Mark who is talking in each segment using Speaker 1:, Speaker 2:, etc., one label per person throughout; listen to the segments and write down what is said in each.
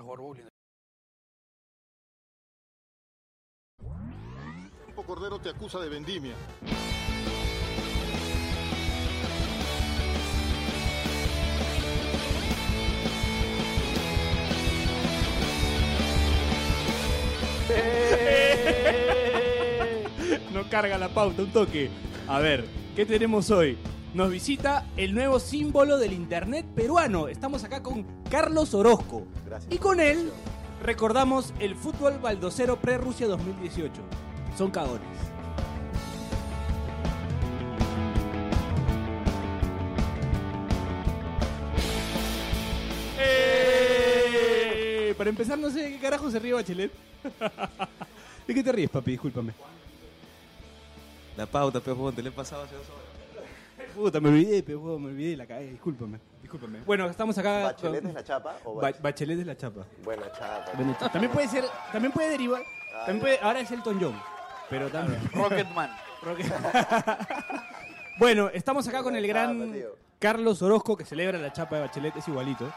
Speaker 1: Bowling.
Speaker 2: Campo Cordero te acusa de vendimia.
Speaker 3: No carga la pauta, un toque. A ver, ¿qué tenemos hoy? Nos visita el nuevo símbolo del Internet peruano. Estamos acá con Carlos Orozco.
Speaker 4: Gracias.
Speaker 3: Y con él recordamos el fútbol baldocero pre-Rusia 2018. Son cagones. Eh, Para empezar, no sé de qué carajo se ríe Bachelet. ¿De qué te ríes, papi? Discúlpame.
Speaker 4: La pauta, pero huevón, te le he pasado hace dos horas.
Speaker 3: Puta, me olvidé, pero me olvidé y la cagué. Discúlpame. Discúlpame. Bueno, estamos acá.
Speaker 4: ¿Bachelet
Speaker 3: con-
Speaker 4: es la chapa o
Speaker 3: Ba-
Speaker 4: Bachelet?
Speaker 3: Bachelet es la chapa.
Speaker 4: Buena chapa.
Speaker 3: Bueno, t- también puede ser, también puede derivar, también puede, ahora es Elton John, pero también.
Speaker 5: Rocketman.
Speaker 3: Bueno, estamos acá con el
Speaker 4: Chapa,
Speaker 3: gran
Speaker 4: tío.
Speaker 3: Carlos Orozco que celebra la chapa de Bachelet, es igualito.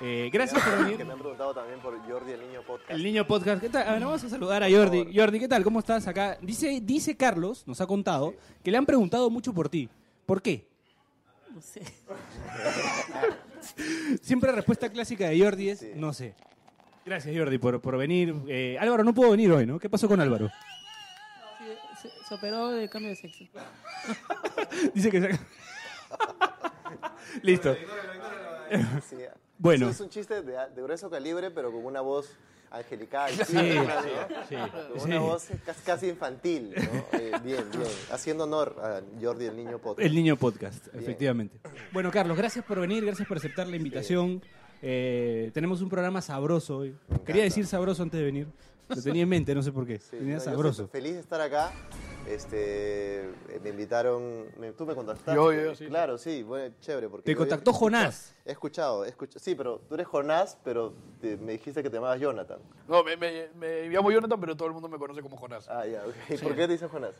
Speaker 3: Eh, gracias por
Speaker 4: Que me
Speaker 3: venir.
Speaker 4: han preguntado también por Jordi el Niño Podcast.
Speaker 3: El niño podcast, ¿qué tal? A ver, vamos a saludar a Jordi. Jordi, ¿qué tal? ¿Cómo estás acá? Dice, dice Carlos, nos ha contado, que le han preguntado mucho por ti. ¿Por qué?
Speaker 5: No sé.
Speaker 3: Siempre la respuesta clásica de Jordi es,
Speaker 4: Sí.
Speaker 3: no sé. Gracias Jordi por, por venir. Eh, Álvaro no pudo venir hoy, ¿no? ¿Qué pasó con Álvaro?
Speaker 5: Sí, se, se operó de cambio de sexo.
Speaker 3: Dice que se... Listo.
Speaker 4: Sí.
Speaker 3: Bueno.
Speaker 4: Eso Es un chiste de, de grueso calibre, pero con una voz angelical.
Speaker 3: Sí,
Speaker 4: tierna, ¿no?
Speaker 3: sí,
Speaker 4: Con
Speaker 3: sí.
Speaker 4: una voz casi, casi infantil. ¿no? Eh, bien, bien. Haciendo honor a Jordi el Niño Podcast.
Speaker 3: El niño podcast, efectivamente. Bueno, Carlos, gracias por venir, gracias por aceptar la invitación. Eh, tenemos un programa sabroso hoy. Quería decir sabroso antes de venir. Lo tenía en mente, no sé por qué.
Speaker 4: Sí,
Speaker 3: tenía
Speaker 4: no, yo
Speaker 3: sabroso.
Speaker 4: soy Feliz de estar acá. Este, eh, me invitaron, me- tú me contactaste.
Speaker 5: Yo, yo, sí,
Speaker 4: Claro, sí, bueno, chévere. Porque
Speaker 3: Te
Speaker 4: yo había
Speaker 3: contactó
Speaker 4: escuchado-
Speaker 3: Jonás.
Speaker 4: He escuchado, he escuchado. Sí, pero tú eres Jonás, pero te- me dijiste que te llamabas Jonathan.
Speaker 1: No, me, me, me llamo Jonathan, pero todo el mundo me conoce como Jonás.
Speaker 4: Ah, ya, ok. ¿Y por qué te dicen Jonás?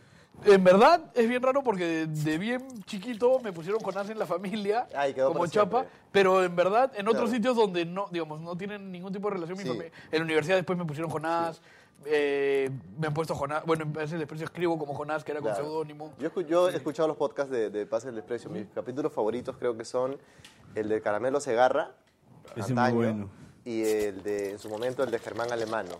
Speaker 1: En verdad es bien raro porque de, de bien chiquito me pusieron Jonás en la familia
Speaker 4: Ah, y quedó
Speaker 1: como
Speaker 4: para
Speaker 1: chapa,
Speaker 4: siempre.
Speaker 1: pero en verdad en otros
Speaker 4: Claro.
Speaker 1: sitios donde no, digamos, no tienen ningún tipo de relación mi
Speaker 4: Sí.
Speaker 1: familia- En la universidad después me pusieron Jonás, eh, me han puesto Jonás, bueno, a veces después yo escribo como Jonás, que era con
Speaker 4: Claro.
Speaker 1: seudónimo.
Speaker 4: Yo, escu- yo he escuchado los podcasts de, de Pase del Desprecio. Mis capítulos favoritos creo que son el de Caramelo Segarra.
Speaker 3: Ese es muy
Speaker 4: antaño,
Speaker 3: bueno.
Speaker 4: Y el de, en su momento, el de Germán Alemano.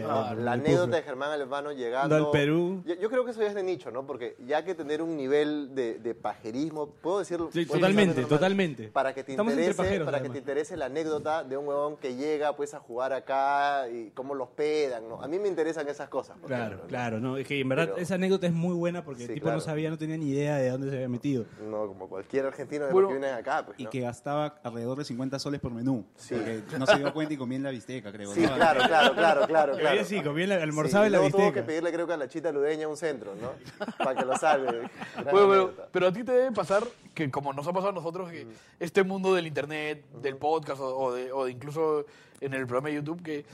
Speaker 4: No, la
Speaker 3: el
Speaker 4: anécdota
Speaker 3: pufre.
Speaker 4: de Germán Albano llegando
Speaker 3: Al Perú.
Speaker 4: Yo, yo creo que eso ya es de nicho, ¿no? Porque ya hay que tener un nivel de, de pajerismo, puedo decirlo.
Speaker 3: Sí,
Speaker 4: ¿Puedo
Speaker 3: totalmente,
Speaker 4: decirlo normal?
Speaker 3: totalmente.
Speaker 4: Para que te
Speaker 3: Estamos entre
Speaker 4: interese,
Speaker 3: pajeros,
Speaker 4: para que
Speaker 3: además.
Speaker 4: te interese la anécdota de un huevón que llega pues a jugar acá y cómo los pedan, ¿no? A mí me interesan esas cosas. por
Speaker 3: Claro,
Speaker 4: ejemplo, ¿no?
Speaker 3: claro, no, es que en verdad
Speaker 4: Pero-
Speaker 3: esa anécdota es muy buena porque el
Speaker 4: Sí,
Speaker 3: tipo no
Speaker 4: claro.
Speaker 3: sabía, no tenía ni idea de dónde se había metido.
Speaker 4: No, como cualquier argentino de
Speaker 1: Bueno,
Speaker 4: los que vienen acá, pues,
Speaker 6: Y
Speaker 4: ¿no?
Speaker 6: que gastaba alrededor de 50 soles por menú.
Speaker 4: Sí.
Speaker 6: Porque no se dio cuenta y comía en la bisteca, creo.
Speaker 4: Sí,
Speaker 6: ¿no?
Speaker 4: claro, claro, claro, claro,
Speaker 3: Pero
Speaker 4: claro.
Speaker 3: ella sí, comía la- almorzaba
Speaker 4: Sí,
Speaker 3: en la
Speaker 4: luego tuvo
Speaker 3: bisteca.
Speaker 4: que pedirle creo que a la chita ludeña un centro, ¿no? Para que lo salve. Gran
Speaker 1: Bueno, bueno,
Speaker 4: anécdota.
Speaker 1: pero a ti te debe pasar que como nos ha pasado a nosotros, que este mundo del internet, del podcast o, o de, o de incluso en el programa de YouTube, que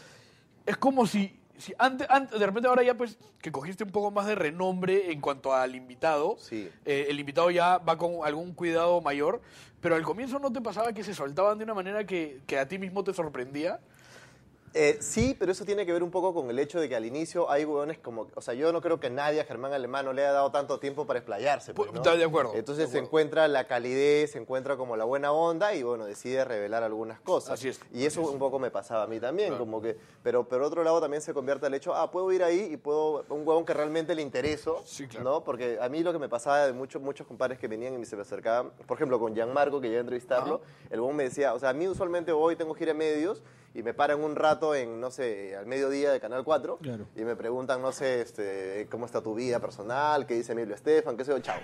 Speaker 1: es como si, si antes, antes- de repente ahora ya pues que cogiste un poco más de renombre en cuanto al invitado,
Speaker 4: Sí.
Speaker 1: eh, el invitado ya va con algún cuidado mayor, pero al comienzo no te pasaba que se soltaban de una manera que, que a ti mismo te sorprendía.
Speaker 4: Eh, sí, pero eso tiene que ver un poco con el hecho de que al inicio hay hueones como... O sea, yo no creo que nadie a Germán Alemán no le haya dado tanto tiempo para explayarse. pues,
Speaker 1: Pu-
Speaker 4: ¿no?
Speaker 1: estoy de acuerdo,
Speaker 4: Entonces se encuentra la calidez, se encuentra como la buena onda y bueno, decide revelar algunas cosas.
Speaker 1: Así es,
Speaker 4: Y eso un poco me pasaba a mí también, como que... Pero por otro lado también se convierte al hecho, ah, puedo ir ahí y puedo... Un huevón que realmente le intereso,
Speaker 1: Sí, claro.
Speaker 4: ¿no? Porque a mí lo que me pasaba de muchos, muchos compadres que venían y se me acercaban, por ejemplo, con Gianmarco, que llegué a entrevistarlo, el huevón me decía, o sea, a mí usualmente voy, tengo gira de medios y me paran un rato en, no sé, al mediodía de Canal 4
Speaker 3: Claro.
Speaker 4: y me preguntan, no sé, este, cómo está tu vida personal, qué dice Emilio Estefan, qué sé yo, chao.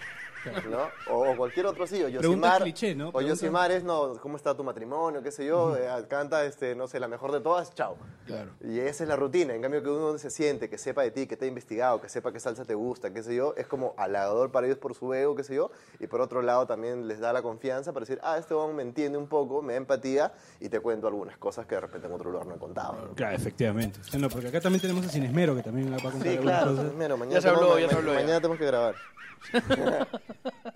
Speaker 4: ¿No? O, o cualquier otro sí, o
Speaker 3: Preguntas
Speaker 4: Yosimar,
Speaker 3: cliché, ¿no?
Speaker 4: o
Speaker 3: Preguntas-
Speaker 4: Yosimar es, no, cómo está tu matrimonio, qué sé yo, eh, canta, este, no sé, la mejor de todas, chao.
Speaker 3: Claro.
Speaker 4: Y esa es la rutina. En cambio, que uno se siente, que sepa de ti, que te ha investigado, que sepa qué salsa te gusta, qué sé yo, es como halagador para ellos por su ego, qué sé yo. Y por otro lado, también les da la confianza para decir, ah, este hombre me entiende un poco, me da empatía y te cuento algunas cosas que de repente en otro lugar no he contado. ¿no?
Speaker 3: Claro, efectivamente. Ah, No, porque acá también tenemos a Cinesmero que también va a contar
Speaker 4: Sí,
Speaker 3: algunas
Speaker 4: claro,
Speaker 3: cosas.
Speaker 4: Cinesmero, mañana,
Speaker 1: Ya se
Speaker 4: tenemos-
Speaker 1: habló, ya se
Speaker 4: ma-
Speaker 1: habló, ya.
Speaker 4: mañana tenemos que grabar.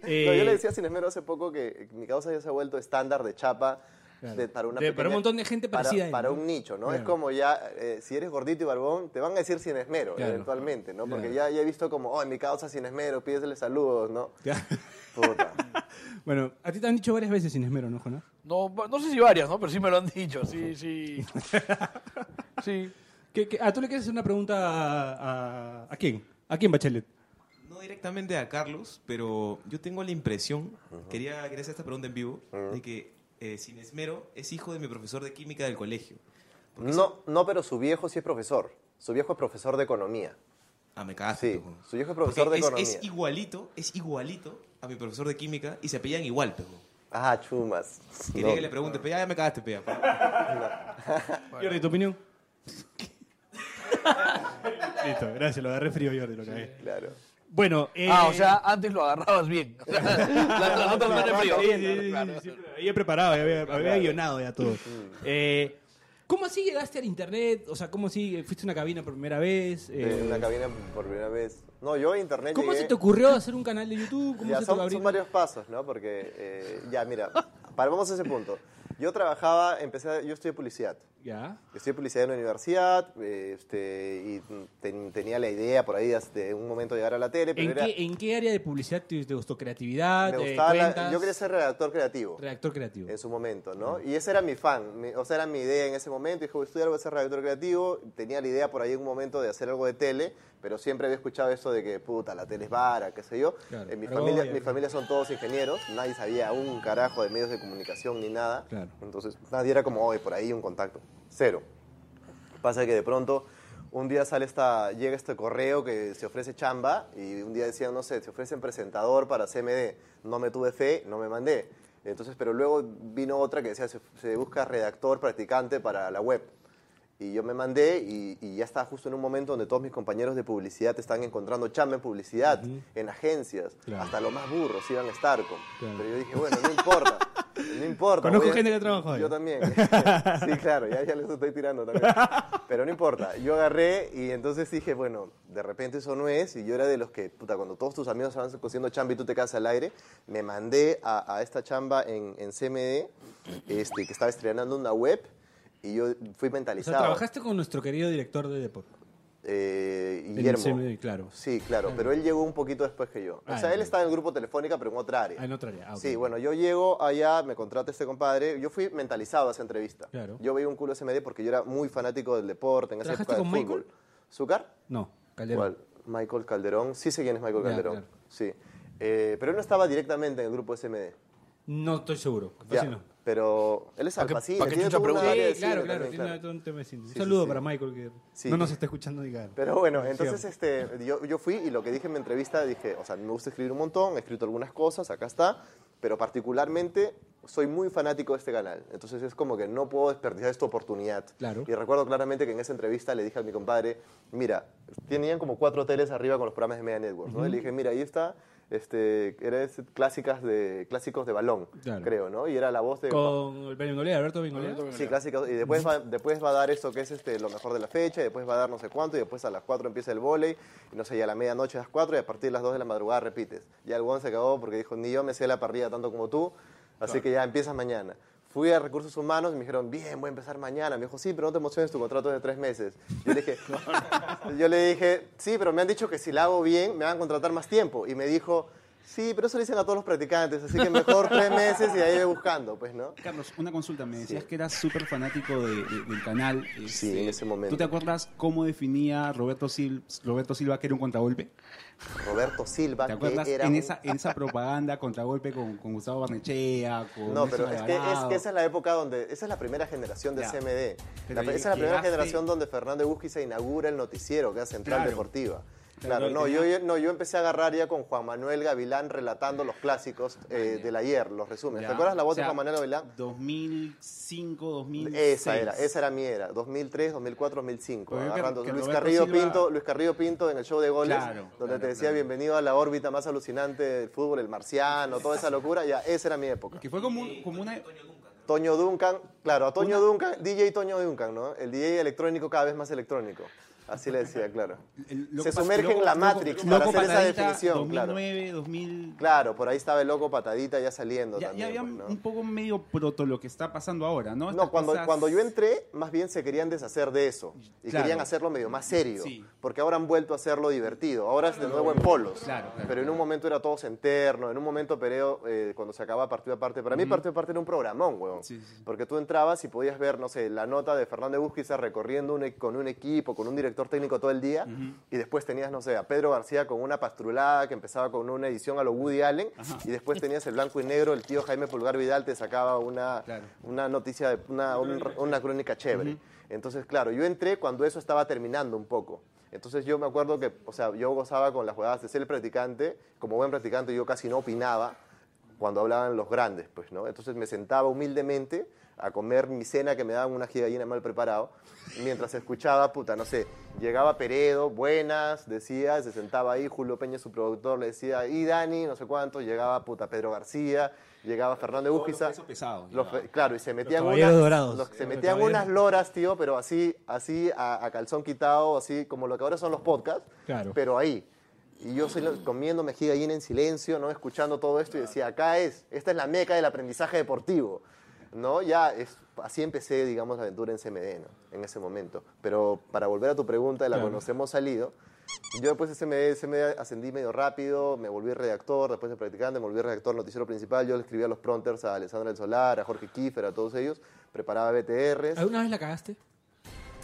Speaker 3: Eh,
Speaker 4: No, yo le decía a Cinesmero hace poco que mi causa ya se ha vuelto estándar de chapa
Speaker 3: Claro.
Speaker 4: de- para una
Speaker 3: De- para un
Speaker 4: pequeña-
Speaker 3: montón de gente
Speaker 4: para,
Speaker 3: parecida a él,
Speaker 4: para
Speaker 3: ¿no?
Speaker 4: un nicho, ¿no?
Speaker 3: Claro.
Speaker 4: Es como ya, eh, si eres gordito y barbón, te van a decir sin esmero,
Speaker 3: Claro.
Speaker 4: eventualmente, ¿no? Porque ya, ya he visto como, oh, en mi causa sin esmero, pídesele saludos, ¿no?
Speaker 3: Ya.
Speaker 4: Puta.
Speaker 3: Eh, Bueno, a ti te han dicho varias veces sin esmero, ¿no, Jonás?
Speaker 1: No, no sé si varias, ¿no? Pero sí me lo han dicho, sí, sí. Sí.
Speaker 3: ¿Qué- qué- ah, tú le quieres hacer una pregunta a, a- ¿a quién? ¿A quién, Bachelet?
Speaker 7: No directamente a Carlos, pero yo tengo la impresión, quería, quería hacer esta pregunta en vivo, de que eh, Sin Esmero es hijo de mi profesor de química del colegio.
Speaker 4: No, no, pero su viejo sí es profesor. Su viejo es profesor de economía.
Speaker 7: Ah, me cagaste.
Speaker 4: Sí,
Speaker 7: pejo.
Speaker 4: su viejo es profesor
Speaker 7: Porque
Speaker 4: de
Speaker 7: es-
Speaker 4: economía.
Speaker 7: Es igualito, es igualito a mi profesor de química y se apellan igual, pejo.
Speaker 4: Ah, chumas.
Speaker 7: Quería
Speaker 4: No.
Speaker 7: que le pregunte, pero ya, ya me cagaste, pea.
Speaker 3: Jordi, ¿tu opinión? Listo, gracias, lo agarré frío, Jordi, lo cagué.
Speaker 4: Claro.
Speaker 3: Bueno, eh,
Speaker 1: Ah, o sea, antes lo agarrabas bien. O sea, las las notas van en frío.
Speaker 3: Sí, sí, sí, sí,
Speaker 1: Claro.
Speaker 3: siempre había preparado, ya había, había guionado ya todo. Eh, ¿Cómo así llegaste al internet? O sea, ¿cómo así fuiste a una cabina por primera vez? Eh,
Speaker 4: En una cabina por primera vez. No, yo a internet
Speaker 3: ¿Cómo
Speaker 4: llegué-
Speaker 3: se te ocurrió hacer un canal de YouTube? ¿Cómo
Speaker 4: Ya,
Speaker 3: se te
Speaker 4: son,
Speaker 3: ocurrió?
Speaker 4: son varios pasos, ¿no? Porque, eh, ya, mira, para- vamos a ese punto. Yo trabajaba, empecé, yo estudié publicidad.
Speaker 3: Ya.
Speaker 4: Estudié publicidad en la universidad eh, este, y ten- tenía la idea por ahí de de un momento llegar a la tele, pero
Speaker 3: ¿En
Speaker 4: era,
Speaker 3: qué, en qué área de publicidad te, te gustó? ¿Creatividad?
Speaker 4: me
Speaker 3: eh,
Speaker 4: gustaba la-
Speaker 3: cuentas?
Speaker 4: Yo quería ser redactor creativo.
Speaker 3: Redactor creativo.
Speaker 4: en su momento, ¿no? Y ese era mi fan, mi- o sea, era mi idea en ese momento. Dije, voy a estudiar, voy a ser redactor creativo. Tenía la idea por ahí en un momento de hacer algo de tele, pero siempre había escuchado eso de que, puta, la tele es vara, qué sé yo.
Speaker 3: Claro,
Speaker 4: en mi
Speaker 3: Argolla,
Speaker 4: familia, mi
Speaker 3: claro.
Speaker 4: familia son todos ingenieros, nadie sabía un carajo de medios de comunicación ni nada.
Speaker 3: Claro.
Speaker 4: Entonces, nadie era como, oye, por ahí un contacto. Cero. Pasa que de pronto un día sale esta, llega este correo que se ofrece chamba y un día decían, no sé, se ofrecen presentador para CMD. No me tuve fe, no me mandé. Entonces, pero luego vino otra que decía, se, se busca redactor practicante para la web. Y yo me mandé y, y ya estaba justo en un momento donde todos mis compañeros de publicidad estaban encontrando chamba en publicidad, en agencias.
Speaker 3: Claro.
Speaker 4: Hasta los más burros iban a estar con.
Speaker 3: Claro.
Speaker 4: Pero yo dije, bueno, no importa. No importa.
Speaker 3: Conozco
Speaker 4: voy a-
Speaker 3: gente que ha trabajado ahí.
Speaker 4: Yo también. sí, claro, ya, ya les estoy tirando también. Pero no importa. Yo agarré y entonces dije, bueno, de repente eso no es. Y yo era de los que, puta, cuando todos tus amigos estaban cosiendo chamba y tú te quedas al aire, me mandé a, a esta chamba en, en CMD, este, que estaba estrenando una web. Y yo fui
Speaker 3: o sea,
Speaker 4: mentalizado.
Speaker 3: trabajaste con nuestro querido director de deporte.
Speaker 4: Eh,
Speaker 3: En
Speaker 4: Guillermo.
Speaker 3: CMD, claro.
Speaker 4: Sí, claro, pero él llegó un poquito después que yo.
Speaker 3: Ah,
Speaker 4: o sea, él
Speaker 3: ya.
Speaker 4: estaba en el grupo Telefónica, pero en otra área.
Speaker 3: Ah, en otra área. Ah, ok.
Speaker 4: Sí, bueno, yo llego allá, me contrata este compadre. Yo fui mentalizado a esa entrevista.
Speaker 3: Claro.
Speaker 4: Yo veía un culo SMD porque yo era muy fanático del deporte, en esa
Speaker 3: ¿Trabajaste
Speaker 4: época
Speaker 3: con
Speaker 4: del
Speaker 3: Michael?
Speaker 4: fútbol. ¿Zucar?
Speaker 3: No, Calderón.
Speaker 4: ¿Cuál? Michael Calderón. Sí sé quién es Michael
Speaker 3: Ya,
Speaker 4: Calderón.
Speaker 3: claro.
Speaker 4: Sí. Eh, pero él no estaba directamente en el grupo SMD.
Speaker 3: No estoy seguro. capaz
Speaker 4: Ya,
Speaker 3: Pues sí no.
Speaker 4: Pero él es
Speaker 1: Pa' que-
Speaker 4: alpacín.
Speaker 1: pa' que
Speaker 4: tiene
Speaker 1: chucha
Speaker 4: toda una
Speaker 1: pregunta.
Speaker 4: área de
Speaker 3: Sí,
Speaker 4: cine
Speaker 3: claro, claro.
Speaker 4: también,
Speaker 3: tiene
Speaker 4: claro.
Speaker 3: todo un tema de síndrome.
Speaker 4: Sí,
Speaker 3: Un saludo
Speaker 4: sí, sí.
Speaker 3: para Michael, que
Speaker 4: Sí,
Speaker 3: no
Speaker 4: sí,
Speaker 3: nos
Speaker 4: sí.
Speaker 3: está escuchando ni cagando.
Speaker 4: Pero bueno, entonces este, yo, yo fui y lo que dije en mi entrevista, dije, o sea, me gusta escribir un montón, he escrito algunas cosas, acá está, pero particularmente soy muy fanático de este canal. Entonces es como que no puedo desperdiciar esta oportunidad.
Speaker 3: Claro.
Speaker 4: Y recuerdo claramente que en esa entrevista le dije a mi compadre, mira, tenían como cuatro teles arriba con los programas de Media Network, ¿no? Y le dije, mira, ahí está, este, eres clásicas de, clásicos de balón,
Speaker 3: Claro.
Speaker 4: creo, ¿no? Y era la voz de...
Speaker 3: Con el Bengolea, Alberto Bengolea.
Speaker 4: Sí, clásico. Y después va, después va a dar esto que es este, lo mejor de la fecha, y después va a dar no sé cuánto, y después a las 4 empieza el volei, y no sé, y a la medianoche a las 4, y a partir de las 2 de la madrugada repites. Ya el huevón se acabó porque dijo, ni yo me sé la parrilla tanto como tú, así que ya empiezas mañana. Fui a Recursos Humanos y me dijeron, bien, voy a empezar mañana. Me dijo, sí, pero no te emociones, tu contrato es de tres meses. Yo le dije, yo le dije sí, pero me han dicho que si la hago bien, me van a contratar más tiempo. Y me dijo, sí, pero eso le dicen a todos los practicantes, así que mejor tres meses y ahí voy buscando, pues, ¿no?
Speaker 6: Carlos, una consulta. Me decías que eras súper fanático de- de- del canal. este,
Speaker 4: en ese momento.
Speaker 6: ¿Tú te acuerdas cómo definía Roberto, Sil- Roberto Silva que era un contragolpe?
Speaker 4: Roberto Silva,
Speaker 6: ¿Te acuerdas
Speaker 4: que era
Speaker 6: en,
Speaker 4: un-
Speaker 6: esa, en esa propaganda contragolpe con, con Gustavo Barnechea? Con
Speaker 4: No,
Speaker 6: Nelson
Speaker 4: pero es que, es
Speaker 6: Alvarado?
Speaker 4: que esa es la época donde... Esa es la primera generación de
Speaker 6: Ya.
Speaker 4: CMD.
Speaker 6: Pero
Speaker 4: La-
Speaker 6: ahí
Speaker 4: esa es la primera
Speaker 6: llegaste-
Speaker 4: generación donde Fernando Busqui se inaugura el noticiero que es Central
Speaker 6: Claro.
Speaker 4: Deportiva.
Speaker 6: Claro,
Speaker 4: Claro,
Speaker 6: y
Speaker 4: no
Speaker 6: tenía-
Speaker 4: yo, yo- no, yo empecé a agarrar ya con Juan Manuel Gavilán relatando los clásicos eh, del ayer, los resúmenes.
Speaker 6: Ya.
Speaker 4: ¿Te acuerdas la voz
Speaker 6: O sea,
Speaker 4: de Juan Manuel Gavilán?
Speaker 6: 2005, 2006.
Speaker 4: Esa era, esa era mi era, 2003, 2004, 2005.
Speaker 6: Porque yo que-
Speaker 4: agarrando
Speaker 6: que
Speaker 4: Luis
Speaker 6: Roberto
Speaker 4: Carrillo
Speaker 6: Silva-
Speaker 4: Pinto, Luis Carrillo Pinto en el show de goles,
Speaker 6: Claro,
Speaker 4: donde
Speaker 6: claro,
Speaker 4: te decía
Speaker 6: claro.
Speaker 4: bienvenido a la órbita más alucinante del fútbol, el marciano, toda esa locura, ya esa era mi época.
Speaker 6: Que fue como, un- como una...
Speaker 4: Toño Duncan, claro, a Toño Duncan, DJ Toño Duncan, ¿no? El DJ electrónico cada vez más electrónico. Así le decía, claro.
Speaker 6: El
Speaker 4: Se
Speaker 6: Pas-
Speaker 4: sumerge en la Matrix para hacer esa
Speaker 6: Patadita,
Speaker 4: definición, claro.
Speaker 6: 2009, 2000...
Speaker 4: Claro, por ahí estaba el loco patadita ya saliendo
Speaker 6: Ya, ya
Speaker 4: también.
Speaker 6: había
Speaker 4: pues, ¿no?
Speaker 6: un poco medio proto lo que está pasando ahora, ¿no? Estas
Speaker 4: No, cuando,
Speaker 6: cosas-
Speaker 4: cuando yo entré, más bien se querían deshacer de eso. Y
Speaker 6: Claro.
Speaker 4: querían hacerlo medio más serio.
Speaker 6: Sí.
Speaker 4: Porque ahora han vuelto a hacerlo divertido. Ahora es de nuevo en polos.
Speaker 6: Claro, claro,
Speaker 4: Pero en un momento era todo centerno. En un momento, Pereo, eh, cuando se acababa partido aparte. Para mí, partido aparte era un programón, weón.
Speaker 6: Sí, sí, sí.
Speaker 4: Porque tú entrabas y podías ver, no sé, la nota de Fernández Busquiza recorriendo un e- con un equipo, con un director técnico todo el día. Y después tenías, no sé, a Pedro García con una pastrulada que empezaba con una edición a lo Woody Allen. Y después tenías el blanco y negro, el tío Jaime Pulgar Vidal te sacaba una,
Speaker 6: Claro.
Speaker 4: una noticia, de- una, un- una crónica chévere. Entonces, claro, yo entré cuando eso estaba terminando un poco. Entonces yo me acuerdo que, o sea, yo gozaba con las jugadas de ser el practicante, como buen practicante yo casi no opinaba cuando hablaban los grandes, pues, ¿no? Entonces me sentaba humildemente a comer mi cena que me daban una gallina mal preparado, mientras escuchaba, puta, no sé, llegaba Peredo, buenas, decía, se sentaba ahí, Julio Peña, su productor, le decía, y Dani, no sé cuánto, llegaba, puta, Pedro García, llegaba Fernando Bujiza.
Speaker 6: peso pesado,
Speaker 4: Los
Speaker 6: llegaba.
Speaker 4: pe- claro, y se metían
Speaker 3: caballeros
Speaker 4: unas,
Speaker 3: dorados.
Speaker 4: los- se
Speaker 3: Los
Speaker 4: metían
Speaker 3: caballeros-
Speaker 4: unas loras, tío, pero así, así a, a calzón quitado, así como lo que ahora son los podcasts,
Speaker 3: Claro.
Speaker 4: pero ahí. Y yo soy lo- comiendo mejilla gallina en silencio, ¿no? Escuchando todo esto y decía, acá es, esta es la meca del aprendizaje deportivo, ¿no? Ya es, así empecé, digamos, la aventura en CMD, ¿no? En ese momento. Pero para volver a tu pregunta de la que nos hemos salido, yo después de CMD, CMD ascendí medio rápido, me volví redactor, después de practicante, me volví redactor noticiero principal, yo le escribía los prompters a Alessandra del Solar, a Jorge Kiefer, a todos ellos, preparaba BTRs,
Speaker 3: ¿Alguna vez la cagaste?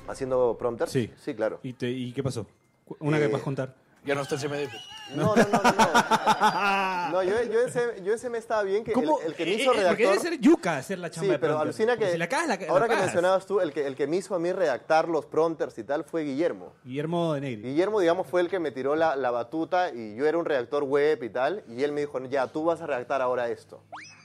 Speaker 4: haciendo prompters.
Speaker 3: Sí.
Speaker 4: Sí, claro.
Speaker 3: ¿Y, te- y qué pasó? Cu- Una
Speaker 4: Eh,
Speaker 3: que puedas contar.
Speaker 1: Ya no está el CMD. pues.
Speaker 4: No, no, no, no. No, No, yo, yo, en CM, yo en CM estaba bien que el, el que me hizo
Speaker 3: Eh, eh,
Speaker 4: redactor.
Speaker 3: Porque debe ser yuca hacer la
Speaker 4: Sí,
Speaker 3: chamba de
Speaker 4: pero
Speaker 3: prompter.
Speaker 4: alucina que.
Speaker 3: Porque Si la cagas, la la
Speaker 4: ahora que
Speaker 3: cagas.
Speaker 4: mencionabas tú, el que, el que me hizo a mí redactar los prompters y tal fue Guillermo.
Speaker 3: Guillermo de Negri.
Speaker 4: Guillermo, digamos, fue el que me tiró la, la batuta y yo era un redactor web y tal. Y él me dijo, ya, tú vas a redactar ahora esto.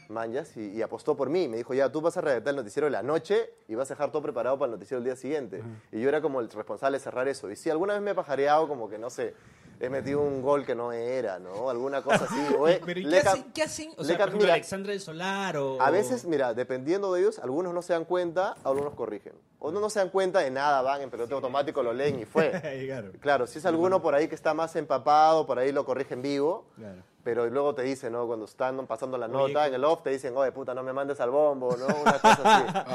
Speaker 4: Manjas, y, y apostó por mí. Me dijo, ya, tú vas a redactar el noticiero de la noche y vas a dejar todo preparado para el noticiero el día siguiente. Y yo era como el responsable de cerrar eso. Y si alguna vez me he pajareado, como que no sé. He metido un gol que no era, ¿no? Alguna cosa así. o he-
Speaker 3: Pero ¿y
Speaker 4: le
Speaker 3: qué,
Speaker 4: he ca-
Speaker 3: hacen, qué hacen? O sea,
Speaker 4: le he
Speaker 3: por
Speaker 4: ca-
Speaker 3: ejemplo,
Speaker 4: mira,
Speaker 3: Alexandra del Solar o...
Speaker 4: a veces, mira, dependiendo de ellos, algunos no se dan cuenta, algunos corrigen. Otros no se dan cuenta de nada, van en pelote automático, lo leen y fue.
Speaker 3: Claro.
Speaker 4: Claro, si es alguno por ahí que está más empapado, por ahí lo corrigen vivo.
Speaker 3: Claro.
Speaker 4: Pero luego te dicen, ¿no? Cuando están pasando la nota en el off, te dicen, oye, puta, no me mandes al bombo, ¿no? Una cosa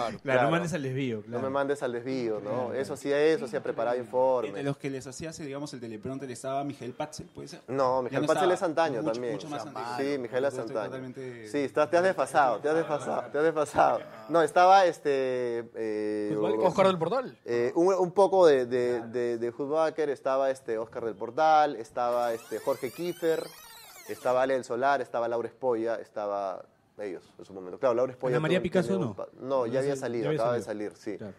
Speaker 4: así.
Speaker 3: Claro, no mandes al desvío.
Speaker 4: No
Speaker 3: Claro.
Speaker 4: me mandes al desvío, ¿no? Eso hacía eso, hacía preparado informe.
Speaker 6: Entre los que les hacía, ese, digamos, el teleprompter estaba Miguel Patzel, ¿puede ser?
Speaker 4: No,
Speaker 6: Ya
Speaker 4: Miguel Paz
Speaker 6: estaba.
Speaker 4: es antaño
Speaker 6: Mucho-
Speaker 4: también.
Speaker 6: Mucho más antaño.
Speaker 4: Sí, Miguel es
Speaker 6: Estoy
Speaker 4: antaño.
Speaker 6: totalmente-
Speaker 4: Sí, estás, te has desfasado, te has desfasado, te has desfasado. No, estaba este... eh,
Speaker 1: Oscar del Portal.
Speaker 4: eh, un, un poco de, de, de, de Hutbacker, estaba este Oscar del Portal, estaba este Jorge Kiefer, estaba Ale del Solar, estaba Laura Espolla, estaba ellos en su momento. Claro, Laura Espolla...
Speaker 3: Ana María
Speaker 4: tuvo-
Speaker 3: Picasso,
Speaker 4: tenía un
Speaker 3: no.
Speaker 4: pa- No, ya
Speaker 3: Ya
Speaker 4: había
Speaker 3: se-
Speaker 4: salido,
Speaker 3: ya había
Speaker 4: acaba
Speaker 3: salido.
Speaker 4: de salir, sí.
Speaker 3: Claro.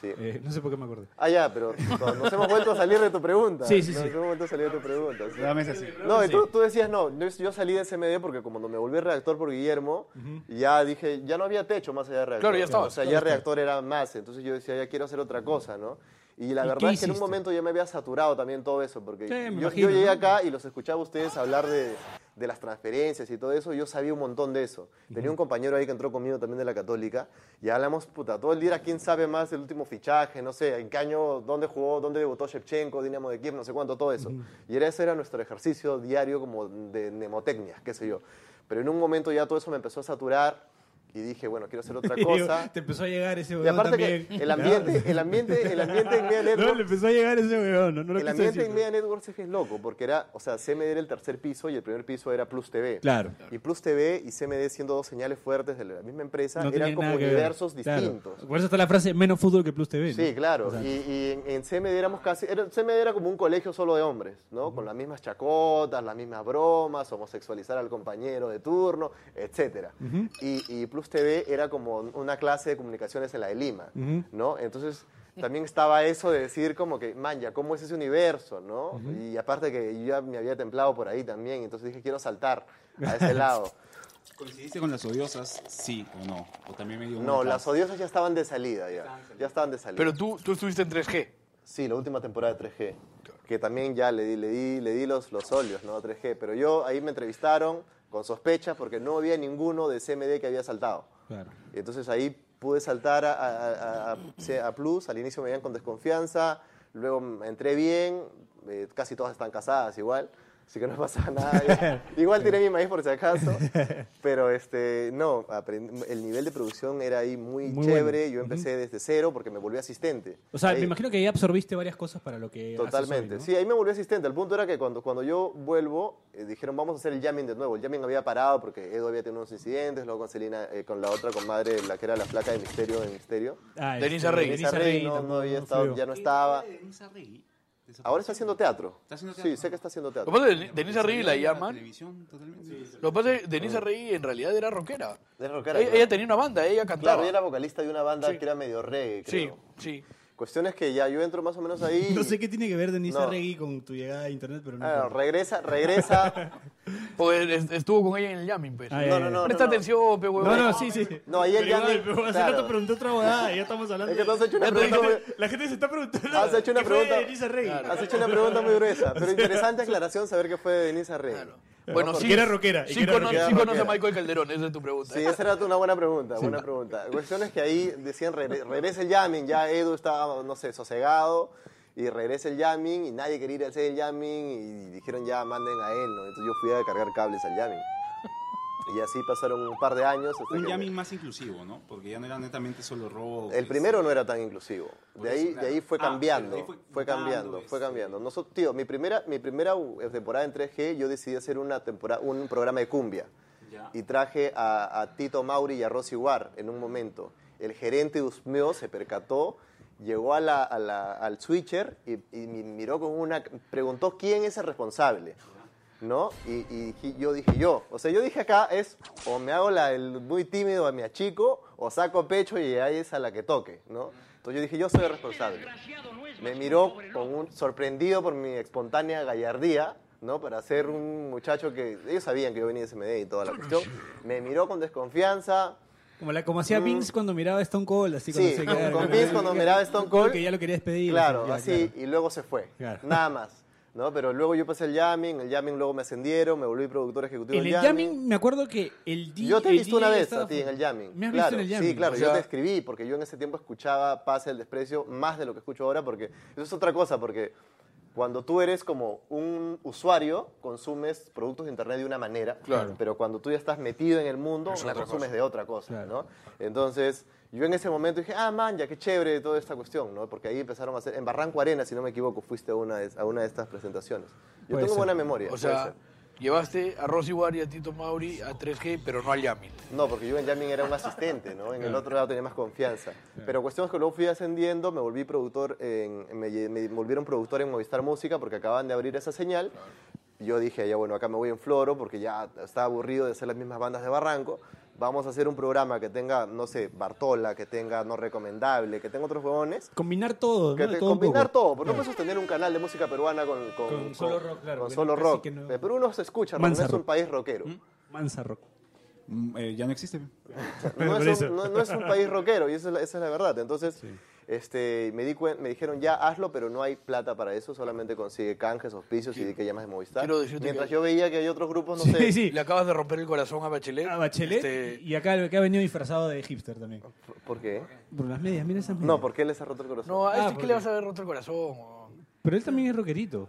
Speaker 4: sí.
Speaker 3: Eh, no sé por qué me acordé.
Speaker 4: Ah, ya, pero nos hemos vuelto a salir de tu pregunta.
Speaker 3: Sí, sí,
Speaker 4: Nos
Speaker 3: sí.
Speaker 4: hemos vuelto a salir de tu pregunta. sí.
Speaker 6: Dame esa, sí.
Speaker 4: No, y tú, tú decías, no, yo, yo salí de CMD porque como cuando me volví redactor por Guillermo, ya dije, ya no había techo más allá de redactor.
Speaker 1: Claro, ya estaba.
Speaker 4: O sea, ya redactor era más, entonces yo decía, ya quiero hacer otra cosa, ¿no? Y la
Speaker 3: ¿Y
Speaker 4: verdad es
Speaker 3: qué
Speaker 4: que en un
Speaker 3: hiciste?
Speaker 4: momento ya me había saturado también todo eso, porque
Speaker 3: Sí, me
Speaker 4: yo,
Speaker 3: imagino,
Speaker 4: yo llegué
Speaker 3: ¿no?
Speaker 4: acá y los escuchaba a ustedes hablar de, de las transferencias y todo eso, yo sabía un montón de eso. Tenía un compañero ahí que entró conmigo también de la Católica, y hablamos, puta, todo el día, era quién sabe más el último fichaje, no sé, en qué año, dónde jugó, dónde debutó Shevchenko, Dinamo de Kiev, no sé cuánto, todo eso. Y era, ese era nuestro ejercicio diario como de mnemotecnia, qué sé yo. Pero en un momento ya todo eso me empezó a saturar, y dije, bueno, quiero hacer otra cosa.
Speaker 3: Te empezó a llegar ese
Speaker 4: Y
Speaker 3: huevón
Speaker 4: aparte
Speaker 3: también.
Speaker 4: que el ambiente, el ambiente, el ambiente en Media Network,
Speaker 3: No, le empezó a llegar ese huevón. No, no lo
Speaker 4: el
Speaker 3: quise
Speaker 4: ambiente
Speaker 3: decir.
Speaker 4: en Media Networks es que es loco, porque era, o sea, CMD era el tercer piso y el primer piso era Plus TV.
Speaker 3: Claro.
Speaker 4: Y Plus TV y CMD siendo dos señales fuertes de la misma empresa,
Speaker 3: No
Speaker 4: eran
Speaker 3: tenía
Speaker 4: como
Speaker 3: nada que ver.
Speaker 4: universos
Speaker 3: Claro.
Speaker 4: distintos.
Speaker 3: Por eso está la frase menos fútbol que Plus TV. ¿no?
Speaker 4: Sí, claro.
Speaker 3: O sea,
Speaker 4: y y en, en CMD éramos casi. Era, CMD era como un colegio solo de hombres, ¿no? Con las mismas chacotas, las mismas bromas, homosexualizar al compañero de turno, etcétera. y, y Plus TV era como una clase de comunicaciones en la de Lima, ¿no? Entonces. También estaba eso de decir como que, man, ya, ¿cómo es ese universo, no? Y aparte que yo ya me había templado por ahí también, entonces dije, quiero saltar a ese lado.
Speaker 6: ¿Coincidiste con las odiosas? Sí o no. O también me dio
Speaker 4: No,
Speaker 6: una
Speaker 4: las odiosas ya estaban de salida, ya. Ya estaban de salida.
Speaker 1: Pero tú, tú estuviste en 3G.
Speaker 4: Sí, la última temporada de 3G. Que también ya le di, le di, le di los, los óleos, ¿no? A 3G. Pero yo ahí me entrevistaron con sospechas porque no había ninguno de CMD que había saltado.
Speaker 3: Claro.
Speaker 4: Y Entonces ahí pude saltar a, a- a- a- a Plus. Al inicio me veían con desconfianza. Luego entré bien, eh, casi todas están casadas igual, así que no pasa nada. igual tiré mi maíz por si acaso, pero este, no, aprendí- el nivel de producción era ahí muy,
Speaker 3: Muy
Speaker 4: chévere.
Speaker 3: bueno.
Speaker 4: Yo empecé desde cero porque me volví asistente.
Speaker 3: O sea,
Speaker 4: Ahí-
Speaker 3: me imagino que ahí absorbiste varias cosas para lo que. haces hoy,
Speaker 4: Totalmente.
Speaker 3: ¿no?
Speaker 4: Sí, ahí me volví asistente. El punto era que cuando, cuando yo vuelvo, eh, dijeron, vamos a hacer el jamming de nuevo. El jamming había parado porque Edo había tenido unos incidentes, luego con Celina, eh, con la otra comadre, la que era la flaca de Misterio, de Misterio.
Speaker 3: Ah,
Speaker 1: Denise
Speaker 3: este,
Speaker 1: Arregui.
Speaker 4: Denise Arregui no,
Speaker 3: tampoco,
Speaker 4: no había estado,
Speaker 3: fluyó.
Speaker 4: ya no estaba.
Speaker 6: Denise Arregui,
Speaker 4: Ahora está haciendo teatro.
Speaker 6: Está haciendo
Speaker 4: Sí,
Speaker 6: teatro.
Speaker 4: sé que está haciendo
Speaker 1: Lo que
Speaker 4: teatro.
Speaker 1: pasa es que Denise Arregui la
Speaker 6: La
Speaker 1: llaman.
Speaker 6: televisión, totalmente.
Speaker 1: Lo que pasa es que Denise Arregui en realidad era rockera.
Speaker 4: Era rockera,
Speaker 1: Ella,
Speaker 4: claro.
Speaker 1: ella tenía una banda, ella cantaba.
Speaker 4: Claro, ella era vocalista de una banda
Speaker 1: Sí.
Speaker 4: que era medio reggae,
Speaker 1: Sí,
Speaker 4: creo.
Speaker 1: sí.
Speaker 4: Cuestión es que ya yo entro más o menos ahí.
Speaker 3: No sé qué tiene que ver Denise
Speaker 4: No.
Speaker 3: Arregui con tu llegada a internet, pero no.
Speaker 4: Ah,
Speaker 3: importa.
Speaker 4: regresa, regresa.
Speaker 1: Porque es- estuvo con ella en el jamming, pues.
Speaker 3: Ah, ya,
Speaker 4: No,
Speaker 3: ya.
Speaker 4: no, no.
Speaker 1: Presta
Speaker 4: no, no.
Speaker 1: atención, pe huevón.
Speaker 3: No, no, sí, sí.
Speaker 4: No, ahí el
Speaker 3: Pero igual,
Speaker 4: Yandy-
Speaker 3: pero Hace
Speaker 4: claro.
Speaker 3: rato pregunté otra bodada y ya estamos hablando.
Speaker 4: Es que tú has hecho una
Speaker 3: La gente-
Speaker 4: pregunta muy-
Speaker 3: La gente se está preguntando.
Speaker 4: Has hecho una
Speaker 3: ¿qué fue de
Speaker 4: pregunta-
Speaker 3: Denise Arregui?
Speaker 4: Has hecho una pregunta muy gruesa, pero interesante aclaración saber qué fue de Denise Arregui.
Speaker 1: Bueno,
Speaker 3: Porque
Speaker 1: sí.
Speaker 3: era rockera, y
Speaker 1: Sí,
Speaker 3: que era
Speaker 1: cono-
Speaker 3: rockera.
Speaker 1: sí conoce a
Speaker 4: Rockera.
Speaker 1: Michael Calderón, esa es tu pregunta. ¿eh?
Speaker 4: Sí, esa era una buena pregunta, buena pregunta. La cuestión es que ahí decían "Regre- regresa el jamming, ya Edu estaba, no sé, sosegado, y regresa el jamming, y nadie quería ir a hacer el jamming, y dijeron ya manden a él, ¿no? Entonces yo fui a cargar cables al jamming. Y así pasaron un par de años. hasta
Speaker 6: Un
Speaker 4: que-
Speaker 6: jamming más inclusivo, ¿no? Porque ya no era netamente solo rock.
Speaker 4: El primero no era tan inclusivo.
Speaker 6: Por
Speaker 4: De
Speaker 6: eso,
Speaker 4: ahí,
Speaker 6: claro.
Speaker 4: de ahí fue
Speaker 6: Ah, pero
Speaker 4: cambiando.
Speaker 6: de ahí fue
Speaker 4: fue, cambiando,
Speaker 6: mutando,
Speaker 4: fue
Speaker 6: este.
Speaker 4: cambiando. Nosotros, tío, mi primera, mi primera u- eh, temporada en 3G, yo decidí hacer una temporada, un programa de cumbia.
Speaker 6: Ya.
Speaker 4: Y traje a, a Tito Mauri y a Rosy War en un momento. El gerente de Usmeo se percató, llegó a la- a la- al switcher y, y mi- miró con una. preguntó quién es el responsable. ¿No? Y, y dije- yo dije yo. O sea, yo dije acá es o me hago la el muy tímido, me achico, o saco pecho y ahí es a la que toque, ¿no? Entonces yo dije yo soy el responsable. Me miró con un, sorprendido por mi espontánea gallardía, ¿no? Para ser un muchacho que ellos sabían que yo venía de SMD y toda la cuestión. Me miró con desconfianza.
Speaker 3: Como, la, como hacía Vince cuando miraba Stone Cold, así cuando
Speaker 4: Mm. Sí,
Speaker 3: se-
Speaker 4: con-
Speaker 3: claro,
Speaker 4: con
Speaker 3: claro,
Speaker 4: Vince
Speaker 3: claro,
Speaker 4: cuando
Speaker 3: claro,
Speaker 4: miraba Stone Cold.
Speaker 3: Que ya lo quería despedir.
Speaker 4: Claro,
Speaker 3: ya,
Speaker 4: así,
Speaker 3: claro.
Speaker 4: y luego se fue.
Speaker 3: Claro.
Speaker 4: Nada más. ¿No? Pero luego yo pasé el jamming, el jamming luego me ascendieron, me volví productor ejecutivo
Speaker 3: En
Speaker 4: del
Speaker 3: el jamming me acuerdo que el DJ
Speaker 4: Yo te he
Speaker 3: el
Speaker 4: visto una
Speaker 3: DJ
Speaker 4: vez
Speaker 3: estaba
Speaker 4: a ti en el jamming.
Speaker 3: Me has
Speaker 4: claro,
Speaker 3: visto en el jamming.
Speaker 4: Sí, claro,
Speaker 1: O
Speaker 4: yo
Speaker 1: sea-
Speaker 4: te escribí porque yo en ese tiempo escuchaba Pase el desprecio más de lo que escucho ahora porque eso es otra cosa porque cuando tú eres como un usuario consumes productos de internet de una manera,
Speaker 1: Claro.
Speaker 4: pero cuando tú ya estás metido en el mundo la consumes de otra cosa,
Speaker 3: Claro.
Speaker 4: ¿no? Entonces, yo en ese momento dije, "Ah, man, ya qué chévere toda esta cuestión", ¿no? Porque ahí empezaron a hacer en Barranco Arena, si no me equivoco, fuiste a una de, a una de estas presentaciones. Yo
Speaker 3: Puede
Speaker 4: tengo
Speaker 3: ser.
Speaker 4: buena memoria.
Speaker 1: O
Speaker 4: puede
Speaker 1: sea,
Speaker 4: ser.
Speaker 1: llevaste a Rosy War y a Tito Mauri a 3G, pero no al jamming.
Speaker 4: No, porque yo en Jamming era un asistente, ¿no? En el otro lado tenía más confianza. Pero cuestión es que luego fui ascendiendo, me volví productor, en, me, lle- me volvieron productor en Movistar Música porque acababan de abrir esa señal. Yo dije, ya bueno, acá me voy en Floro porque ya estaba aburrido de hacer las mismas bandas de Barranco. Vamos a hacer un programa que tenga, no sé, Bartola, que tenga No Recomendable, que tenga otros huevones.
Speaker 3: Combinar todo,
Speaker 4: Que
Speaker 3: ¿no?
Speaker 4: te-
Speaker 3: Pues Todo un
Speaker 4: combinar
Speaker 3: poco.
Speaker 4: todo, porque no puedes sostener un canal de música peruana con, con,
Speaker 3: Con solo rock, claro,
Speaker 4: con
Speaker 3: porque
Speaker 4: solo
Speaker 3: no- casi
Speaker 4: rock.
Speaker 3: que no-
Speaker 4: Pero uno se escucha, no
Speaker 3: Mansa
Speaker 4: es un
Speaker 3: rock.
Speaker 4: país rockero.
Speaker 3: Mansa rock.
Speaker 6: Mm, eh, ya no existe.
Speaker 4: no,
Speaker 3: Por
Speaker 4: es
Speaker 3: eso.
Speaker 4: un, no- no es un país rockero, y esa es la, esa es la verdad. Entonces, este, me, di cuen- me dijeron, ya hazlo, pero no hay plata para eso, solamente consigue canjes, auspicios y di que llamas de Movistar.
Speaker 1: quiero decirte
Speaker 4: Mientras
Speaker 1: que-
Speaker 4: yo veía que hay otros grupos, no
Speaker 3: Sí,
Speaker 4: sé,
Speaker 3: sí.
Speaker 1: Le acabas de romper el corazón a Bachelet.
Speaker 3: A Bachelet.
Speaker 1: Este,
Speaker 3: Y acá, acá ha venido disfrazado de hipster también.
Speaker 4: ¿por- ¿por qué?
Speaker 3: Por las medias, mira esas medias.
Speaker 4: No, ¿por qué les ha roto el corazón?
Speaker 1: no, a
Speaker 3: Ah,
Speaker 1: este que
Speaker 3: porque-
Speaker 1: le vas a ver roto el corazón. o-
Speaker 3: Pero él también es rockerito.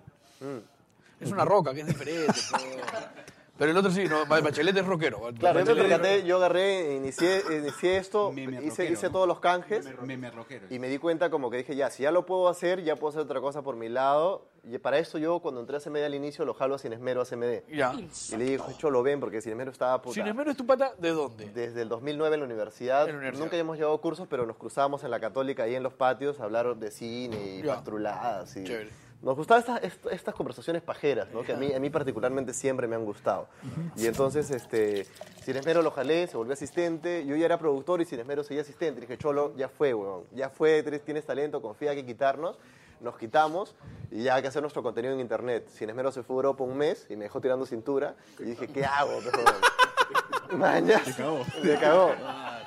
Speaker 1: Es una roca, que es diferente. pero- Pero el otro sí, no, Bachelet es rockero.
Speaker 4: Claro, yo me
Speaker 1: Bachelet-
Speaker 4: percaté, yo agarré, inicié, inicié esto,
Speaker 6: Meme
Speaker 4: hice,
Speaker 6: rockero,
Speaker 4: hice
Speaker 6: ¿no?
Speaker 4: todos los canjes
Speaker 6: Meme rockero.
Speaker 4: y me di cuenta como que dije, ya, si ya lo puedo hacer, ya puedo hacer otra cosa por mi lado. Y para esto yo, cuando entré a CMD al inicio, lo jalo a Sin Esmero a CMD.
Speaker 1: Ya.
Speaker 4: Y le dije, lo ven, porque Sin Esmero estaba puta.
Speaker 1: Sin embargo, ¿es tu pata de dónde?
Speaker 4: Desde el 2009 en la universidad.
Speaker 1: En la universidad.
Speaker 4: Nunca hemos llevado cursos, pero nos cruzábamos en la Católica ahí en los patios a hablar de cine y
Speaker 1: Ya.
Speaker 4: pastruladas. y-
Speaker 1: Chévere.
Speaker 4: Nos gustaban estas, est- estas conversaciones pajeras, ¿no? que a mí, a mí particularmente siempre me han gustado. Y entonces, este, Sin Esmero lo jalé, se volvió asistente. Yo ya era productor y Sin Esmero seguía asistente. Le dije, Cholo, ya fue, weón. Ya fue, tres- tienes talento, confía, hay que quitarnos. Nos quitamos y ya hay que hacer nuestro contenido en internet. Sin Esmero se fue a Europa un mes y me dejó tirando cintura. Y dije, ¿qué hago? pe, weón?" Mañas. Te cagó. Te cagó.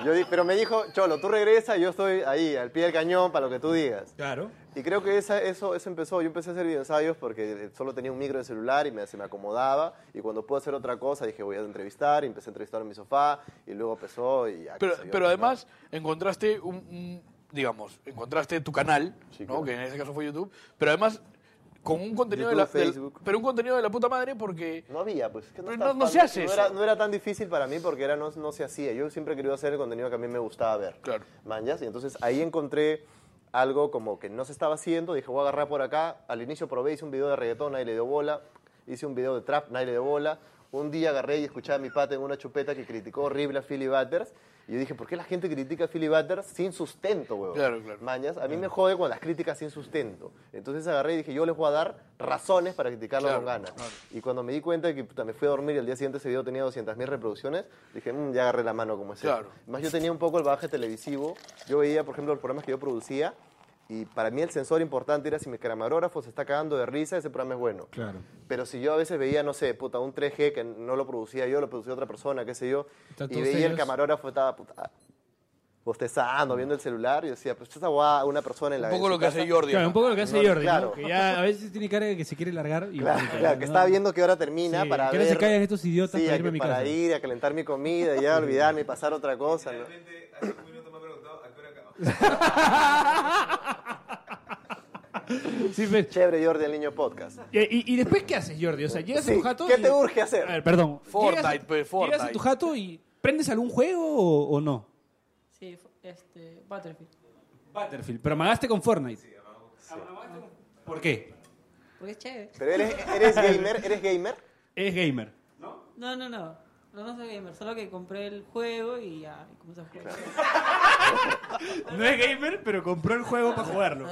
Speaker 4: Yo di- pero me dijo, Cholo, tú regresa, yo estoy ahí, al pie del cañón, para lo que tú digas.
Speaker 3: Claro.
Speaker 4: Y creo que esa- eso, eso empezó. Yo empecé a hacer videoensayos porque eh, solo tenía un micro de celular y me, se me acomodaba. Y cuando pude hacer otra cosa, dije, voy a entrevistar. Y empecé a entrevistar en mi sofá. Y luego empezó y ya. qué
Speaker 1: Pero,
Speaker 4: sé yo,
Speaker 1: pero
Speaker 4: ¿no?
Speaker 1: además encontraste un, un- digamos, encontraste tu canal,
Speaker 4: Sí,
Speaker 1: ¿no?
Speaker 4: claro.
Speaker 1: que en ese caso fue YouTube, pero además con un contenido
Speaker 4: YouTube,
Speaker 1: de la, del-
Speaker 4: Facebook.
Speaker 1: pero un contenido de la puta madre porque
Speaker 4: No había, pues. que
Speaker 1: Pero
Speaker 4: estaba
Speaker 1: no- no
Speaker 4: tan-
Speaker 1: se hace
Speaker 4: no
Speaker 1: eso.
Speaker 4: Era, no era tan difícil para mí porque era, no, no se hacía. Yo siempre quería hacer el contenido que a mí me gustaba ver.
Speaker 1: Claro.
Speaker 4: Manjas. Y entonces ahí encontré algo como que no se estaba haciendo. Dije, voy a agarrar por acá. Al inicio probé, hice un video de reggaetón, nadie le dio bola. Hice un video de trap, nadie le dio bola. Un día agarré y escuchaba a mi pata en una chupeta que criticó horrible a Philly Butters. Y yo dije, ¿por qué la gente critica a Philly Butters sin sustento, huevón?
Speaker 1: Claro, claro. Mm.
Speaker 4: Mañas, a mí me jode con las críticas sin sustento. Entonces agarré y dije, yo les voy a dar razones para criticarlo
Speaker 1: Claro,
Speaker 4: con ganas. Y cuando me di cuenta de que puta, me fui a dormir y al día siguiente ese video tenía 200.000 reproducciones, dije, "Mm, ya agarré la mano como es.
Speaker 1: Claro.
Speaker 4: Más yo tenía un poco el bagaje televisivo. Yo veía, por ejemplo, los programas que yo producía. Y para mí el sensor importante era si mi camarógrafo se está cagando de risa, ese programa es bueno.
Speaker 6: Claro.
Speaker 4: Pero si yo a veces veía, no sé, puta, un 3G que no lo producía yo, lo producía otra persona, qué sé yo,
Speaker 3: Está
Speaker 4: y
Speaker 3: todos
Speaker 4: veía el
Speaker 3: ellos-
Speaker 4: camarógrafo, estaba puta, bostezando, viendo el celular, y decía, pues esta guada, una persona en la
Speaker 1: un poco
Speaker 4: en
Speaker 1: lo
Speaker 4: su
Speaker 1: que
Speaker 4: casa-
Speaker 1: hace Jordi.
Speaker 3: Claro, un poco lo que hace
Speaker 4: No,
Speaker 3: Jordi, ¿no?
Speaker 4: claro.
Speaker 3: que ya a veces tiene cara de que se quiere largar. Y
Speaker 4: Claro,
Speaker 3: puta,
Speaker 4: claro, que
Speaker 3: ¿no?
Speaker 4: estaba viendo qué hora termina
Speaker 3: Sí,
Speaker 4: para
Speaker 3: que
Speaker 4: ver...
Speaker 3: ahora se callan estos idiotas
Speaker 4: sí,
Speaker 3: para
Speaker 4: a
Speaker 3: irme a
Speaker 4: que-
Speaker 3: mi
Speaker 4: para
Speaker 3: casa.
Speaker 4: ir a calentar mi comida y ya olvidarme y pasar a otra cosa,
Speaker 7: De
Speaker 4: ¿no?
Speaker 7: repente, hace un minuto me ha preguntado a qué hora acaba.
Speaker 3: Sí, pues.
Speaker 4: Chévere Jordi, el niño podcast.
Speaker 3: y, Eh, y- y después qué haces, Jordi? O sea, llegas a
Speaker 4: Sí,
Speaker 3: tu jato.
Speaker 4: ¿qué
Speaker 3: y-
Speaker 4: te urge hacer?
Speaker 3: A ver, perdón.
Speaker 1: Fortnite,
Speaker 3: Llegas a-
Speaker 1: pues,
Speaker 3: Llegas a
Speaker 1: Fortnite.
Speaker 3: tu jato y prendes algún juego o, o no.
Speaker 5: Sí, fu- este, Battlefield.
Speaker 3: Battlefield, pero amagaste con Fortnite. Amagaste con- ¿Por qué?
Speaker 5: Porque es chévere.
Speaker 4: Pero eres, eres gamer, eres gamer.
Speaker 3: Eres gamer.
Speaker 5: No, no, no. No, no soy gamer, solo que compré el juego y ya, y comencé a jugar.
Speaker 3: No es gamer, pero compró el juego para jugarlo.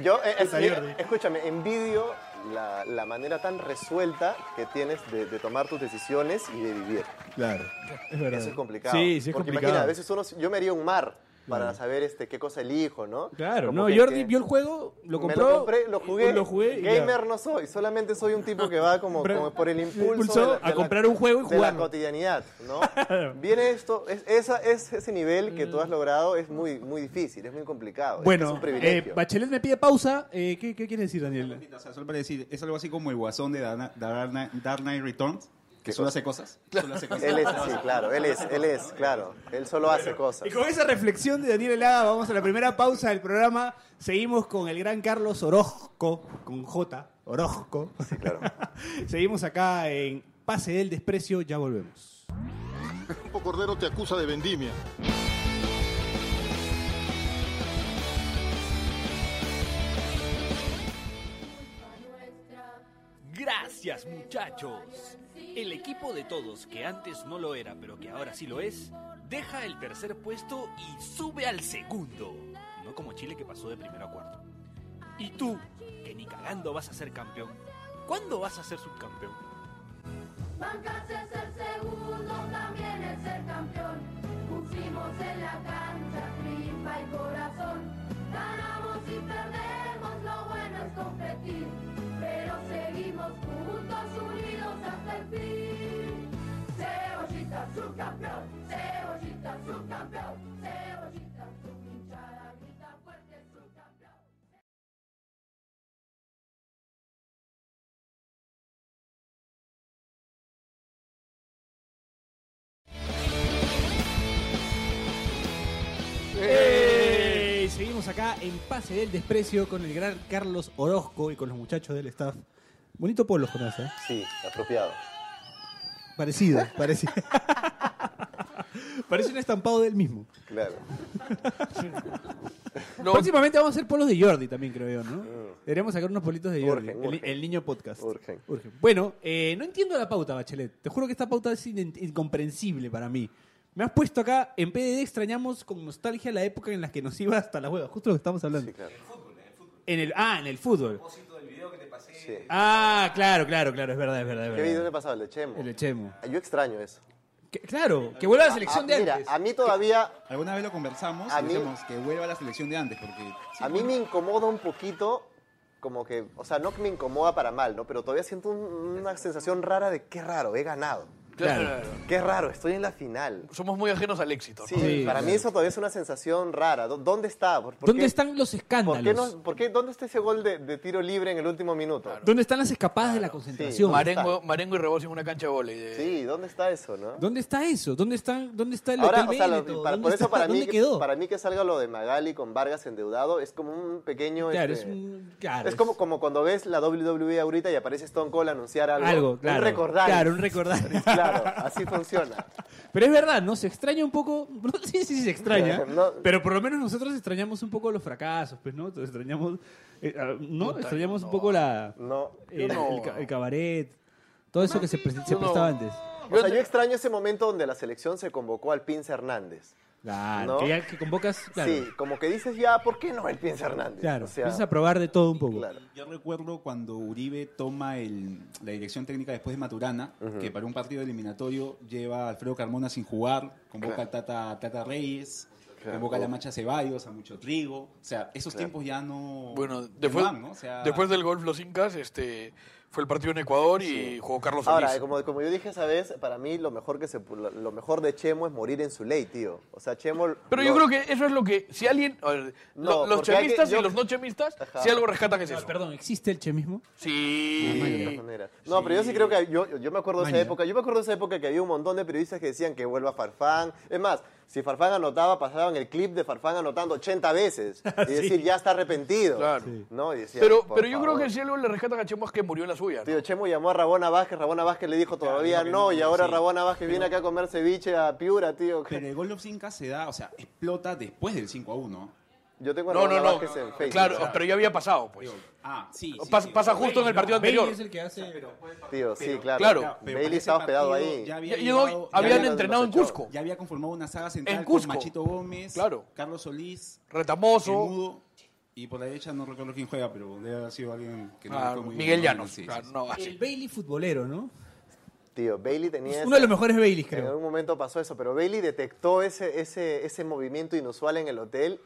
Speaker 4: Yo, eh, eh, mira, escúchame, envidio la, la manera tan resuelta que tienes de, de tomar tus decisiones y de vivir.
Speaker 6: Claro. Es verdad.
Speaker 4: Eso es complicado.
Speaker 3: Sí, sí es
Speaker 4: Porque
Speaker 3: complicado.
Speaker 4: imagina, a veces uno, yo me haría un mar para saber este, qué cosa elijo, ¿no?
Speaker 3: Claro,
Speaker 4: Como
Speaker 3: no,
Speaker 4: que-
Speaker 3: Jordi
Speaker 4: que-
Speaker 3: vio el juego, lo
Speaker 4: me
Speaker 3: compró.
Speaker 4: lo compré, lo jugué.
Speaker 3: Lo jugué y ya.
Speaker 4: Gamer no soy, solamente soy un tipo que va como,
Speaker 3: Pero-
Speaker 4: como por el impulso.
Speaker 3: impulso a comprar un juego y
Speaker 4: de la
Speaker 3: jugarlo.
Speaker 4: cotidianidad, ¿no? Viene esto, es, esa, es, ese nivel que tú has logrado es muy, muy difícil, es muy complicado. es que es,
Speaker 3: Mm. Bueno,
Speaker 4: un
Speaker 3: eh,
Speaker 4: privilegio.
Speaker 3: Bachelet me pide pausa. Eh, ¿qué, ¿Qué quieres decir, Daniel?
Speaker 6: O sea, solo para decir, es algo así como el guasón de Dark Dark Knight- Dark Knight Returns, que solo hace cosas. Solo hace cosas.
Speaker 4: él es, sí, claro, él es, él es, claro. Él solo hace cosas.
Speaker 3: Y con esa reflexión de Daniel Helada, vamos a la primera pausa del programa. Seguimos con el gran Carlos Orozco, con J, Orozco.
Speaker 4: claro.
Speaker 3: Seguimos acá en Pase del Desprecio, ya volvemos.
Speaker 2: Grupo Cordero te acusa de vendimia.
Speaker 8: Gracias muchachos. El equipo de todos, que antes no lo era, pero que ahora sí lo es, deja el tercer puesto y sube al segundo. No como Chile que pasó de primero a cuarto. Y tú, que ni cagando vas a ser campeón, ¿cuándo vas a ser subcampeón?
Speaker 9: Bancarse es el segundo, también es ser campeón. Pusimos en la cancha tripa y corazón. Ganamos y perdemos, lo bueno es competir. Pero seguimos juntos, unidos hasta el fin. Cebollita, subcampeón, cebollita, subcampeón, cebollita, su hinchada grita fuerte, subcampeón.
Speaker 3: ¡Ey! Seguimos acá en Pase del Desprecio con el gran Carlos Orozco y con los muchachos del staff. Bonito polo, Jonás. ¿eh?
Speaker 4: Sí, apropiado.
Speaker 3: Parecido, parecido. Parece un estampado del mismo.
Speaker 4: Claro.
Speaker 1: No,
Speaker 3: Próximamente vamos a hacer polos de Jordi también, creo yo, ¿no?
Speaker 4: Ah.
Speaker 3: Deberíamos sacar unos politos de Jordi.
Speaker 4: Urgen,
Speaker 3: el,
Speaker 4: urgen.
Speaker 3: el niño podcast.
Speaker 4: Urgen.
Speaker 3: Bueno, eh, no entiendo la pauta, Bachelet. Te juro que esta pauta es in- incomprensible para mí. Me has puesto acá, en PDD extrañamos con nostalgia la época en la que nos iba hasta la hueva. Justo lo que estamos hablando.
Speaker 4: Sí, Oh, claro.
Speaker 3: En el, ah, en el fútbol.
Speaker 4: Sí.
Speaker 3: Ah, claro, claro, claro. Es verdad, es verdad. Es
Speaker 4: ¿Qué video
Speaker 3: verdad.
Speaker 4: te pasaba? El de Chemo.
Speaker 3: Ah. El de Chemo.
Speaker 4: Yo extraño eso.
Speaker 3: Que- claro, que vuelva a la selección
Speaker 4: Ah,
Speaker 3: de
Speaker 4: mira,
Speaker 3: antes.
Speaker 4: a mí todavía
Speaker 6: Alguna vez lo conversamos
Speaker 4: A
Speaker 6: y
Speaker 4: mí-
Speaker 6: dijimos que vuelva a la selección de antes, porque...
Speaker 4: A mí me incomoda un poquito, como que, o sea, no que me incomoda para mal, ¿no? Pero todavía siento un- una sensación rara de qué raro, he ganado.
Speaker 1: Claro.
Speaker 4: Qué raro, estoy en la final.
Speaker 1: Somos muy ajenos al éxito, ¿no?
Speaker 4: Sí,
Speaker 3: Sí,
Speaker 4: para mí
Speaker 3: claro.
Speaker 4: eso todavía es una sensación rara. ¿Dó- ¿Dónde está? ¿Por- por
Speaker 3: ¿Dónde
Speaker 4: qué-
Speaker 3: están los
Speaker 4: ¿Por
Speaker 3: escándalos?
Speaker 4: qué, no, por qué- ¿Dónde está ese gol de, de tiro libre en el último minuto?
Speaker 3: ¿Dónde están las escapadas de la concentración?
Speaker 4: Mare-
Speaker 1: Marengo, Marengo y Rebozo en una cancha de vóley. de-
Speaker 4: Sí, ¿dónde está eso, no?
Speaker 3: ¿Dónde está eso? ¿Dónde, están, dónde está el
Speaker 4: Ahora,
Speaker 3: Hotel
Speaker 4: o sea, lo-
Speaker 3: Benetton?
Speaker 4: para-
Speaker 3: ¿Dónde
Speaker 4: por eso
Speaker 3: está?
Speaker 4: para mí,
Speaker 3: ¿Dónde
Speaker 4: que,
Speaker 3: quedó?
Speaker 4: para mí que salga lo de Magali con Vargas endeudado es como un pequeño...
Speaker 3: Claro,
Speaker 4: este,
Speaker 3: es un- claro,
Speaker 4: es como, como cuando ves la WWE ahorita y aparece Stone Cold a anunciar algo.
Speaker 3: Algo, claro.
Speaker 4: Un recordar.
Speaker 3: Claro, un recordar.
Speaker 4: claro, así funciona.
Speaker 3: Pero es verdad, ¿no? Se extraña un poco. No sé si se extraña.
Speaker 4: No.
Speaker 3: Pero por lo menos nosotros extrañamos un poco los fracasos, pues, ¿no? Entonces, Extrañamos. eh, ah, ¿No? extrañamos un poco la.
Speaker 4: No.
Speaker 3: El,
Speaker 1: no.
Speaker 3: el ca- el cabaret. Todo eso que se, pre- se
Speaker 1: Yo no.
Speaker 3: prestaba antes.
Speaker 4: O sea, yo extraño ese momento donde la selección se convocó al Pince Hernández.
Speaker 3: Claro.
Speaker 4: No.
Speaker 3: Que ya que convocas. Claro.
Speaker 4: Sí, como que dices ya, ¿por qué no el Pince Hernández?
Speaker 3: Claro.
Speaker 4: O sea,
Speaker 3: empiezas a probar de todo un poco.
Speaker 4: claro.
Speaker 6: Yo recuerdo cuando Uribe toma el- la dirección técnica después de Maturana, que para un partido eliminatorio lleva a Alfredo Carmona sin jugar, convoca
Speaker 4: Claro.
Speaker 6: al Tata, Tata Reyes,
Speaker 4: Claro. Oh.
Speaker 6: convoca a la Macha Ceballos, a Mucho Trigo. O sea, esos
Speaker 4: Claro.
Speaker 6: tiempos ya no.
Speaker 1: Bueno,
Speaker 6: ya no
Speaker 1: después,
Speaker 6: van, ¿no? O sea,
Speaker 1: después del golf los incas, este, fue el partido en Ecuador y jugó Carlos Solís.
Speaker 4: Ahora, como, como yo dije esa vez, para mí lo mejor, que se, lo lo mejor de Chemo es morir en su ley, tío. O sea, Chemo...
Speaker 1: Pero yo creo que eso es lo que, si alguien, a ver,
Speaker 4: No,
Speaker 1: lo- los
Speaker 4: porque hay que-
Speaker 1: chemistas
Speaker 4: yo-
Speaker 1: y los no chemistas,
Speaker 4: Ajá.
Speaker 1: si algo rescatan es
Speaker 3: Ah,
Speaker 1: eso.
Speaker 3: Perdón, ¿existe el chemismo?
Speaker 4: De
Speaker 6: Eh,
Speaker 4: todas
Speaker 1: Sí.
Speaker 4: maneras. No, pero yo sí creo que yo, yo me acuerdo de esa
Speaker 3: Maña.
Speaker 4: época. Yo me acuerdo de esa época que había un montón de periodistas que decían que vuelva Farfán. Es más, si Farfán anotaba, pasaban el clip de Farfán anotando 80 veces y decir ya está arrepentido.
Speaker 1: Claro. Sí.
Speaker 4: ¿No? Y decían,
Speaker 1: Pero,
Speaker 4: por
Speaker 1: pero yo creo
Speaker 4: favor.
Speaker 1: que si algo le rescatan a Chemo es que murió en la suya. ¿no?
Speaker 4: Tío, Chemo llamó a Rabona Vázquez, Rabona Vázquez le dijo todavía
Speaker 6: dijo que
Speaker 4: no,
Speaker 6: no,
Speaker 4: y ahora
Speaker 6: sí.
Speaker 4: Rabona Vázquez viene acá a comer ceviche a Piura, tío.
Speaker 6: Pero el gol de los Incas se da, o sea, explota después del 5 a 1.
Speaker 4: Yo tengo a
Speaker 1: No,
Speaker 4: Rabona
Speaker 1: no, no.
Speaker 4: Vázquez en Facebook.
Speaker 1: Claro,
Speaker 4: o sea,
Speaker 1: pero ya había pasado, pues.
Speaker 6: Ah, sí. sí,
Speaker 1: Pas-
Speaker 6: sí.
Speaker 1: pasa justo en el partido anterior.
Speaker 3: Bailey es el que hace.
Speaker 4: tío, sí, claro.
Speaker 1: claro,
Speaker 6: Claro, pero
Speaker 4: Bailey
Speaker 6: para ese
Speaker 4: estaba hospedado
Speaker 6: partido
Speaker 4: ahí.
Speaker 6: ya había
Speaker 1: Ya- yo no-
Speaker 6: llegado- ya
Speaker 1: habían
Speaker 4: había-
Speaker 1: entrenado en
Speaker 4: los
Speaker 1: Cusco.
Speaker 6: Ya había conformado una saga central
Speaker 1: En
Speaker 6: con
Speaker 1: Cusco.
Speaker 6: Machito Gómez,
Speaker 1: Claro.
Speaker 6: Carlos Solís, el
Speaker 1: Retamoso.
Speaker 6: Mudo, y por la derecha no recuerdo quién juega, pero debe haber sido alguien que no
Speaker 1: ah,
Speaker 6: fue muy
Speaker 1: Miguel
Speaker 6: bien.
Speaker 1: Llanos.
Speaker 6: Sí, sí,
Speaker 1: Claro,
Speaker 6: sí.
Speaker 1: no,
Speaker 3: El
Speaker 1: así.
Speaker 3: Bailey futbolero, ¿no?
Speaker 4: Tío, Bailey tenía...
Speaker 3: Es
Speaker 4: esa-
Speaker 3: uno de los mejores Baileys,
Speaker 4: En
Speaker 3: creo.
Speaker 4: algún momento pasó eso, pero Bailey detectó ese, ese, ese movimiento inusual en el hotel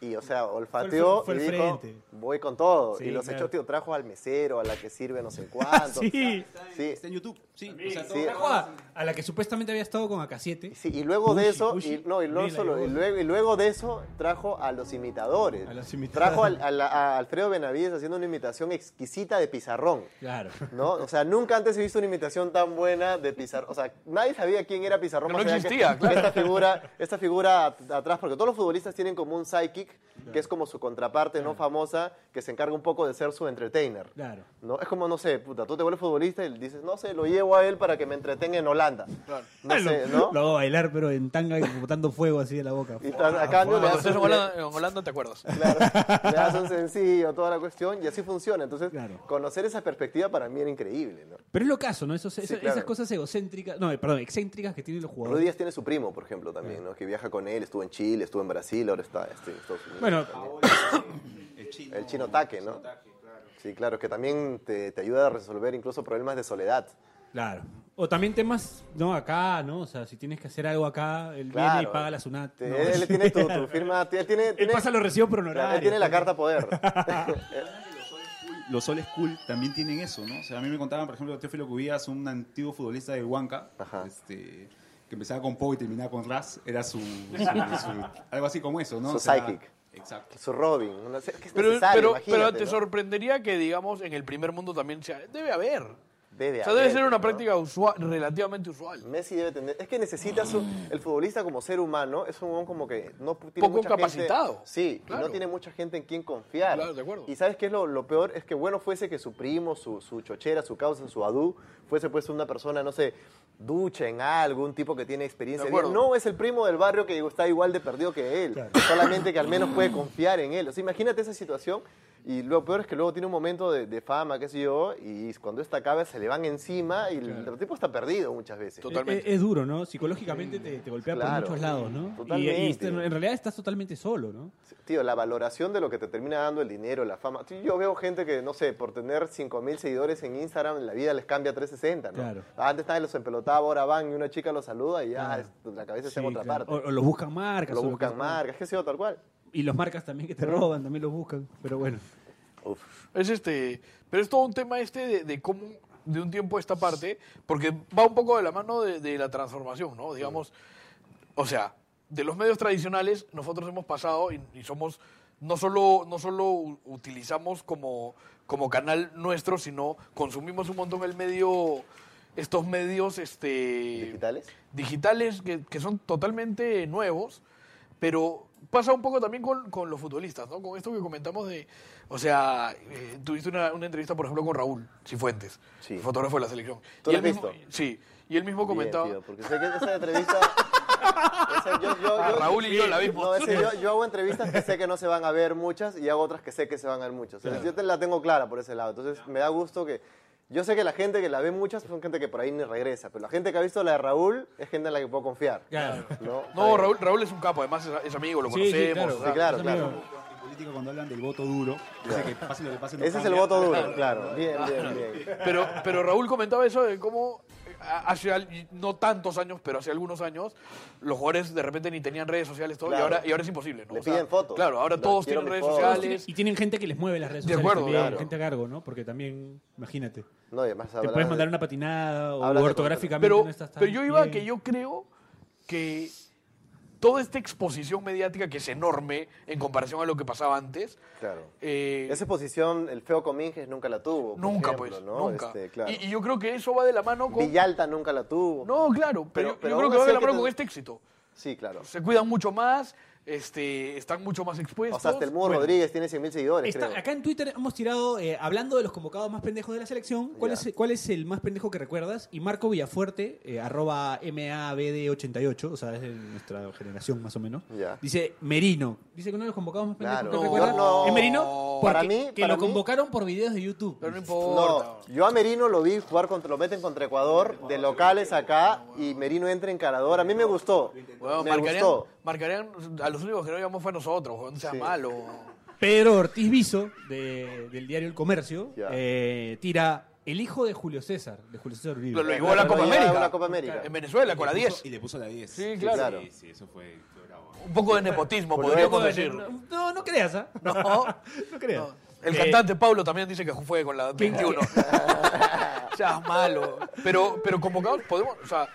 Speaker 4: y, o sea, olfateó
Speaker 3: fue el
Speaker 4: y dijo,
Speaker 3: frente.
Speaker 4: voy con todo.
Speaker 3: Sí,
Speaker 4: y los
Speaker 3: claro.
Speaker 4: echó, tío, trajo al mesero, a la que sirve no sé cuánto.
Speaker 3: Sí.
Speaker 4: Sí,
Speaker 6: Está en YouTube, sí. O sea,
Speaker 4: Sí.
Speaker 6: todo-
Speaker 3: Trajo a, a la que supuestamente había estado con AK7.
Speaker 4: sí, y luego
Speaker 3: Bushi,
Speaker 4: de eso,
Speaker 3: Bushi.
Speaker 4: y, no, y, no
Speaker 3: Bailey,
Speaker 4: solo- y
Speaker 3: Bushi.
Speaker 4: luego, y luego de eso trajo a los imitadores.
Speaker 3: A los imitadores.
Speaker 4: Trajo al- a, la- a Alfredo Benavides haciendo una imitación exquisita de Pizarrón.
Speaker 3: Claro.
Speaker 4: ¿No? O sea, nunca antes he visto una imitación tan buena de Pizarro. O sea, nadie sabía quién era Pizarro.
Speaker 1: No
Speaker 4: más allá
Speaker 1: existía, claro.
Speaker 4: Esta figura, esta figura at- atrás, porque todos los futbolistas tienen como un psychic, que es como su contraparte no famosa, que se encarga un poco de ser su entertainer.
Speaker 3: Claro.
Speaker 4: ¿No? Es como, no sé, puta, tú te vuelves futbolista y dices, no sé, lo llevo a él para que me entretenga en Holanda. No sé, ¿no?
Speaker 3: Lo hago bailar, pero en tanga y botando fuego así de la boca.
Speaker 4: Y tan- a cambio
Speaker 1: Cuando
Speaker 4: le das
Speaker 1: estés en
Speaker 4: un-
Speaker 1: Holanda, en Holanda te acuerdas.
Speaker 4: Claro, le das un sencillo, toda la cuestión, y así funciona. Entonces,
Speaker 3: Claro.
Speaker 4: conocer esa perspectiva para mí era increíble, ¿no?
Speaker 3: Pero es lo caso, ¿no? Esos- esas-
Speaker 4: claro.
Speaker 3: Esas cosas egocéntricas, no, eh, perdón, excéntricas que tienen los
Speaker 4: Ruiz
Speaker 3: jugadores.
Speaker 4: Díaz tiene su primo, por ejemplo, también, ¿no? Que viaja con él, estuvo en Chile, estuvo en Brasil, ahora está este, en Estados Unidos.
Speaker 3: Bueno,
Speaker 6: el chino,
Speaker 4: el chino Taque, ¿no? Sí, claro, que también te, te ayuda a resolver incluso problemas de soledad.
Speaker 3: claro. O también temas, no, acá, ¿no? O sea, si tienes que hacer algo acá, él
Speaker 4: Claro.
Speaker 3: viene y paga la SUNAT.
Speaker 4: Te-
Speaker 3: ¿no?
Speaker 4: él, él tiene tu, tu firma, tiene, tiene,
Speaker 3: Él
Speaker 4: tiene-
Speaker 3: pasa los recibos por
Speaker 4: claro,
Speaker 3: honorario.
Speaker 4: él tiene la carta poder.
Speaker 6: Los soles cool también tienen eso, ¿no? O sea, a mí me contaban, por ejemplo, Teófilo Cubías, un antiguo futbolista de Huanca,
Speaker 4: Ajá.
Speaker 6: este, que empezaba con Po y terminaba con Ras, era su, su- su- algo así como eso, ¿no?
Speaker 4: Su
Speaker 6: O sea,
Speaker 4: psychic.
Speaker 6: Exacto.
Speaker 4: su Robin. una- que es
Speaker 1: Pero,
Speaker 4: necesario,
Speaker 1: pero,
Speaker 4: imagínate,
Speaker 1: pero te
Speaker 4: ¿no?
Speaker 1: sorprendería que, digamos, en el primer mundo también sea. Debe haber.
Speaker 4: Debe
Speaker 1: o sea, debe
Speaker 4: haber,
Speaker 1: ser una
Speaker 4: ¿no?
Speaker 1: práctica usua- relativamente usual.
Speaker 4: Messi debe tener. Es que necesita su. El futbolista como ser humano es un hombre como que no pu- tiene
Speaker 1: Poco
Speaker 4: mucha gente-
Speaker 1: capacitado.
Speaker 4: sí, y
Speaker 1: Claro.
Speaker 4: no tiene mucha gente en quien confiar.
Speaker 1: Claro, de acuerdo.
Speaker 4: Y sabes qué es lo, lo peor es que bueno fuese que su primo, su, su chochera, su causa, su adú, fuese pues una persona, no sé, ducha en algo, un tipo que tiene experiencia.
Speaker 1: De acuerdo.
Speaker 4: No es el primo del barrio que está igual de perdido que él. Solamente que al menos puede confiar en él. O sea, imagínate esa situación. Y lo peor es que luego tiene un momento de, de fama, qué sé yo, y cuando esta acaba se le van encima y el, el tipo está perdido muchas veces.
Speaker 3: Es-
Speaker 1: Totalmente.
Speaker 3: Es, es duro, ¿no? Psicológicamente te, te golpea
Speaker 4: Claro.
Speaker 3: por muchos lados, ¿no? Y,
Speaker 4: Totalmente.
Speaker 3: y este- en realidad estás totalmente solo, ¿no?
Speaker 4: Tío, la valoración de lo que te termina dando el dinero, la fama. Tío, yo veo gente que, no sé, por tener 5000 seguidores en Instagram, la vida les cambia 360, ¿no?
Speaker 3: Claro.
Speaker 4: Antes estaban los empelotados, ahora van y una chica los saluda y ya es- la cabeza está
Speaker 3: Sí,
Speaker 4: en otra
Speaker 3: claro.
Speaker 4: parte.
Speaker 3: O, o los buscan marcas.
Speaker 4: lo
Speaker 3: o
Speaker 4: buscan
Speaker 3: que-
Speaker 4: marcas, qué sé yo, tal cual.
Speaker 3: Y los marcas también que te roban, también los buscan. Pero bueno.
Speaker 1: Es este. Pero es todo un tema este de, de cómo de un tiempo a esta parte, porque va un poco de la mano de, de la transformación, ¿no? Digamos, o sea, de los medios tradicionales nosotros hemos pasado y, y somos, no solo, no solo u- utilizamos como, como canal nuestro, sino consumimos un montón el medio, estos medios este,
Speaker 4: ¿Digitales?
Speaker 1: digitales que, que son totalmente nuevos, pero pasa un poco también con, con los futbolistas, ¿no? Con esto que comentamos de, o sea, eh, tuviste una, una entrevista, por ejemplo, con Raúl Cifuentes,
Speaker 4: Sí.
Speaker 1: fotógrafo de la selección.
Speaker 4: ¿Tú
Speaker 1: y
Speaker 4: lo
Speaker 1: él
Speaker 4: has
Speaker 1: mismo,
Speaker 4: visto?
Speaker 1: Sí, y él mismo
Speaker 4: Bien,
Speaker 1: comentaba...
Speaker 4: tío, porque sé que esa entrevista... esa- yo- yo-
Speaker 1: Ah,
Speaker 4: yo-
Speaker 1: Raúl y yo la vimos.
Speaker 4: No, es que yo, yo hago entrevistas que sé que no se van a ver muchas y hago otras que sé que se van a ver muchas. O sea, Yo te la tengo clara por ese lado. Entonces me da gusto que. Yo sé que la gente que la ve muchas son gente que por ahí ni regresa, pero la gente que ha visto la de Raúl es gente en la que puedo confiar.
Speaker 3: Claro.
Speaker 4: No,
Speaker 1: No, Raúl, Raúl es un capo, además es, es amigo, lo
Speaker 3: Sí, sí,
Speaker 1: conocemos. o sea,
Speaker 4: Sí, claro,
Speaker 3: Es
Speaker 4: claro.
Speaker 3: amigo.
Speaker 6: Los políticos cuando hablan del voto duro, dice que pase lo que pase. no
Speaker 4: Ese es el
Speaker 6: cambia.
Speaker 4: voto duro, claro. Bien, bien, bien.
Speaker 1: Pero, pero Raúl comentaba eso de cómo eh, a- hace al- no tantos años, pero hace algunos años, los jugadores de repente ni tenían redes sociales todo, y,
Speaker 4: Claro.
Speaker 1: ahora, y ahora es imposible, ¿no?
Speaker 4: Le piden fotos.
Speaker 1: Claro, ahora
Speaker 4: Claro,
Speaker 1: todos
Speaker 4: quiero
Speaker 1: tienen
Speaker 4: mi
Speaker 1: redes
Speaker 4: foto.
Speaker 1: sociales.
Speaker 3: Y tienen gente que les mueve las redes
Speaker 1: De
Speaker 3: sociales.
Speaker 1: acuerdo,
Speaker 3: también,
Speaker 4: claro.
Speaker 3: gente a cargo, ¿no? Porque también, imagínate,
Speaker 4: No, y además
Speaker 3: te
Speaker 4: hablas
Speaker 3: puedes
Speaker 4: de-
Speaker 3: mandar una patinada o
Speaker 4: hablas de-
Speaker 3: ortográficamente
Speaker 1: Pero,
Speaker 3: no estás tan
Speaker 1: pero yo iba a
Speaker 3: bien.
Speaker 1: que yo creo que toda esta exposición mediática que es enorme en comparación a lo que pasaba antes.
Speaker 4: Claro.
Speaker 1: eh,
Speaker 4: Esa posición, el feo Cominges nunca la tuvo. por
Speaker 1: nunca,
Speaker 4: ejemplo,
Speaker 1: pues.
Speaker 4: ¿no?
Speaker 1: Nunca.
Speaker 4: Este, claro.
Speaker 1: y, y yo creo que eso va de la mano con.
Speaker 4: Villalta nunca la tuvo.
Speaker 1: No, claro, pero,
Speaker 4: Pero-
Speaker 1: yo-
Speaker 4: pero
Speaker 1: yo creo que
Speaker 4: aún
Speaker 1: va de
Speaker 4: así
Speaker 1: la
Speaker 4: hay que
Speaker 1: mano con
Speaker 4: ten-
Speaker 1: este éxito.
Speaker 4: Sí, claro.
Speaker 1: Se cuidan mucho más, este, están mucho más expuestos.
Speaker 4: O sea, hasta el Mudo
Speaker 3: Bueno.
Speaker 4: Rodríguez tiene 100.000 seguidores,
Speaker 3: Está-
Speaker 4: creo.
Speaker 3: acá en Twitter hemos tirado, eh, hablando de los convocados más pendejos de la selección, ¿cuál,
Speaker 4: Ya.
Speaker 3: es, ¿cuál es el más pendejo que recuerdas? Y Marco Villafuerte, eh, arroba MABD88, o sea, es de nuestra generación más o menos,
Speaker 4: Ya.
Speaker 3: dice Merino. Dice que uno de los convocados más pendejos
Speaker 4: Claro.
Speaker 3: que
Speaker 1: No,
Speaker 3: recuerdas
Speaker 1: no.
Speaker 3: es Merino, porque-
Speaker 4: Para mí-
Speaker 3: que
Speaker 4: para
Speaker 3: lo
Speaker 4: mí-
Speaker 3: convocaron por videos de YouTube.
Speaker 1: Pero no importa.
Speaker 4: No, yo a Merino lo vi jugar contra, lo meten contra Ecuador, de locales acá, y Merino entra encarador. A mí me gustó.
Speaker 1: Bueno,
Speaker 4: Me
Speaker 1: marcarían,
Speaker 4: gustó.
Speaker 1: marcarían- a los únicos que no llamamos fue a nosotros, weón, no sea
Speaker 4: Sí.
Speaker 1: malo.
Speaker 3: Pedro Ortiz Viso, de- del diario El Comercio,
Speaker 4: Ya.
Speaker 3: eh, tira el hijo de Julio César, de Julio César Uribe.
Speaker 1: Lo, lo llevó a la
Speaker 4: Lo
Speaker 1: Copa
Speaker 4: lleva a
Speaker 1: América.
Speaker 4: la Copa América.
Speaker 1: En Venezuela, con la 10.
Speaker 6: Y le puso la 10.
Speaker 1: Sí,
Speaker 4: Sí,
Speaker 1: claro.
Speaker 4: claro.
Speaker 6: Sí, sí, eso fue, fue bravo.
Speaker 1: Un poco de nepotismo,
Speaker 4: Por lo
Speaker 1: podríamos
Speaker 4: menos.
Speaker 1: decir.
Speaker 3: No, no creas, ¿ah?
Speaker 1: No,
Speaker 3: No creas.
Speaker 1: no. El
Speaker 3: Eh,
Speaker 1: cantante Pablo también dice que fue con la 21. Seas malo. Pero, pero convocados podemos. O sea,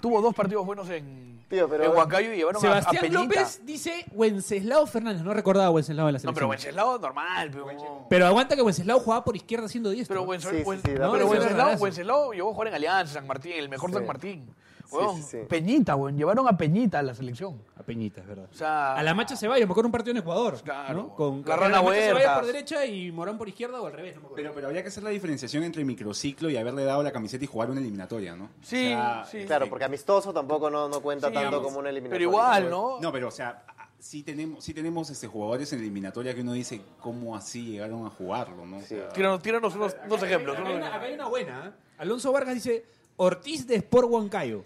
Speaker 1: tuvo dos partidos buenos en,
Speaker 4: Tío, pero-
Speaker 1: en Huancayo y llevaron a- a,
Speaker 3: Sebastián
Speaker 1: Peñita.
Speaker 3: López dice Wenceslao Fernández. No recordaba a Wenceslao en la
Speaker 1: No,
Speaker 3: selección.
Speaker 1: pero Wenceslao normal. Pero,
Speaker 3: Pero aguanta que Wenceslao jugaba por izquierda siendo diestro.
Speaker 1: pero,
Speaker 4: Sí, sí,
Speaker 1: Wenceslao,
Speaker 4: sí, da
Speaker 1: pero
Speaker 4: pena.
Speaker 1: Wenceslao,
Speaker 3: Brazo.
Speaker 1: Wenceslao llegó a jugar en Alianza, San Martín, el mejor
Speaker 4: Sí.
Speaker 1: San Martín.
Speaker 4: Sí,
Speaker 1: Weón,
Speaker 4: sí, sí.
Speaker 1: Peñita, weón. Llevaron a Peñita a la selección.
Speaker 3: A Peñita, es verdad.
Speaker 1: O sea,
Speaker 3: a la Macha Ceballos, me acuerdo un partido en Ecuador.
Speaker 1: Claro.
Speaker 3: ¿no? Con
Speaker 1: La Rana
Speaker 3: Macha Ceballos por
Speaker 1: Huertas.
Speaker 3: derecha y Morán por izquierda o al revés. No me acuerdo.
Speaker 6: Pero, pero habría que hacer la diferenciación entre microciclo y haberle dado la camiseta y jugar una eliminatoria, ¿no?
Speaker 1: Sí,
Speaker 6: O sea, este,
Speaker 1: sí.
Speaker 4: Claro, porque amistoso tampoco no, no cuenta
Speaker 1: Sí,
Speaker 4: tanto
Speaker 1: digamos.
Speaker 4: como una
Speaker 1: Pero
Speaker 4: eliminatoria.
Speaker 1: igual, ¿no?
Speaker 6: No, pero o sea, a- sí tenemos, sí tenemos este, jugadores en eliminatoria que uno dice cómo así llegaron a jugarlo, ¿no? O
Speaker 4: Sí.
Speaker 6: sea,
Speaker 1: Tíranos, tíranos unos, unos ejemplos.
Speaker 3: Acá
Speaker 1: unos
Speaker 3: hay, una,
Speaker 1: ejemplos.
Speaker 3: acá hay una buena. ¿eh? Alonso Vargas dice Ortiz de Sport Huancayo.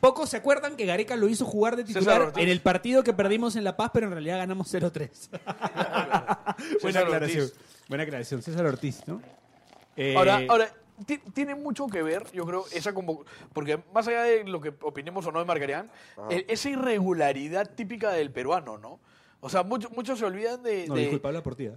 Speaker 3: Pocos se acuerdan que Gareca lo hizo jugar de
Speaker 1: César
Speaker 3: titular
Speaker 1: Ortiz.
Speaker 3: en el partido que perdimos en La Paz, pero en realidad ganamos 0-3. buena
Speaker 1: César
Speaker 3: aclaración.
Speaker 1: Ortiz.
Speaker 3: Buena aclaración. César Ortiz, ¿no? Eh,
Speaker 1: Ahora, ahora ti- tiene mucho que ver, yo creo, esa convo- porque más allá de lo que opinemos o no de Margarian, el- esa irregularidad típica del peruano, ¿no? O sea, mucho- muchos se olvidan de...
Speaker 3: No,
Speaker 1: de-
Speaker 3: disculpa, habla por ti. ¿eh?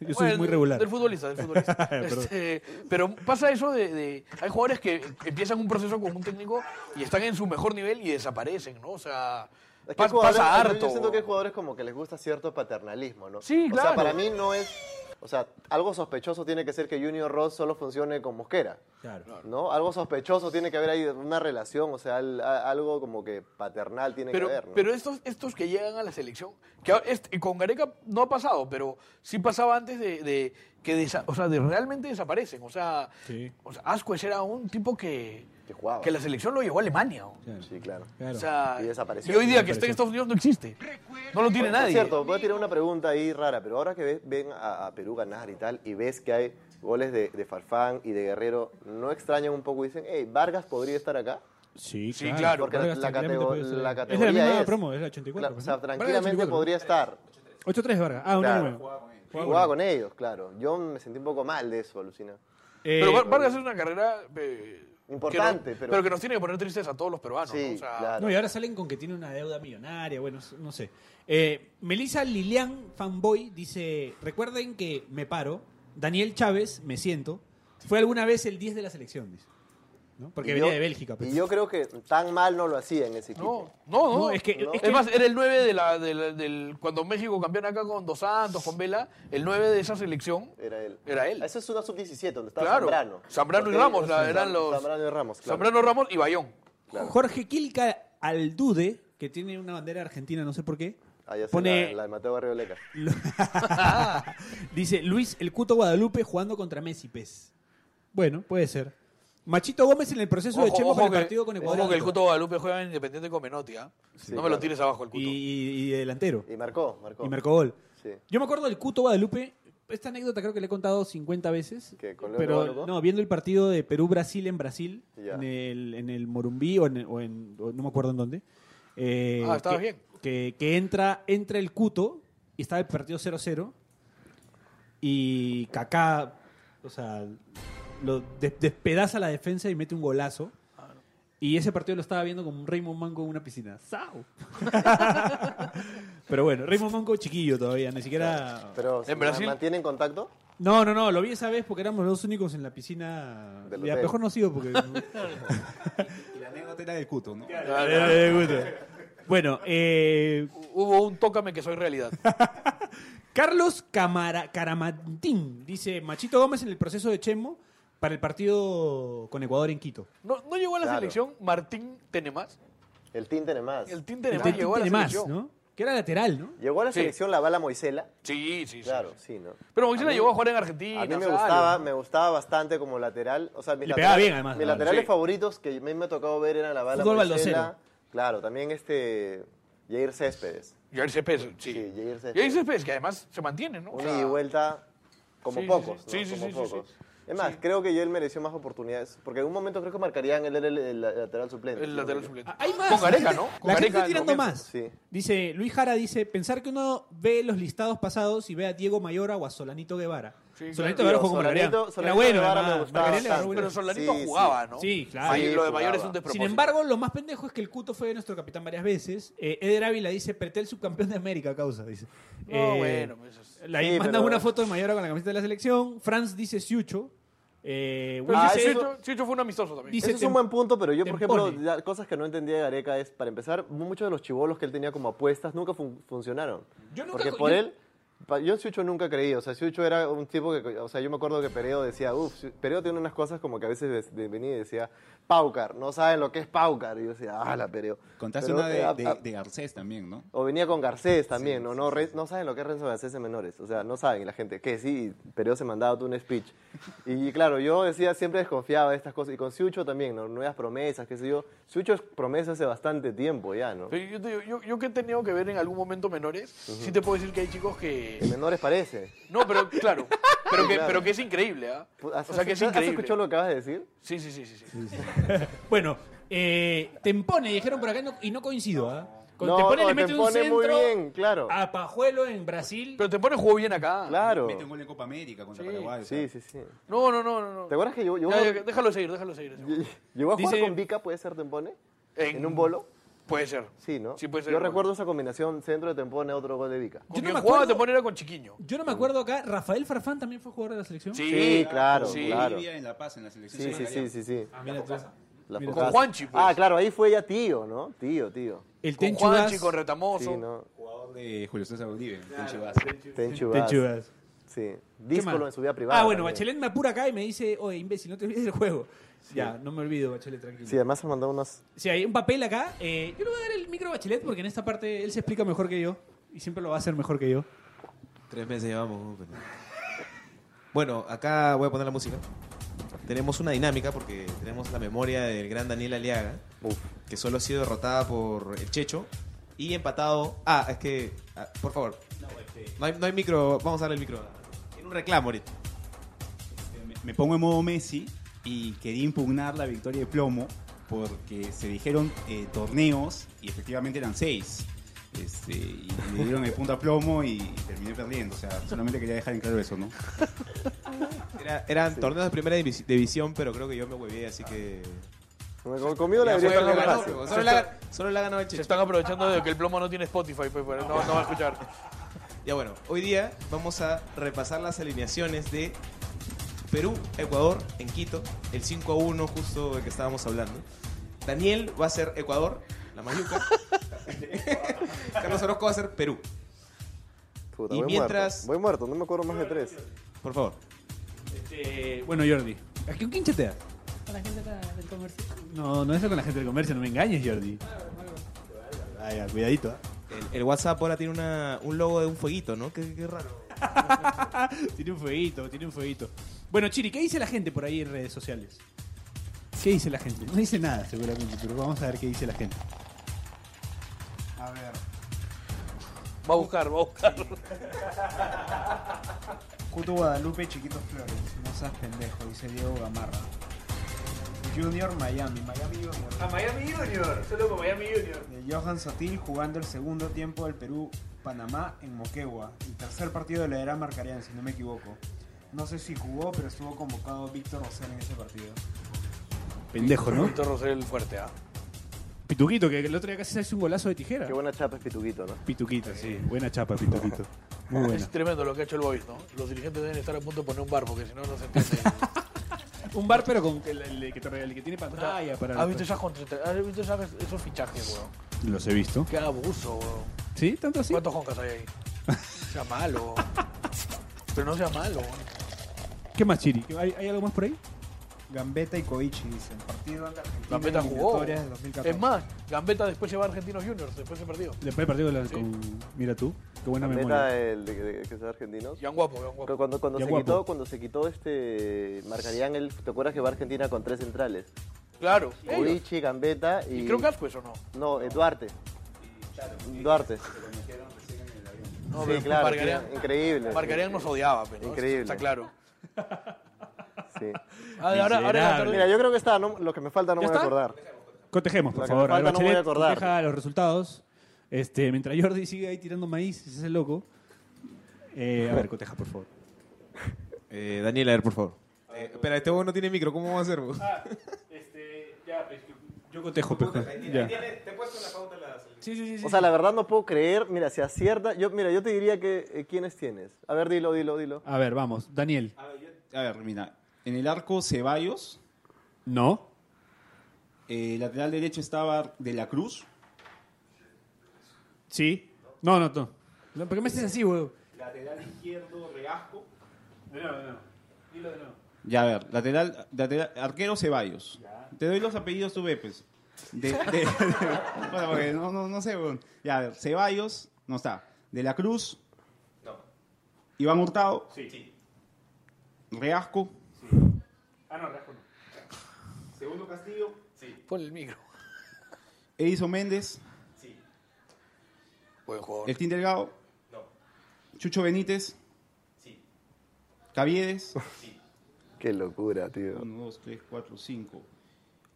Speaker 3: Yo soy
Speaker 1: Bueno,
Speaker 3: muy regular.
Speaker 1: Del futbolista, del futbolista.
Speaker 3: Perdón.
Speaker 1: Este, pero pasa eso de, de- Hay jugadores que empiezan un proceso con un técnico y están en su mejor nivel y desaparecen, ¿no? O sea,
Speaker 4: Es que hay
Speaker 1: pas-
Speaker 4: jugadores-
Speaker 1: pasa
Speaker 4: yo-
Speaker 1: harto.
Speaker 4: Yo siento que hay jugadores como que les gusta cierto paternalismo, ¿no?
Speaker 1: Sí,
Speaker 4: O sea,
Speaker 1: claro.
Speaker 4: para mí no es... O sea, algo sospechoso tiene que ser que Junior Ross solo funcione con Mosquera.
Speaker 3: Claro.
Speaker 4: ¿No? Algo sospechoso tiene que haber ahí una relación, o sea, al- a- algo como que paternal tiene
Speaker 1: Pero,
Speaker 4: que haber. ¿no?
Speaker 1: pero estos, estos que llegan a la selección, que ahora- este- con Gareca no ha pasado, pero sí pasaba antes de, de que desa- o sea, de realmente desaparecen. O sea,
Speaker 3: Sí.
Speaker 1: o sea, Ascuez era un tipo que,
Speaker 4: Que jugaba.
Speaker 1: que la selección lo llevó a Alemania. o.
Speaker 3: Claro.
Speaker 4: Sí, claro.
Speaker 3: claro.
Speaker 1: O sea,
Speaker 4: Y desapareció.
Speaker 1: hoy día que está en Estados Unidos no existe. No lo tiene
Speaker 4: Por
Speaker 1: nadie.
Speaker 4: cierto, voy a tirar una pregunta ahí rara, pero ahora que ves- ven a, a Perú ganar y tal, y ves que hay goles de, de Farfán y de Guerrero, ¿no extrañan un poco y dicen, hey, Vargas podría estar acá?
Speaker 3: Sí,
Speaker 1: Sí, claro.
Speaker 4: Porque
Speaker 3: Vargas
Speaker 4: la,
Speaker 3: tranquilamente
Speaker 4: catego-
Speaker 3: puede ser.
Speaker 4: la
Speaker 3: Es de la
Speaker 4: categoría
Speaker 3: misma promo, es la 84,
Speaker 4: Claro,
Speaker 3: pues,
Speaker 4: o sea,
Speaker 3: ¿no? Vargas
Speaker 4: tranquilamente
Speaker 3: 84, ¿no?
Speaker 4: podría estar.
Speaker 3: 8-3 Vargas. Ah, una
Speaker 4: Claro.
Speaker 3: nueva.
Speaker 4: Jugaba con ellos, claro. Yo me sentí un poco mal de eso, alucina.
Speaker 3: Eh,
Speaker 1: Pero Var- Vargas es una carrera eh,
Speaker 4: Importante,
Speaker 1: que nos-
Speaker 4: pero-
Speaker 1: que nos tiene que poner tristes a todos los peruanos.
Speaker 4: Sí,
Speaker 1: ¿no? O sea,
Speaker 4: claro.
Speaker 3: No, y ahora salen con que tiene una deuda millonaria, bueno, s- no sé. Eh, Melissa Lilian Fanboy dice, recuerden que me paro, Daniel Chávez, me siento, Fue alguna vez el 10 de la selección, dice. ¿No? Porque
Speaker 4: Y
Speaker 3: venía
Speaker 4: yo-
Speaker 3: de Bélgica. pues.
Speaker 4: Y yo creo que tan mal no lo hacía en ese
Speaker 1: No,
Speaker 4: equipo.
Speaker 1: no, no.
Speaker 3: No, es que-
Speaker 1: es más, era el 9 de la, de la- del. Cuando México campeón acá con Dos Santos, con Vela, el 9 de esa selección.
Speaker 4: Era él.
Speaker 1: Era él.
Speaker 4: Esa es una sub-17 donde estaba
Speaker 1: Claro.
Speaker 4: Zambrano.
Speaker 1: Zambrano y
Speaker 4: Porque
Speaker 1: Ramos, la-
Speaker 4: Zam-
Speaker 1: eran los-
Speaker 4: Zambrano y Ramos, claro.
Speaker 1: Zambrano Ramos y Bayón.
Speaker 3: Jorge Quilca Aldude, que tiene una bandera argentina, no sé por qué,
Speaker 4: Ah, ya sé,
Speaker 3: pone-
Speaker 4: la, la de Mateo Barrio Leca.
Speaker 3: Lu- Dice Luis el Cuto Guadalupe jugando contra Messi Pez. Bueno, puede ser. Machito Gómez en el proceso de Chemo para el partido con Ecuador.
Speaker 1: ojo que el Cuto Guadalupe juega en Independiente con Menotti, ¿ah? no me
Speaker 4: claro.
Speaker 1: lo tires abajo el Cuto.
Speaker 3: y, y- y delantero.
Speaker 1: Eh,
Speaker 4: Y marcó, marcó.
Speaker 3: Y marcó gol.
Speaker 4: Sí.
Speaker 3: Yo me acuerdo del Cuto Guadalupe. Esta anécdota creo que le he contado 50 veces.
Speaker 4: ¿Qué, con León
Speaker 3: Pero
Speaker 4: Guadalupe?
Speaker 3: no, viendo el partido de Perú-Brasil en Brasil,
Speaker 4: Ya.
Speaker 3: en el, en el Morumbí o, en, o en- o no me acuerdo en dónde. eh,
Speaker 1: Ah, estabas
Speaker 3: que,
Speaker 1: bien.
Speaker 3: Que, que entra, entra el Cuto y estaba el partido 0-0. Y Kaká, o sea, lo des- despedaza la defensa y mete un golazo. Y ese partido lo estaba viendo como un Raymond Manco en una piscina. ¡Sau! Pero bueno, Raymond Manco chiquillo todavía, ni siquiera...
Speaker 4: Pero ¿se
Speaker 1: Brasil?
Speaker 4: mantienen contacto?
Speaker 3: No, no, no, lo vi esa vez porque éramos los únicos en la piscina...
Speaker 4: Del
Speaker 3: Ya,
Speaker 4: hotel.
Speaker 3: mejor no sigo porque...
Speaker 6: Y la anécdota era del cuto, ¿no?
Speaker 3: bueno, eh,
Speaker 1: Hubo un tócame que soy realidad.
Speaker 3: Carlos Camara, Caramantín dice Machito Gómez en el proceso de Chemo para el partido con Ecuador en Quito.
Speaker 1: ¿No, no llegó a la
Speaker 4: Claro.
Speaker 1: selección Martín Tenemás?
Speaker 4: El Team tiene más.
Speaker 1: El Team
Speaker 3: El
Speaker 1: Tenemás
Speaker 3: Tetín
Speaker 1: llegó a la
Speaker 3: tiene más,
Speaker 1: selección.
Speaker 3: ¿no? Que era lateral, ¿no?
Speaker 4: Llegó a la
Speaker 1: Sí.
Speaker 4: selección la bala Moisela.
Speaker 1: Sí, sí, sí.
Speaker 4: Claro, sí, ¿no?
Speaker 1: Pero Moisés
Speaker 4: A mí-
Speaker 1: llegó a jugar en Argentina.
Speaker 4: A mí me
Speaker 1: o sea,
Speaker 4: gustaba,
Speaker 1: algo.
Speaker 4: me gustaba bastante como lateral. O sea, mis
Speaker 3: Le pegaba
Speaker 4: laterales-
Speaker 3: bien, además,
Speaker 4: Mis
Speaker 3: la bala.
Speaker 4: laterales
Speaker 1: Sí.
Speaker 4: favoritos que a mí me ha tocado ver eran la bala
Speaker 3: Fútbol
Speaker 4: Moisela.
Speaker 3: baldocero.
Speaker 4: Claro, también este Jair Céspedes.
Speaker 1: Jair Céspedes, sí.
Speaker 4: Sí, Jair Céspedes.
Speaker 1: Jair Céspedes, que además se mantiene, ¿no? O
Speaker 4: Una
Speaker 1: sea,
Speaker 4: ida y vuelta como
Speaker 1: Sí, sí,
Speaker 4: pocos,
Speaker 1: sí.
Speaker 4: ¿no?
Speaker 1: Sí, sí,
Speaker 4: Como
Speaker 1: sí, sí, sí.
Speaker 4: pocos. Es más, creo que él mereció más oportunidades, porque en un momento creo que marcarían él era el, el lateral suplente.
Speaker 1: El lateral suplente.
Speaker 3: Ah, Hay más.
Speaker 1: Con Gareca,
Speaker 3: La
Speaker 1: ¿no?
Speaker 3: gente-
Speaker 1: Con
Speaker 3: la gente
Speaker 1: Gareca
Speaker 3: está
Speaker 1: al
Speaker 3: tirando
Speaker 1: comienzo.
Speaker 3: más.
Speaker 4: Sí.
Speaker 3: Dice, Luis Jara dice, pensar que uno ve los listados pasados y ve a Diego Mayora o a Solanito Guevara.
Speaker 1: Sí,
Speaker 3: Solanito
Speaker 4: claro.
Speaker 3: Guevara jugó con
Speaker 4: Solanito-
Speaker 3: Margarita. Era
Speaker 4: Solanito
Speaker 3: bueno,
Speaker 4: Guevara
Speaker 3: además.
Speaker 4: me gustaba
Speaker 3: Margarita era
Speaker 4: bastante.
Speaker 3: bueno.
Speaker 1: Pero Solanito
Speaker 4: Sí, sí.
Speaker 1: jugaba, ¿no?
Speaker 3: Sí, claro.
Speaker 1: May-
Speaker 4: Sí,
Speaker 1: lo de Mayor es
Speaker 4: jugaba.
Speaker 1: un
Speaker 3: Sin
Speaker 1: despropósito.
Speaker 3: embargo, lo más pendejo es que el Cuto fue nuestro capitán varias veces. Eh, Eder Ávila dice, Preté el subcampeón de América, causa, dice.
Speaker 1: No,
Speaker 3: Eh,
Speaker 1: bueno, pues, es-
Speaker 3: La,
Speaker 4: Sí,
Speaker 3: manda
Speaker 4: pero-
Speaker 3: una foto de Mayora con la camiseta de la selección. Franz dice Siucho. Eh,
Speaker 1: Pero
Speaker 3: Will
Speaker 1: Ah, sí,
Speaker 3: dice-
Speaker 1: Chicho- Chicho fue un amistoso también.
Speaker 3: Dice-
Speaker 4: Ese es un
Speaker 3: tem-
Speaker 4: buen punto, pero yo, por ejemplo,
Speaker 3: tempone.
Speaker 4: la- cosas que no entendía de Gareca es, para empezar, muchos de los chivolos que él tenía como apuestas nunca fun- funcionaron.
Speaker 3: Yo nunca
Speaker 4: Porque
Speaker 3: co-
Speaker 4: por
Speaker 3: yo-
Speaker 4: él, pa- yo en Siucho nunca creí. O sea, Siucho era un tipo que, o sea, yo me acuerdo que Pereo decía, uff, Siu- Pereo tiene unas cosas como que a veces de- de- venía y decía, Paucar, no saben lo que es Paucar. Y yo decía, ah, la Pereo.
Speaker 6: Contaste
Speaker 4: Pero,
Speaker 6: una de,
Speaker 4: eh, a-
Speaker 6: de,
Speaker 4: a-
Speaker 6: de Garcés también, ¿no?
Speaker 4: o venía con Garcés también, ¿no? No, Re- no saben lo que es Renzo Garcés en menores. O sea, no saben y la gente. Que sí, pero se mandaba tú un speech. Y claro, yo decía, siempre desconfiaba de estas cosas. Y con Siucho también, ¿no? Nuevas promesas, qué sé yo. Siucho es promesa hace bastante tiempo ya, ¿no?
Speaker 1: Pero yo, te digo, yo, yo que he tenido que ver en algún momento menores, sí te puedo decir que hay chicos que...
Speaker 4: En menores parece.
Speaker 1: No, pero claro, pero, que,
Speaker 4: claro.
Speaker 1: pero que es increíble, ¿ah?
Speaker 4: Pu-
Speaker 1: O
Speaker 4: ¿Has,
Speaker 1: sea, que
Speaker 4: has-
Speaker 1: es
Speaker 4: has
Speaker 1: increíble. Ah,
Speaker 4: escuchado lo que acabas de decir?
Speaker 1: Sí, sí, sí, sí. sí.
Speaker 3: Bueno, eh, Tempone, dijeron por acá, no- y no coincido, ¿ah? Con
Speaker 4: No,
Speaker 3: Tempone
Speaker 4: no,
Speaker 3: le mete un
Speaker 4: Tempone
Speaker 3: centro
Speaker 4: muy bien, claro.
Speaker 3: a Pajuelo en Brasil.
Speaker 1: Pero te pone jugó bien acá.
Speaker 4: Claro.
Speaker 6: Mete un gol en Copa América contra Paraguay. o sea.
Speaker 4: Sí, sí, sí.
Speaker 1: No, no, no, no, no.
Speaker 4: ¿Te acuerdas que llegó, llegó,
Speaker 1: Ya, ya, déjalo seguir, déjalo seguir. déjalo seguir.
Speaker 4: llegó a jugar
Speaker 3: Dice-
Speaker 4: con Vica, puede ser Tempone? En, un bolo.
Speaker 1: Puede ser.
Speaker 4: Sí, ¿no?
Speaker 1: Sí, puede ser.
Speaker 4: Yo recuerdo esa combinación centro de Tempone, otro gol de Vica.
Speaker 1: Con
Speaker 3: Yo no
Speaker 1: quien
Speaker 3: me
Speaker 1: jugaba
Speaker 3: acuerdo-
Speaker 1: te pone era con Chiquiño.
Speaker 3: Yo no me acuerdo acá, Rafael Farfán también fue jugador de la selección.
Speaker 1: Sí,
Speaker 4: Sí, claro,
Speaker 1: sí.
Speaker 4: claro.
Speaker 6: Bolivia, en La Paz, en la selección.
Speaker 4: Sí, sí,
Speaker 6: sudafricana.
Speaker 4: sí, sí, sí.
Speaker 3: Ah, mira tú.
Speaker 4: La
Speaker 3: Mira.
Speaker 4: Focasa.
Speaker 1: Con Juanchi, pues.
Speaker 4: Ah, claro, ahí fue ya tío, ¿no? Tío, tío.
Speaker 3: El
Speaker 1: Con
Speaker 3: Tenchu Gas-
Speaker 1: Juanchi, con Retamoso.
Speaker 4: Sí, ¿no?
Speaker 6: Jugador de Julio César Bolivia, Tenchi Vaz.
Speaker 4: Tenchu Vaz.
Speaker 3: Tenchu Gas.
Speaker 4: Sí.
Speaker 3: ¿Qué
Speaker 4: Disco
Speaker 3: más?
Speaker 4: en su vida privada.
Speaker 3: Ah, bueno,
Speaker 4: también.
Speaker 3: Bachelet me apura acá y me dice, oye, imbécil, no te olvides del juego. Ya, no me olvido, Bachelet, tranquilo.
Speaker 4: Sí, además ha mandado unas.
Speaker 3: Si hay un papel acá, eh, yo le voy a dar el micro a Bachelet porque en esta parte él se explica mejor que yo y siempre lo va a hacer mejor que yo.
Speaker 7: Tres meses llevamos. ¿no? Pero- Bueno, acá voy a poner la música. Tenemos una dinámica porque tenemos la memoria del gran Daniel Aliaga,
Speaker 4: Uf.
Speaker 7: que solo ha sido derrotada por el Checho y empatado. Ah, es que. ah, por favor. No hay, no hay micro. Vamos a darle el micro. Tiene un reclamo ahorita.
Speaker 6: Me- Me pongo en modo Messi y quería impugnar la victoria de Plomo porque se dijeron eh, torneos y efectivamente eran seis. Este, y le dieron el punto a Plomo y, terminé perdiendo. O sea, solamente quería dejar en claro eso, ¿no?
Speaker 7: Era- eran torneos de primera divis- división, pero creo que yo me huevé, así que.
Speaker 4: Con- Conmigo la
Speaker 7: Ya,
Speaker 4: debería
Speaker 7: solo
Speaker 4: estar
Speaker 7: la ganó,
Speaker 4: fácil.
Speaker 7: pero Solo la- solo la ganó el
Speaker 1: Se
Speaker 7: Checho.
Speaker 1: están aprovechando de que el plomo no tiene Spotify, pues, pero no, no va a escuchar.
Speaker 7: Ya bueno, hoy día vamos a repasar las alineaciones de Perú, Ecuador, en Quito, el 5 a 1 justo del que estábamos hablando. Daniel va a ser Ecuador, la Mayuca. Carlos Orozco va a ser Perú.
Speaker 4: Puta,
Speaker 7: Y
Speaker 4: voy muerto.
Speaker 7: mientras-
Speaker 4: Voy muerto, no me acuerdo más de tres.
Speaker 7: Por favor.
Speaker 3: Este, bueno, Jordi. ¿A qué quién chateas?
Speaker 5: Con la gente acá del comercio.
Speaker 3: No, no es con la gente del comercio, no me engañes, Jordi. Ay, ya, cuidadito. ¿ah?
Speaker 7: El, el WhatsApp ahora tiene una- un logo de un fueguito, ¿no? Qué, qué raro.
Speaker 3: Tiene un fueguito, tiene un fueguito. Bueno, Chiri, ¿qué dice la gente por ahí en redes sociales? ¿Qué dice la gente? No dice nada, seguramente, pero vamos a ver qué dice la gente.
Speaker 6: A ver.
Speaker 1: Va a buscar, va a buscar.
Speaker 10: Cuto Guadalupe, Chiquitos Flores. No seas pendejo, dice Diego Gamarra. Junior Miami, Miami Junior.
Speaker 3: A Ah, Miami Junior, solo con Miami Junior.
Speaker 10: De Johan Sotil jugando el segundo tiempo del Perú-Panamá en Moquegua. El tercer partido de la era Marcarian, si no me equivoco. No sé si jugó, pero estuvo convocado Víctor Rosel en ese partido.
Speaker 3: Pendejo, ¿no?
Speaker 1: Víctor Rosel fuerte, ¿ah?
Speaker 3: Pituquito, que el otro día casi se hace un golazo de tijera.
Speaker 4: Qué buena chapa es Pituquito, ¿no?
Speaker 3: Pituquito, sí. Buena chapa, Pituquito. Muy buena.
Speaker 1: Es tremendo lo que ha hecho el Boys, ¿no? Los dirigentes deben estar a punto de poner un bar, porque si no, no se entiende.
Speaker 3: Un bar, pero con el, el que, te regala, el que tiene
Speaker 1: Ah,
Speaker 3: pantalla para.
Speaker 1: ¿Has visto, esas contrata- ¿Has visto esas- esos fichajes, weón?
Speaker 3: Los he visto.
Speaker 1: Qué abuso, weón.
Speaker 3: ¿Sí? ¿Tanto así?
Speaker 1: ¿Cuántos joncas hay ahí? Sea malo. weón. Pero no sea malo, weón.
Speaker 3: ¿Qué más, Chiri? ¿Hay, hay algo más por ahí?
Speaker 10: Gambetta y Koichi, dice. El partido ante Argentina
Speaker 1: Gambetta
Speaker 10: en
Speaker 1: jugó.
Speaker 10: eliminatorias de 2014.
Speaker 1: Es más, Gambetta después lleva a Argentinos Juniors, después se perdió.
Speaker 3: Después del partido de la- con. Mira tú. Qué buena memoria.
Speaker 4: Meta el de, de- que sea argentino.
Speaker 1: Yan guapo, Yan guapo.
Speaker 4: Cuando, cuando,
Speaker 3: Ya
Speaker 4: se
Speaker 3: guapo.
Speaker 4: quitó, cuando se quitó este Marcarían, el, ¿te acuerdas que va a Argentina con tres centrales?
Speaker 1: Claro. ellos.
Speaker 4: Ubichi, Gambetta y.
Speaker 1: Y creo que Ascuez o no.
Speaker 4: No, eh, Duarte. Duarte.
Speaker 1: No,
Speaker 4: sí,
Speaker 1: pero
Speaker 4: claro.
Speaker 1: Margarian-
Speaker 4: sí, increíble.
Speaker 1: Marcarían nos odiaba, pero. ¿no?
Speaker 4: Increíble.
Speaker 1: Está claro.
Speaker 4: Sí.
Speaker 1: Ahora, ahora, ahora en la tarde-
Speaker 4: Mira, yo creo que está, no- lo que me falta no me
Speaker 3: ¿Ya
Speaker 4: voy a
Speaker 3: está?
Speaker 4: acordar.
Speaker 3: Cotejemos, por
Speaker 4: Lo que
Speaker 3: favor.
Speaker 4: me falta no voy a
Speaker 3: Bachelet,
Speaker 4: acordar.
Speaker 3: coteja los resultados. Este, mientras Jordi sigue ahí tirando maíz, ese es el loco. Eh, a ver, coteja, por favor.
Speaker 7: Eh, Daniel, a ver, por favor.
Speaker 3: Ah,
Speaker 7: Eh, espera, este huevo no tiene micro, ¿cómo va a ser? huevón?
Speaker 3: este, Yo cotejo, pues. ya. Sí, sí, sí, sí.
Speaker 4: O sea, la verdad no puedo creer. Mira, si acierta. Yo, mira, yo te diría que. eh, ¿Quiénes tienes? A ver, dilo, dilo, dilo.
Speaker 3: A ver, vamos. Daniel.
Speaker 6: A ver, mira. En el arco Ceballos,
Speaker 3: No.
Speaker 6: eh, lateral derecho estaba De la Cruz.
Speaker 3: Sí. No, no, no. No, ¿Por qué me haces así, weón?
Speaker 6: Lateral izquierdo, Regasco. Ya, a ver, lateral, lateral- arquero Ceballos. Te doy los apellidos tú, Bepes. De, de- bueno, porque no, no, no sé, weón. Ya, a ver, Ceballos, no está. De la Cruz. Iván Hurtado. Sí. Reasco. Ah, Segundo Castillo.
Speaker 1: Pon el micro.
Speaker 6: Edison Méndez.
Speaker 1: Buen jugador.
Speaker 6: El Team Delgado. Chucho Benítez. Caviedes.
Speaker 4: Qué locura, tío.
Speaker 6: 1, 2, 3, 4, 5.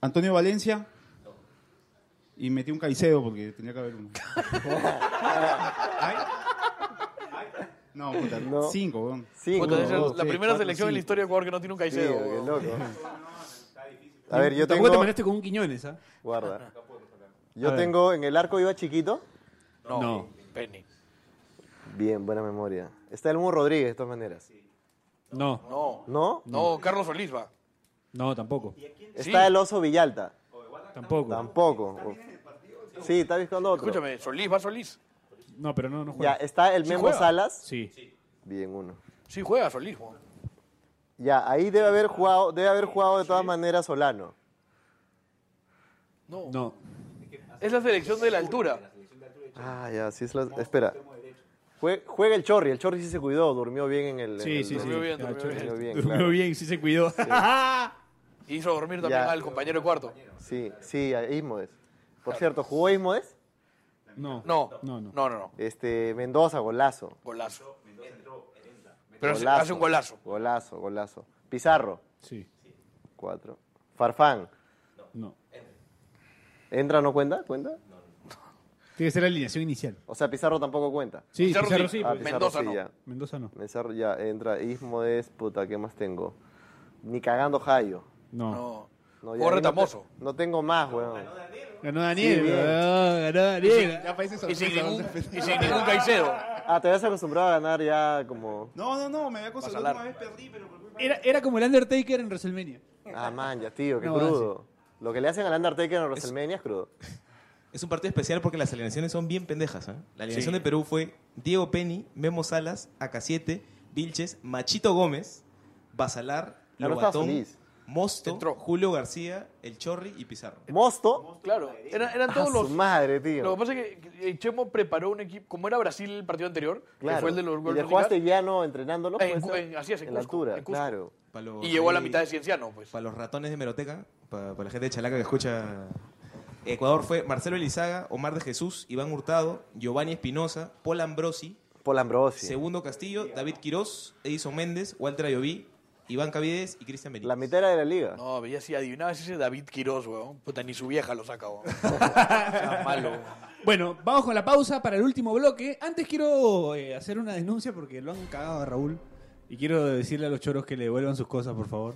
Speaker 6: Antonio Valencia. Y metí un Caicedo porque tenía que haber uno. ¿Ay? ¿Ay? No, puta,
Speaker 4: No.
Speaker 6: cinco, weón.
Speaker 4: Cinco,
Speaker 1: Puta, es el-
Speaker 4: dos,
Speaker 1: la
Speaker 4: tres,
Speaker 1: primera
Speaker 6: cuatro,
Speaker 1: selección en la
Speaker 6: cinco.
Speaker 1: historia de jugador que no tiene un
Speaker 4: Tío,
Speaker 1: Caicedo.
Speaker 4: qué
Speaker 1: weón.
Speaker 4: loco. A ver, yo tengo.
Speaker 3: Tampoco te mandaste con un Quiñones, ¿ah?
Speaker 4: Guarda. Yo
Speaker 3: A ver.
Speaker 4: tengo en el arco iba chiquito.
Speaker 1: No,
Speaker 3: No.
Speaker 1: Penny.
Speaker 4: Bien, buena memoria. Está el Mundo Rodríguez, de todas maneras.
Speaker 3: No.
Speaker 1: No.
Speaker 4: ¿No?
Speaker 1: No, Carlos Solís va.
Speaker 3: No, tampoco.
Speaker 4: Está el Oso Villalta.
Speaker 3: Tampoco.
Speaker 4: Tampoco. Sí, está buscando otro.
Speaker 1: Escúchame, Solís va Solís.
Speaker 3: No, pero no, no
Speaker 4: Ya,
Speaker 3: juega.
Speaker 4: está el
Speaker 1: Sí
Speaker 4: Memo
Speaker 1: juega.
Speaker 4: Salas.
Speaker 3: Sí.
Speaker 4: Bien, uno.
Speaker 1: Sí, juega Solís, weón.
Speaker 4: Ya, ahí debe haber jugado, debe haber jugado de todas maneras Solano.
Speaker 1: No.
Speaker 3: No.
Speaker 1: Es la selección de la altura.
Speaker 4: Ah, ya, sí es la... Espera. Jue- Juega el Chorri, el Chorri sí se cuidó, durmió bien en el... en
Speaker 3: Sí,
Speaker 4: el-
Speaker 3: sí, sí.
Speaker 1: Durmió bien,
Speaker 3: Ya,
Speaker 1: durmió
Speaker 3: Chorri,
Speaker 4: bien. Durmió bien,
Speaker 3: Durmió
Speaker 4: claro.
Speaker 3: bien, sí se cuidó.
Speaker 1: Hizo dormir también
Speaker 4: Ya.
Speaker 1: al compañero de cuarto.
Speaker 4: Sí, sí, a Ismodes. Por cierto, jugó Ismodes,
Speaker 3: No.
Speaker 1: No. No,
Speaker 3: No, no.
Speaker 1: no, no.
Speaker 4: este, Mendoza, golazo.
Speaker 1: Golazo. Pero hace-
Speaker 4: Golazo.
Speaker 1: hace un golazo.
Speaker 4: Golazo, golazo. Pizarro,
Speaker 3: Sí.
Speaker 4: cuatro. Farfán,
Speaker 3: No.
Speaker 4: ¿entra no cuenta? ¿Cuenta?
Speaker 3: Tiene que ser la alineación inicial.
Speaker 4: O sea, Pizarro tampoco cuenta.
Speaker 3: Sí,
Speaker 1: Pizarro
Speaker 3: Pizarro
Speaker 1: sí.
Speaker 3: sí.
Speaker 1: Ah,
Speaker 3: pues.
Speaker 1: Pizarro. Mendoza no.
Speaker 4: ya.
Speaker 3: Mendoza no.
Speaker 4: Pizarro ya, entra Ismodes, puta, ¿qué más tengo? Ni cagando Jayo.
Speaker 3: No.
Speaker 1: No.
Speaker 4: No,
Speaker 1: Jorge
Speaker 4: ahí no te-
Speaker 1: Tamoso.
Speaker 4: No tengo más, weón.
Speaker 3: Ganó Daniel.
Speaker 4: Sí, bien.
Speaker 3: weón, ganó Daniel.
Speaker 1: Y sin ningún, y sin ningún Caicedo.
Speaker 4: Ah, te habías acostumbrado a ganar ya como.
Speaker 6: No, no, no, me había acostumbrado. La
Speaker 1: Pasalar.
Speaker 6: última vez perdí, pero por culpa de-
Speaker 3: Era, era como el Undertaker en WrestleMania.
Speaker 4: Ah, man, ya, tío, qué
Speaker 3: No,
Speaker 4: crudo. Lo que le hacen al Undertaker en WrestleMania es crudo.
Speaker 7: Es un partido especial porque las alineaciones son bien pendejas. ¿ah? La alineación de Perú fue Diego Penny, Memo Salas, AK7, Vilches, Machito Gómez, Basalar,
Speaker 4: Claro, estaba
Speaker 7: Lobatón,
Speaker 4: feliz.
Speaker 7: Mosto,
Speaker 1: Entró.
Speaker 7: Julio García, El Chorri y Pizarro.
Speaker 4: Mosto.
Speaker 1: Claro, era- eran
Speaker 4: A
Speaker 1: todos
Speaker 4: su
Speaker 1: los...
Speaker 4: madre,
Speaker 1: Lo
Speaker 4: tío.
Speaker 1: que pasa es que eh, Chemo preparó un equipo, como era Brasil el partido anterior, que
Speaker 4: Claro.
Speaker 1: fue el de los
Speaker 4: y
Speaker 1: goles
Speaker 4: dejó a Stellano entrenándolo.
Speaker 1: En
Speaker 4: pues,
Speaker 1: Cu- en- así es, en
Speaker 4: la
Speaker 1: Cusco,
Speaker 4: altura,
Speaker 1: en Cusco.
Speaker 4: claro.
Speaker 7: Pa' los
Speaker 1: Y llegó a la
Speaker 7: rey-
Speaker 1: mitad de Cienciano, pues.
Speaker 7: Para los ratones de Meroteca, para, la gente de Chalaca que escucha. Ecuador fue Marcelo Elizaga, Omar de Jesús, Iván Hurtado, Giovanni Espinosa, Paul Ambrosi,
Speaker 4: Paul Ambrosi.
Speaker 7: Segundo Castillo, David Quirós, Edison Méndez, Walter Ayoví, Iván Cavides y Cristian Benítez.
Speaker 4: La mitad era de la liga.
Speaker 1: No, veía si adivinabas ese David Quirós, weón. Puta, ni su vieja lo saca, weón. Está malo. weón.
Speaker 3: Bueno, vamos con la pausa para el último bloque. Antes quiero eh, hacer una denuncia porque lo han cagado a Raúl. Y quiero decirle a los choros que le devuelvan sus cosas, por favor.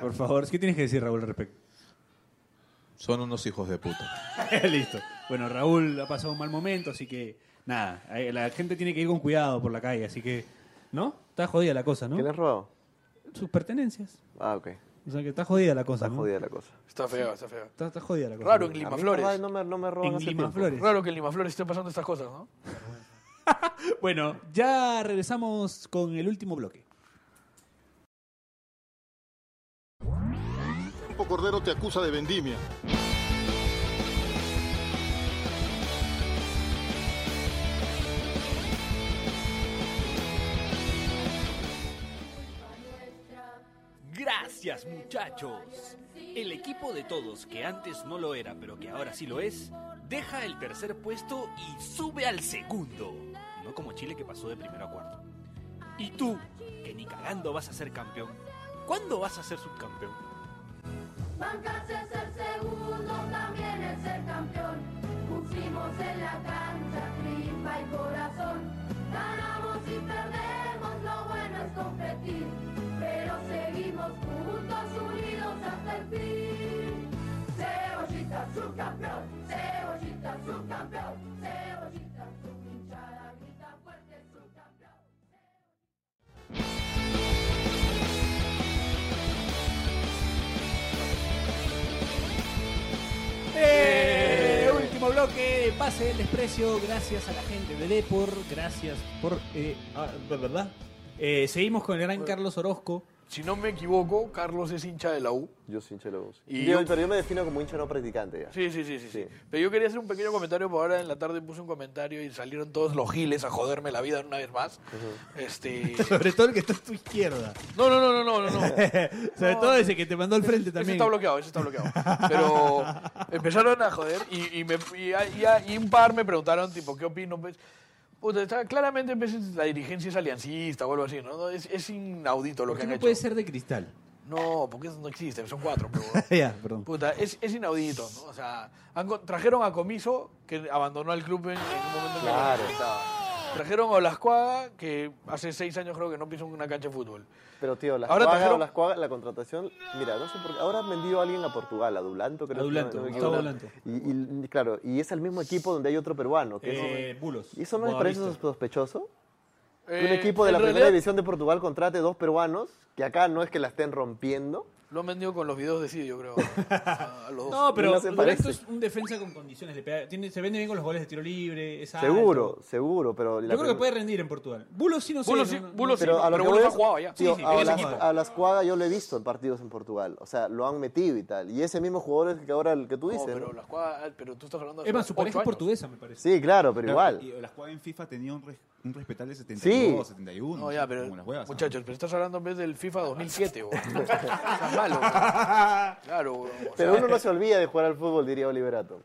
Speaker 3: Por favor, ¿qué tienes que decir, Raúl, al respecto?
Speaker 11: Son unos hijos de puta.
Speaker 3: Listo. Bueno, Raúl ha pasado un mal momento, así que nada, eh, la gente tiene que ir con cuidado por la calle, así que, ¿no? Está jodida la cosa,
Speaker 4: ¿Qué le
Speaker 3: ¿no?
Speaker 4: has robado?
Speaker 3: Sus pertenencias.
Speaker 4: Ah, ok.
Speaker 3: O sea que está jodida la cosa,
Speaker 4: Está
Speaker 3: ¿no?
Speaker 4: jodida la cosa.
Speaker 1: Está feo, está feo.
Speaker 3: Está, está jodida la cosa.
Speaker 1: Raro en
Speaker 3: ¿no?
Speaker 4: A mí,
Speaker 1: Limaflores.
Speaker 4: papá, No me, no me roban
Speaker 3: En
Speaker 4: hace tiempo.
Speaker 3: Limaflores.
Speaker 1: Raro que en Lima Flores estén pasando estas cosas, ¿no?
Speaker 3: Bueno, ya regresamos con el último bloque.
Speaker 2: Campo Cordero te acusa de vendimia.
Speaker 8: Gracias muchachos. El equipo de todos que antes no lo era pero que ahora sí lo es, deja el tercer puesto y sube al segundo. No como Chile que pasó de primero a cuarto. Y tú, que ni cagando vas a ser campeón, ¿cuándo vas a ser subcampeón?
Speaker 9: Bancarse ser segundo también es ser campeón. Pusimos en la cancha tripa y corazón. Ganamos y perdemos, lo bueno es competir. Pero seguimos juntos, unidos hasta el fin. Cebollita, su campeón. Cebollita, su campeón. Cebollita, su hinchada, grita fuerte, su campeón.
Speaker 3: Eh, último bloque de Pase del Desprecio. Gracias a la gente de Depor. Gracias por. eh, ah, de verdad. Eh, seguimos con el gran Carlos Orozco.
Speaker 1: Si no me equivoco, Carlos es hincha de la U.
Speaker 4: Yo soy hincha de la voz.
Speaker 1: Y
Speaker 4: Digo,
Speaker 1: yo-
Speaker 4: Pero yo me defino como hincha no practicante ya.
Speaker 1: Sí, sí, sí, sí, sí.
Speaker 4: Sí.
Speaker 1: Pero yo quería hacer un pequeño comentario, porque ahora en la tarde puse un comentario y salieron todos los giles a joderme la vida una vez más. Este...
Speaker 3: Sobre todo el que está a tu izquierda.
Speaker 1: No, no, no, no, no, no, no.
Speaker 3: Sobre todo ese que te mandó al frente
Speaker 1: Ese
Speaker 3: también.
Speaker 1: está bloqueado, ese está bloqueado. Pero empezaron a joder y, y me- y a- y a- y un par me preguntaron, tipo, ¿qué opino? Pues, puta, está- claramente pues, la dirigencia es aliancista o algo así, ¿no? No, Es, es inaudito lo
Speaker 3: ¿Por
Speaker 1: que
Speaker 3: qué
Speaker 1: han
Speaker 3: no
Speaker 1: hecho.
Speaker 3: puede ser de cristal?
Speaker 1: No, porque eso no existe, son cuatro. Pero, bueno.
Speaker 3: ya, perdón.
Speaker 1: Puta, es, es inaudito, ¿no? O sea, han con- trajeron a Comiso, que abandonó el club en, en un momento en que lo
Speaker 4: Claro.
Speaker 1: necesitaba. Trajeron a Olascuaga, que hace seis años creo que no piso en una cancha de fútbol.
Speaker 4: Pero tío, las
Speaker 1: Ahora
Speaker 4: cuagas,
Speaker 1: trajeron-
Speaker 4: las cuagas, la contratación, mira, no sé por qué. Ahora han vendido a alguien a Portugal, a Dulanto, creo.
Speaker 3: A Dulanto,
Speaker 4: que no- no me
Speaker 3: Gustavo
Speaker 4: equivoco.
Speaker 3: Dulanto.
Speaker 4: Y, y, claro, y es el mismo equipo donde hay otro peruano. Que
Speaker 3: Eh,
Speaker 4: es-
Speaker 3: Bulos.
Speaker 4: ¿Y eso no les parece
Speaker 3: Boavista.
Speaker 4: sospechoso? Que
Speaker 1: Eh,
Speaker 4: un equipo de
Speaker 1: en
Speaker 4: la primera
Speaker 1: realidad,
Speaker 4: división de Portugal contrate dos peruanos, que acá no es que la estén rompiendo.
Speaker 1: Lo han vendido con los videos de Sidio, creo. a, a los dos.
Speaker 3: No, pero
Speaker 4: No se
Speaker 3: Duranto
Speaker 4: parece.
Speaker 3: es un defensa con condiciones. le pega- tiene- se vende bien con los goles de tiro libre. es alto.
Speaker 4: Seguro, seguro, pero...
Speaker 3: Yo
Speaker 4: la
Speaker 3: creo que
Speaker 4: prim-
Speaker 3: puede rendir en Portugal. Bulos sí no sé.
Speaker 1: Bulo
Speaker 3: no-
Speaker 1: sí,
Speaker 3: no-
Speaker 1: Bulo sí,
Speaker 4: Pero a lo
Speaker 1: pero
Speaker 4: que
Speaker 1: Bulo
Speaker 4: voy
Speaker 1: no ha
Speaker 4: es-
Speaker 1: jugado ya.
Speaker 4: tío,
Speaker 3: Sí, sí,
Speaker 4: a,
Speaker 3: en ese
Speaker 4: las,
Speaker 3: equipo.
Speaker 4: a las Cuaga yo lo he visto en partidos en Portugal. O sea, lo han metido y tal. Y ese mismo jugador es el que ahora el que tú
Speaker 1: No,
Speaker 4: dices.
Speaker 1: pero,
Speaker 4: ¿no?
Speaker 1: las cuadras- pero tú estás hablando de
Speaker 3: Es más,
Speaker 1: hace
Speaker 3: su
Speaker 1: ocho
Speaker 3: pareja es
Speaker 1: años.
Speaker 3: portuguesa, me parece.
Speaker 4: Sí, claro, pero
Speaker 6: Claro,
Speaker 4: igual.
Speaker 6: Y las jugadas en FIFA tenía un, res- un respetable 72, 71.
Speaker 1: No, ya, pero.
Speaker 6: como las huevas, ¿no?
Speaker 1: muchachos, pero estás hablando en vez del FIFA 2007, güey. Estás malo, güey. Claro, güey. o
Speaker 4: Pero
Speaker 1: sea,
Speaker 4: uno no se olvida de jugar al fútbol, diría Oliverato.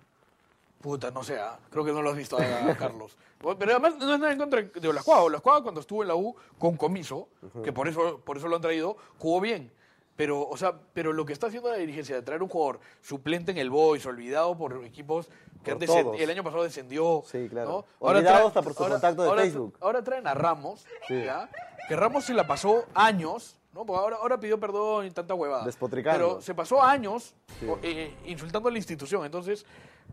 Speaker 1: Puta, no sé, ah, creo que no lo has visto, ah, Carlos. Bueno, Pero además no es nada en contra de Olascuaga. Olascuaga cuando estuvo en la U con Comiso, que por eso, por eso lo han traído, jugó bien. Pero, o sea, pero lo que está haciendo la dirigencia de traer un jugador suplente en el Boys, olvidado por equipos que
Speaker 4: Por
Speaker 1: han descend-
Speaker 4: todos.
Speaker 1: el año pasado descendió.
Speaker 4: Sí, claro.
Speaker 1: ¿no?
Speaker 4: Olvidado
Speaker 1: traen-
Speaker 4: hasta por su contacto de
Speaker 1: ahora-
Speaker 4: Facebook.
Speaker 1: Ahora traen a Ramos,
Speaker 4: Sí.
Speaker 1: ¿ya? que Ramos se la pasó años, ¿no? Porque ahora, ahora pidió perdón y tanta huevada.
Speaker 4: Despotricando.
Speaker 1: Pero se pasó años
Speaker 4: Sí.
Speaker 1: o- eh, insultando a la institución. Entonces,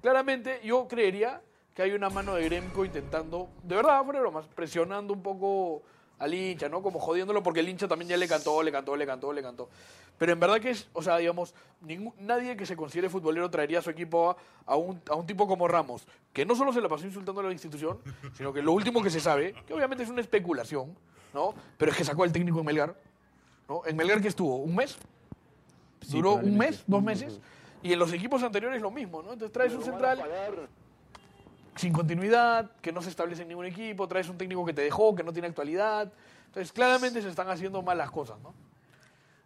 Speaker 1: claramente yo creería que hay una mano de Gremco intentando, de verdad, fuera de bromas, presionando un poco al hincha, ¿no? Como jodiéndolo porque el hincha también ya le cantó, le cantó, le cantó, le cantó. Pero en verdad que es, o sea, digamos, ningún- nadie que se considere futbolero traería a su equipo a, a un, a un tipo como Ramos, que no solo se la pasó insultando a la institución, sino que lo último que se sabe, que obviamente es una especulación, ¿no? Pero es que sacó al técnico en Melgar, ¿no? En Melgar que estuvo un mes, duró un mes, dos meses, y en los equipos anteriores lo mismo, ¿no? Entonces traes un central sin continuidad, que no se establece en ningún equipo, traes un técnico que te dejó, que no tiene actualidad. Entonces, claramente se están haciendo mal las cosas, ¿no?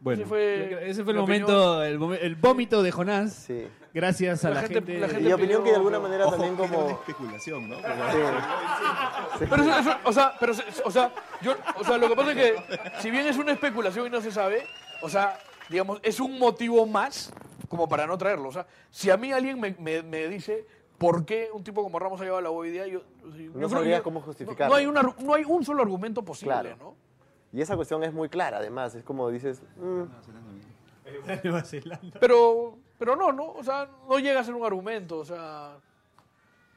Speaker 3: Bueno,
Speaker 1: Ese fue,
Speaker 3: ese fue el
Speaker 1: mi opinión.
Speaker 3: momento, el, momen- el vómito de Jonás. Gracias a la,
Speaker 1: La gente-
Speaker 3: gente.
Speaker 1: la gente Y opinión que de alguna pidió- manera
Speaker 6: Ojo,
Speaker 1: también
Speaker 6: que era
Speaker 1: como-
Speaker 6: una especulación, ¿no?
Speaker 1: Pero eso- eso- o sea, pero, se- o sea, yo, o sea, lo que pasa es que, si bien es una especulación y no se sabe, o sea, digamos, es un motivo más como para no traerlo. O sea, si a mí alguien me, me- me dice por qué un tipo como Ramos ha llevado la boidea, yo, yo creo que
Speaker 4: sabría
Speaker 1: yo-
Speaker 4: cómo
Speaker 1: no-
Speaker 4: justificarlo.
Speaker 1: No, hay una ru- no hay un solo argumento posible,
Speaker 4: Claro.
Speaker 1: ¿no?
Speaker 4: Y esa cuestión es muy clara, además. Es como dices. mm,
Speaker 1: Pero, pero no, no, o sea, no llega a ser un argumento, o sea,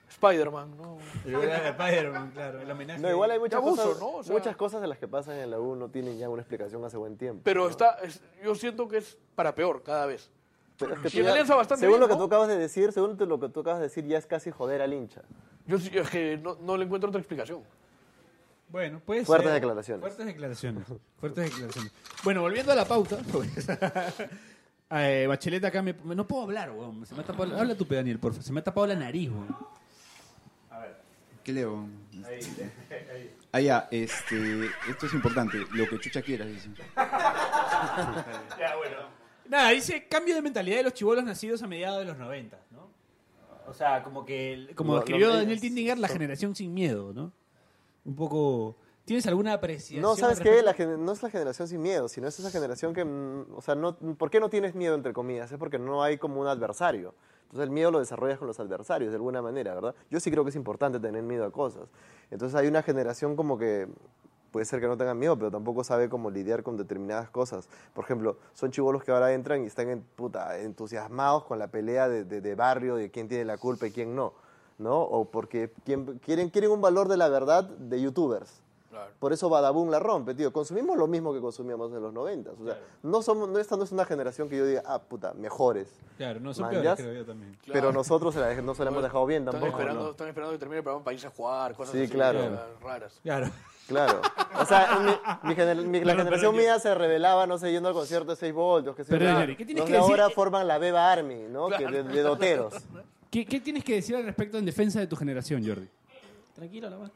Speaker 1: Spider-Man, ¿no?
Speaker 12: Spider-Man, claro, el homenaje.
Speaker 4: No, igual hay muchas,
Speaker 1: abuso,
Speaker 4: cosas,
Speaker 1: ¿no? O sea-
Speaker 4: muchas cosas de las que pasan en la U no tienen ya una explicación hace buen tiempo.
Speaker 1: Pero está, es- yo siento que es para peor cada vez.
Speaker 4: Pero es que
Speaker 1: y
Speaker 4: tú ya-
Speaker 1: Alianza bastante
Speaker 4: según
Speaker 1: bien,
Speaker 4: lo que
Speaker 1: ¿no?
Speaker 4: tú acabas de decir, según tú- lo que tú acabas de decir, ya es casi joder al hincha.
Speaker 1: Yo sí- es que no, no le encuentro otra explicación.
Speaker 3: Bueno, pues.
Speaker 4: Fuertes declaraciones.
Speaker 3: Fuertes declaraciones. Fuertes declaraciones. Bueno, volviendo a la pauta. pues, eh, Bachelet acá me. No puedo hablar, weón. Se me ha tapado la- Habla tú, pe, Daniel, porfa. Se me ha tapado la nariz, weón.
Speaker 6: ¿Qué leo? Ah, ya, este, esto es importante. Lo que chucha quieras, dice.
Speaker 3: Nada, dice cambio de mentalidad de los chivolos nacidos a mediados de los 90, ¿no? O sea, como que. el- Como
Speaker 4: Lo-
Speaker 3: escribió
Speaker 4: lo-
Speaker 3: Daniel Tindinger, la generación sin miedo, ¿no? Un poco. ¿Tienes alguna apreciación?
Speaker 4: No, ¿sabes
Speaker 3: al
Speaker 4: qué?
Speaker 3: respecto?
Speaker 4: La gen- no es la generación sin miedo, sino es esa generación que, mm, o sea, no, ¿por qué no tienes miedo, entre comillas? Es porque no hay como un adversario. Entonces el miedo lo desarrollas con los adversarios, de alguna manera, ¿verdad? Yo sí creo que es importante tener miedo a cosas. Entonces hay una generación como que puede ser que no tengan miedo, pero tampoco sabe cómo lidiar con determinadas cosas. Por ejemplo, son chivolos que ahora entran y están en- puta, entusiasmados con la pelea de, de- de barrio, de quién tiene la culpa y quién no, ¿no? O porque quién- quieren, quieren un valor de la verdad de youtubers. Por eso Badabun la rompe, tío. Consumimos lo mismo que consumíamos en los 90. O sea, no somos, no, esta no es una generación que yo diga, ah, puta, mejores.
Speaker 3: Claro, no, son
Speaker 4: ¿Manjas?
Speaker 3: peores, creo yo también.
Speaker 4: Pero nosotros se la- no se la hemos dejado bien
Speaker 1: Están
Speaker 4: tampoco.
Speaker 1: esperando,
Speaker 4: ¿no?
Speaker 1: están esperando que termine el programa para irse a jugar, cosas
Speaker 4: Sí,
Speaker 1: así,
Speaker 4: claro.
Speaker 1: o sea, raras.
Speaker 3: Claro.
Speaker 4: Claro. O sea, mi- mi gener- mi- la
Speaker 3: Bueno,
Speaker 4: generación
Speaker 3: pero yo-
Speaker 4: mía se revelaba, no sé, yendo al concierto de 6 voltios, qué sé
Speaker 3: Pero,
Speaker 4: yo.
Speaker 3: Jerry, ¿qué tienes
Speaker 4: Los
Speaker 3: que
Speaker 4: de
Speaker 3: decir?
Speaker 4: ahora forman la Beba Army, ¿no? Que de, de doteros.
Speaker 3: ¿Qué, qué tienes que decir al respecto en defensa de tu generación, Jordi?
Speaker 5: Tranquilo, la mano.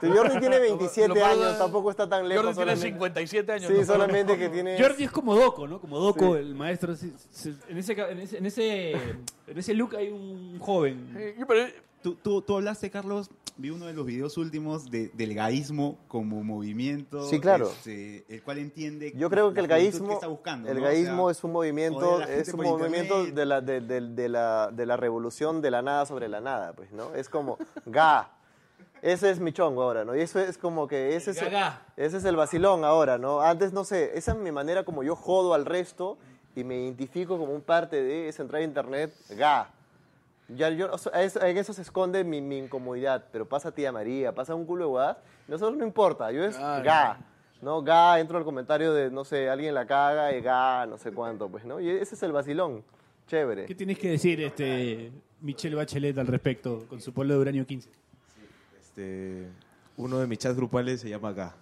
Speaker 4: Tu Jordi tiene 27
Speaker 1: Lo malo
Speaker 4: años,
Speaker 1: de-
Speaker 4: tampoco está tan lejos.
Speaker 1: Jordi tiene
Speaker 4: solamente.
Speaker 1: 57 años.
Speaker 4: Sí,
Speaker 1: ¿no?
Speaker 4: solamente que tiene...
Speaker 3: Jordi es como Doco, ¿no? Como Doco, el maestro. sí, sí, En ese, ca- en, ese, en, ese, en ese look hay un joven.
Speaker 1: Sí, pero-
Speaker 6: Tú, tú, tú hablaste, Carlos, vi uno de los videos últimos de, del gaísmo como movimiento.
Speaker 4: Sí, claro.
Speaker 6: este, el cual entiende.
Speaker 4: Yo creo que
Speaker 6: la juventud
Speaker 4: el gaísmo,
Speaker 6: que está buscando,
Speaker 4: el
Speaker 6: ¿no? O
Speaker 4: gaísmo
Speaker 6: sea,
Speaker 4: es un
Speaker 6: joder a
Speaker 4: movimiento,
Speaker 6: la gente
Speaker 4: es un
Speaker 6: por
Speaker 4: movimiento
Speaker 6: internet.
Speaker 4: de la, de, de- de la, de la revolución de la nada sobre la nada, pues, ¿no? Es como, ga, ese es mi chongo ahora, ¿no? Y eso es como que ese es,
Speaker 3: gaga.
Speaker 4: ese es el vacilón ahora, ¿no? Antes, no sé, esa es mi manera como yo jodo al resto y me identifico como un parte de esa entrada a internet, ga. Ya, yo, o sea, eso- en eso se esconde mi, mi incomodidad, pero pasa tía María, pasa un culo de guadas, nosotros no importa, yo es
Speaker 1: Claro.
Speaker 4: ga, ¿no? Ga, entro al comentario de, no sé, alguien la caga, y ga, no sé cuánto, pues, ¿no? Y ese es el vacilón, chévere.
Speaker 3: ¿Qué tienes que decir, este Michelle Bachelet, al respecto con su pueblo de Uranio 15?
Speaker 7: Este, uno de mis chats grupales se llama acá.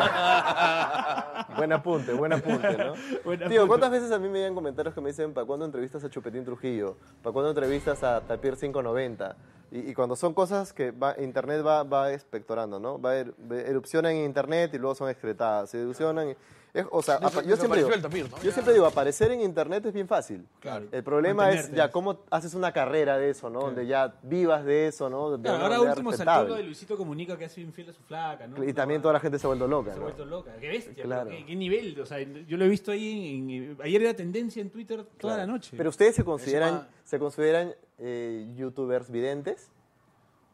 Speaker 4: Buen apunte, buen apunte, ¿no?
Speaker 3: Buen
Speaker 4: Tío,
Speaker 3: apunte.
Speaker 4: ¿cuántas veces a mí me llegan comentarios que me dicen, ¿para cuándo entrevistas a Chupetín Trujillo? ¿Para cuándo entrevistas a Tapir 590? Y, y cuando son cosas que va- Internet va, va espectorando, ¿no? Va er- erupcionan en Internet y luego son excretadas, se erupcionan. y- es- o sea,
Speaker 1: Des-
Speaker 4: apa- yo siempre,
Speaker 1: desapareció
Speaker 4: digo,
Speaker 1: el Tapir, ¿no?
Speaker 4: yo
Speaker 1: Ya.
Speaker 4: siempre digo, aparecer en Internet es bien fácil.
Speaker 3: Claro.
Speaker 4: El problema es
Speaker 3: Mantenerte.
Speaker 4: ya cómo haces una carrera de eso, ¿no? Donde ya vivas de eso, ¿no? De
Speaker 3: Claro,
Speaker 4: una
Speaker 3: ahora
Speaker 4: manera
Speaker 3: último saltó
Speaker 4: respetable.
Speaker 3: lo de Luisito Comunica que ha sido infiel a su flaca, ¿no?
Speaker 4: Y también toda la gente se ha vuelto loca,
Speaker 3: Se ha
Speaker 4: ¿no?
Speaker 3: vuelto loca. Qué bestia.
Speaker 4: Claro.
Speaker 3: pero Qué, qué nivel. O sea, yo lo he visto ahí. en- en- ayer era tendencia en Twitter toda la noche.
Speaker 4: Pero ustedes se consideran,
Speaker 1: Encima-
Speaker 4: se consideran eh, youtubers videntes.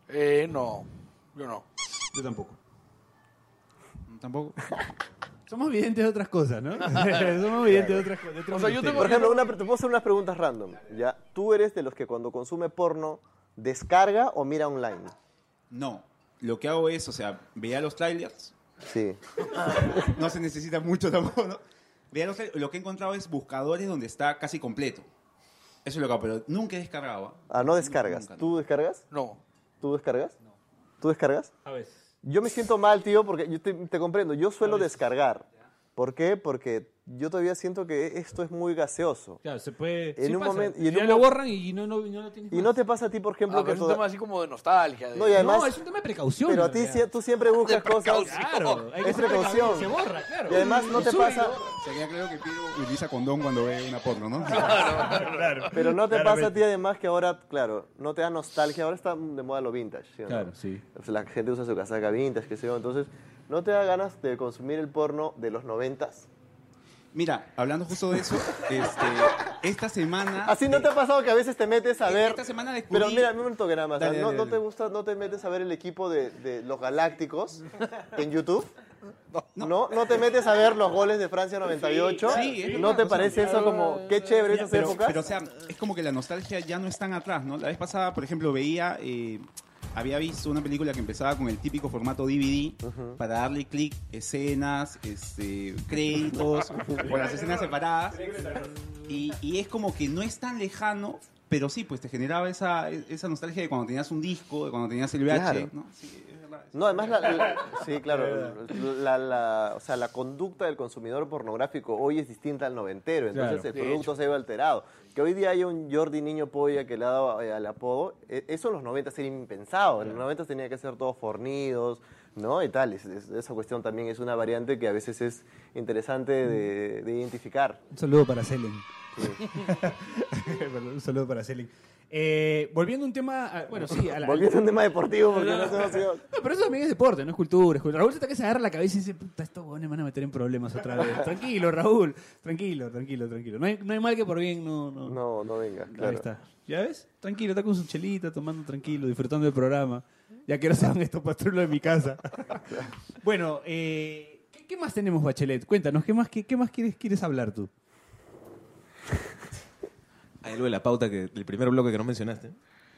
Speaker 1: Eh, no, yo no.
Speaker 6: Yo tampoco. Tampoco.
Speaker 3: Somos videntes de otras cosas, ¿no? Somos videntes de otras cosas. de otros
Speaker 1: O sea, yo
Speaker 3: misterios.
Speaker 1: tengo-
Speaker 4: Por ejemplo, una, te puedo hacer unas preguntas random. ¿ya? Tú eres de los que cuando consume porno ¿Descarga o mira online?
Speaker 6: No, lo que hago es, o sea, veía los trailers.
Speaker 4: Sí.
Speaker 6: no se necesita mucho tampoco, ¿no? Veía los trailers. Lo que he encontrado es buscadores donde está casi completo. Eso es lo que hago, pero nunca he descargado. ¿ah?
Speaker 4: Ah, no descargas. ¿Tú descargas?
Speaker 1: No.
Speaker 4: ¿Tú descargas? No. ¿Tú descargas?
Speaker 13: A veces.
Speaker 4: Yo me siento mal, tío, porque yo te, te comprendo. Yo suelo descargar. ¿Por qué? Porque yo todavía siento que esto es muy gaseoso.
Speaker 13: Claro, se puede.
Speaker 4: En
Speaker 13: sí
Speaker 4: un
Speaker 13: pasa.
Speaker 4: momento- y
Speaker 13: Y
Speaker 4: en
Speaker 13: ya
Speaker 4: un
Speaker 13: lo
Speaker 4: mo-
Speaker 13: borran y no, no, no lo tienes.
Speaker 4: Y no te pasa a ti, por ejemplo,
Speaker 1: Ah, pero
Speaker 4: que
Speaker 1: es un
Speaker 4: toda-
Speaker 1: tema así como de nostalgia. de-
Speaker 4: No, y además-
Speaker 13: No, es un tema de precaución.
Speaker 4: Pero
Speaker 13: en
Speaker 4: a ti
Speaker 13: realidad.
Speaker 4: sí- tú siempre buscas cosas.
Speaker 13: Claro, hay que
Speaker 4: es
Speaker 13: ser
Speaker 4: precaución.
Speaker 13: precavida, se borra, claro.
Speaker 4: Y además no
Speaker 13: Y
Speaker 4: te
Speaker 13: sube,
Speaker 4: pasa.
Speaker 6: Sería claro que Piero utiliza condón cuando ve una porno, ¿no?
Speaker 4: Pero no te pasa a
Speaker 6: Claramente.
Speaker 4: ti además que ahora, claro, no te da nostalgia. Ahora está de moda lo vintage, ¿sí o no?
Speaker 13: Claro, sí.
Speaker 4: O sea, La gente usa su casaca vintage, qué sé yo. Entonces, ¿no te da ganas de consumir el porno de los noventas?
Speaker 6: Mira, hablando justo de eso, este, esta
Speaker 13: Ah,
Speaker 6: semana.
Speaker 4: Así no te ha pasado que a veces te metes a ver.
Speaker 6: Esta semana descubrí.
Speaker 4: Pero mira, un momento que nada más.
Speaker 6: Dale,
Speaker 4: ¿no,
Speaker 6: dale,
Speaker 4: no
Speaker 6: dale.
Speaker 4: te gusta, no te metes a ver el equipo de, de los Galácticos en YouTube? No, no, te metes a ver los goles de Francia 98.
Speaker 6: Sí, es
Speaker 4: ¿No
Speaker 6: verdad,
Speaker 4: te
Speaker 6: o sea,
Speaker 4: parece eso como qué chévere
Speaker 6: Ya,
Speaker 4: esas
Speaker 6: pero,
Speaker 4: épocas?
Speaker 6: Pero, o sea, es como que la nostalgia ya no es tan atrás, ¿no? La vez pasada, por ejemplo, veía. eh, había visto una película que empezaba con el típico formato DVD para darle clic, escenas, este, créditos, o las escenas separadas. Y, y es como que no es tan lejano, pero sí, pues te generaba esa, esa nostalgia de cuando tenías un disco, de cuando tenías el VH,
Speaker 4: Claro.
Speaker 6: ¿no?
Speaker 4: No, además, la, la- sí, claro, la, la- o sea, la conducta del consumidor pornográfico hoy es distinta al noventero, entonces
Speaker 13: Claro.
Speaker 4: el
Speaker 13: De
Speaker 4: producto se ve alterado. Que hoy día haya un Jordi Niño Polla que le ha dado eh, al apodo, eh, eso en los noventas era impensado, en los noventas tenía que ser todos fornidos, ¿no? Y tal, es- es- esa cuestión también es una variante que a veces es interesante de, de identificar.
Speaker 3: Un saludo para Selen. Perdón, un saludo para Selen. Eh, volviendo a un tema. a- bueno, sí. A la-
Speaker 4: Volviendo a un tema deportivo, porque no se nos dio.
Speaker 3: No, pero eso también es deporte, no es cultura. es cultura. Raúl se está que se agarra la cabeza y dice: Puta, estos huevones me van a meter en problemas otra vez. tranquilo, Raúl. Tranquilo, tranquilo, tranquilo. No hay, no hay mal que por bien no. no.
Speaker 4: No, no venga, claro.
Speaker 3: Ahí está. ¿Ya ves? Tranquilo, está con su chelita, tomando tranquilo, disfrutando del programa. Ya que no se van estos pastrulos de mi casa. bueno, eh, ¿qué, qué más tenemos, Bachelet? Cuéntanos, ¿qué más, qué, qué más quieres, quieres hablar tú?
Speaker 7: Hay algo de la pauta que del primer bloque que no mencionaste,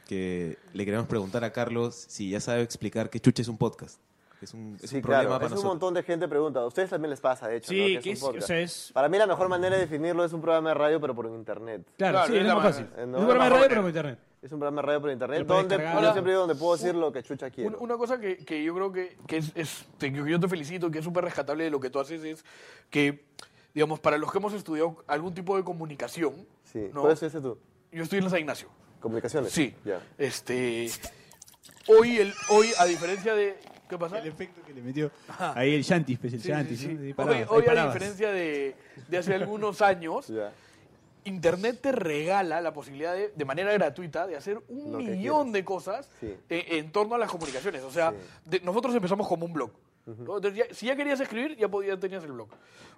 Speaker 7: que le queremos preguntar a Carlos si ya sabe explicar qué chucha es un podcast. Es un, es
Speaker 4: Sí,
Speaker 7: un problema
Speaker 4: claro.
Speaker 7: para
Speaker 4: es un
Speaker 7: nosotros.
Speaker 4: montón de gente pregunta. A ustedes también les pasa, de hecho.
Speaker 3: Sí,
Speaker 4: ¿no? es
Speaker 3: que
Speaker 4: un
Speaker 3: es- o
Speaker 4: podcast.
Speaker 3: sea, es-
Speaker 4: Para mí la mejor manera de definirlo es un programa de radio, pero por internet.
Speaker 3: Claro, sí, es,
Speaker 1: es
Speaker 3: lo
Speaker 1: la
Speaker 3: más
Speaker 1: más-
Speaker 3: fácil.
Speaker 4: eh,
Speaker 3: es un
Speaker 4: no,
Speaker 3: programa de
Speaker 4: la
Speaker 3: radio,
Speaker 4: más
Speaker 3: pero por internet.
Speaker 4: Es un programa de radio por internet.
Speaker 3: Lo puedes
Speaker 4: Donde,
Speaker 3: descargar.
Speaker 4: yo siempre digo donde puedo decir lo que chucha
Speaker 1: Un-
Speaker 4: quiero.
Speaker 1: Una cosa que, que yo creo que, que es, es- te- que yo te felicito, que es súper rescatable de lo que tú haces, es que, digamos, para los que hemos estudiado algún tipo de comunicación,
Speaker 4: Sí.
Speaker 1: No.
Speaker 4: ¿Cuál estudiaste tú?
Speaker 1: yo estoy en la San Ignacio.
Speaker 4: Comunicaciones.
Speaker 1: Sí.
Speaker 4: Ya.
Speaker 1: Este, hoy, el, hoy, a diferencia de... ¿Qué pasa?
Speaker 3: El efecto que le metió ahí el Shanti, pues, el
Speaker 1: Sí,
Speaker 3: Shanti.
Speaker 1: sí, sí.
Speaker 3: ¿no? Ahí
Speaker 1: Hoy-
Speaker 3: parabas, ahí
Speaker 1: hoy, a
Speaker 3: parabas.
Speaker 1: diferencia de, de hace algunos años,
Speaker 4: Ya.
Speaker 1: Internet te regala la posibilidad de, de manera gratuita de hacer un
Speaker 4: Lo que
Speaker 1: millón de cosas
Speaker 4: Sí.
Speaker 1: eh, en torno a las comunicaciones. O sea, de- nosotros empezamos como un blog. ¿no? Entonces, ya- si ya querías escribir, ya, podías, tenías el blog.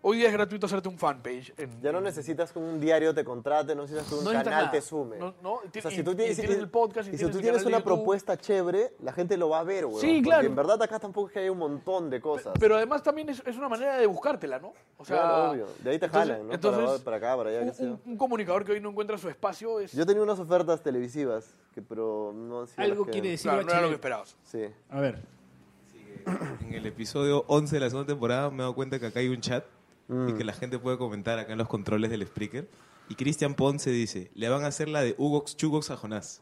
Speaker 1: Hoy día es gratuito hacerte un fanpage. En,
Speaker 4: Ya no necesitas que un diario te contrate, no necesitas que un
Speaker 1: No necesitas
Speaker 4: canal
Speaker 1: nada.
Speaker 4: te sume.
Speaker 1: No, no, y ti-
Speaker 4: O sea,
Speaker 1: y-
Speaker 4: si tú
Speaker 1: y
Speaker 4: tienes,
Speaker 1: tienes el podcast, y
Speaker 4: y si
Speaker 1: tienes
Speaker 4: tú
Speaker 1: el
Speaker 4: tienes
Speaker 1: canal de
Speaker 4: una
Speaker 1: YouTube.
Speaker 4: propuesta chévere, la gente lo va a ver, güey.
Speaker 1: Sí, claro.
Speaker 4: en verdad acá tampoco es que haya un montón de cosas.
Speaker 1: Pero además también es, es una manera de buscártela, ¿no? O sea,
Speaker 4: Claro, obvio. De ahí te jalan, ¿no? Para- para acá, para allá, qué
Speaker 1: un-
Speaker 4: sé yo.
Speaker 1: un, un comunicador que hoy no encuentra su espacio es...
Speaker 4: Yo tenía unas ofertas televisivas, que, pero no han sido
Speaker 13: Algo
Speaker 4: las que-
Speaker 13: quiere decir
Speaker 1: Claro, no era lo que
Speaker 13: Bachelet.
Speaker 1: esperabas.
Speaker 4: Sí.
Speaker 3: A ver.
Speaker 7: En el episodio 11 de la segunda temporada me he dado cuenta que acá hay un chat y
Speaker 4: Mm.
Speaker 7: que la gente puede comentar acá en los controles del speaker. Y Cristian Ponce dice, le van a hacer la de Ugox Chugox a Jonás.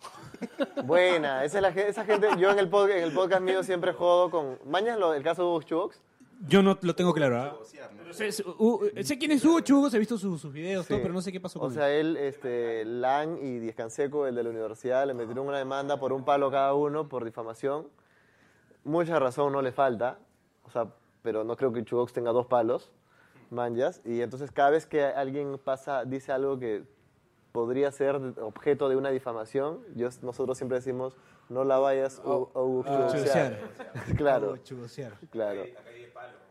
Speaker 4: Buena, esa, es la, ge- esa gente, yo en el, pod- en el podcast mío siempre jodo con... ¿Mañas lo- el caso de Hugo Chubox?
Speaker 3: Yo no lo tengo claro. ¿ah? No Sé, sé- uh, eh, sé quién es Hugo Chugos, he visto su- sus videos, todo, pero no sé qué pasó con
Speaker 4: O sea, él, este, Lang y Díaz Canseco, el de la universidad, le metieron una demanda por un palo cada uno por difamación. Mucha razón no le falta, o sea, pero no creo que Chubox tenga dos palos, manjas. Y entonces cada vez que alguien pasa, dice algo que podría ser objeto de una difamación, yo- nosotros siempre decimos, no la vayas a
Speaker 3: Oh, ah, chuboxear.
Speaker 4: Claro,
Speaker 3: Chugosear.
Speaker 4: claro.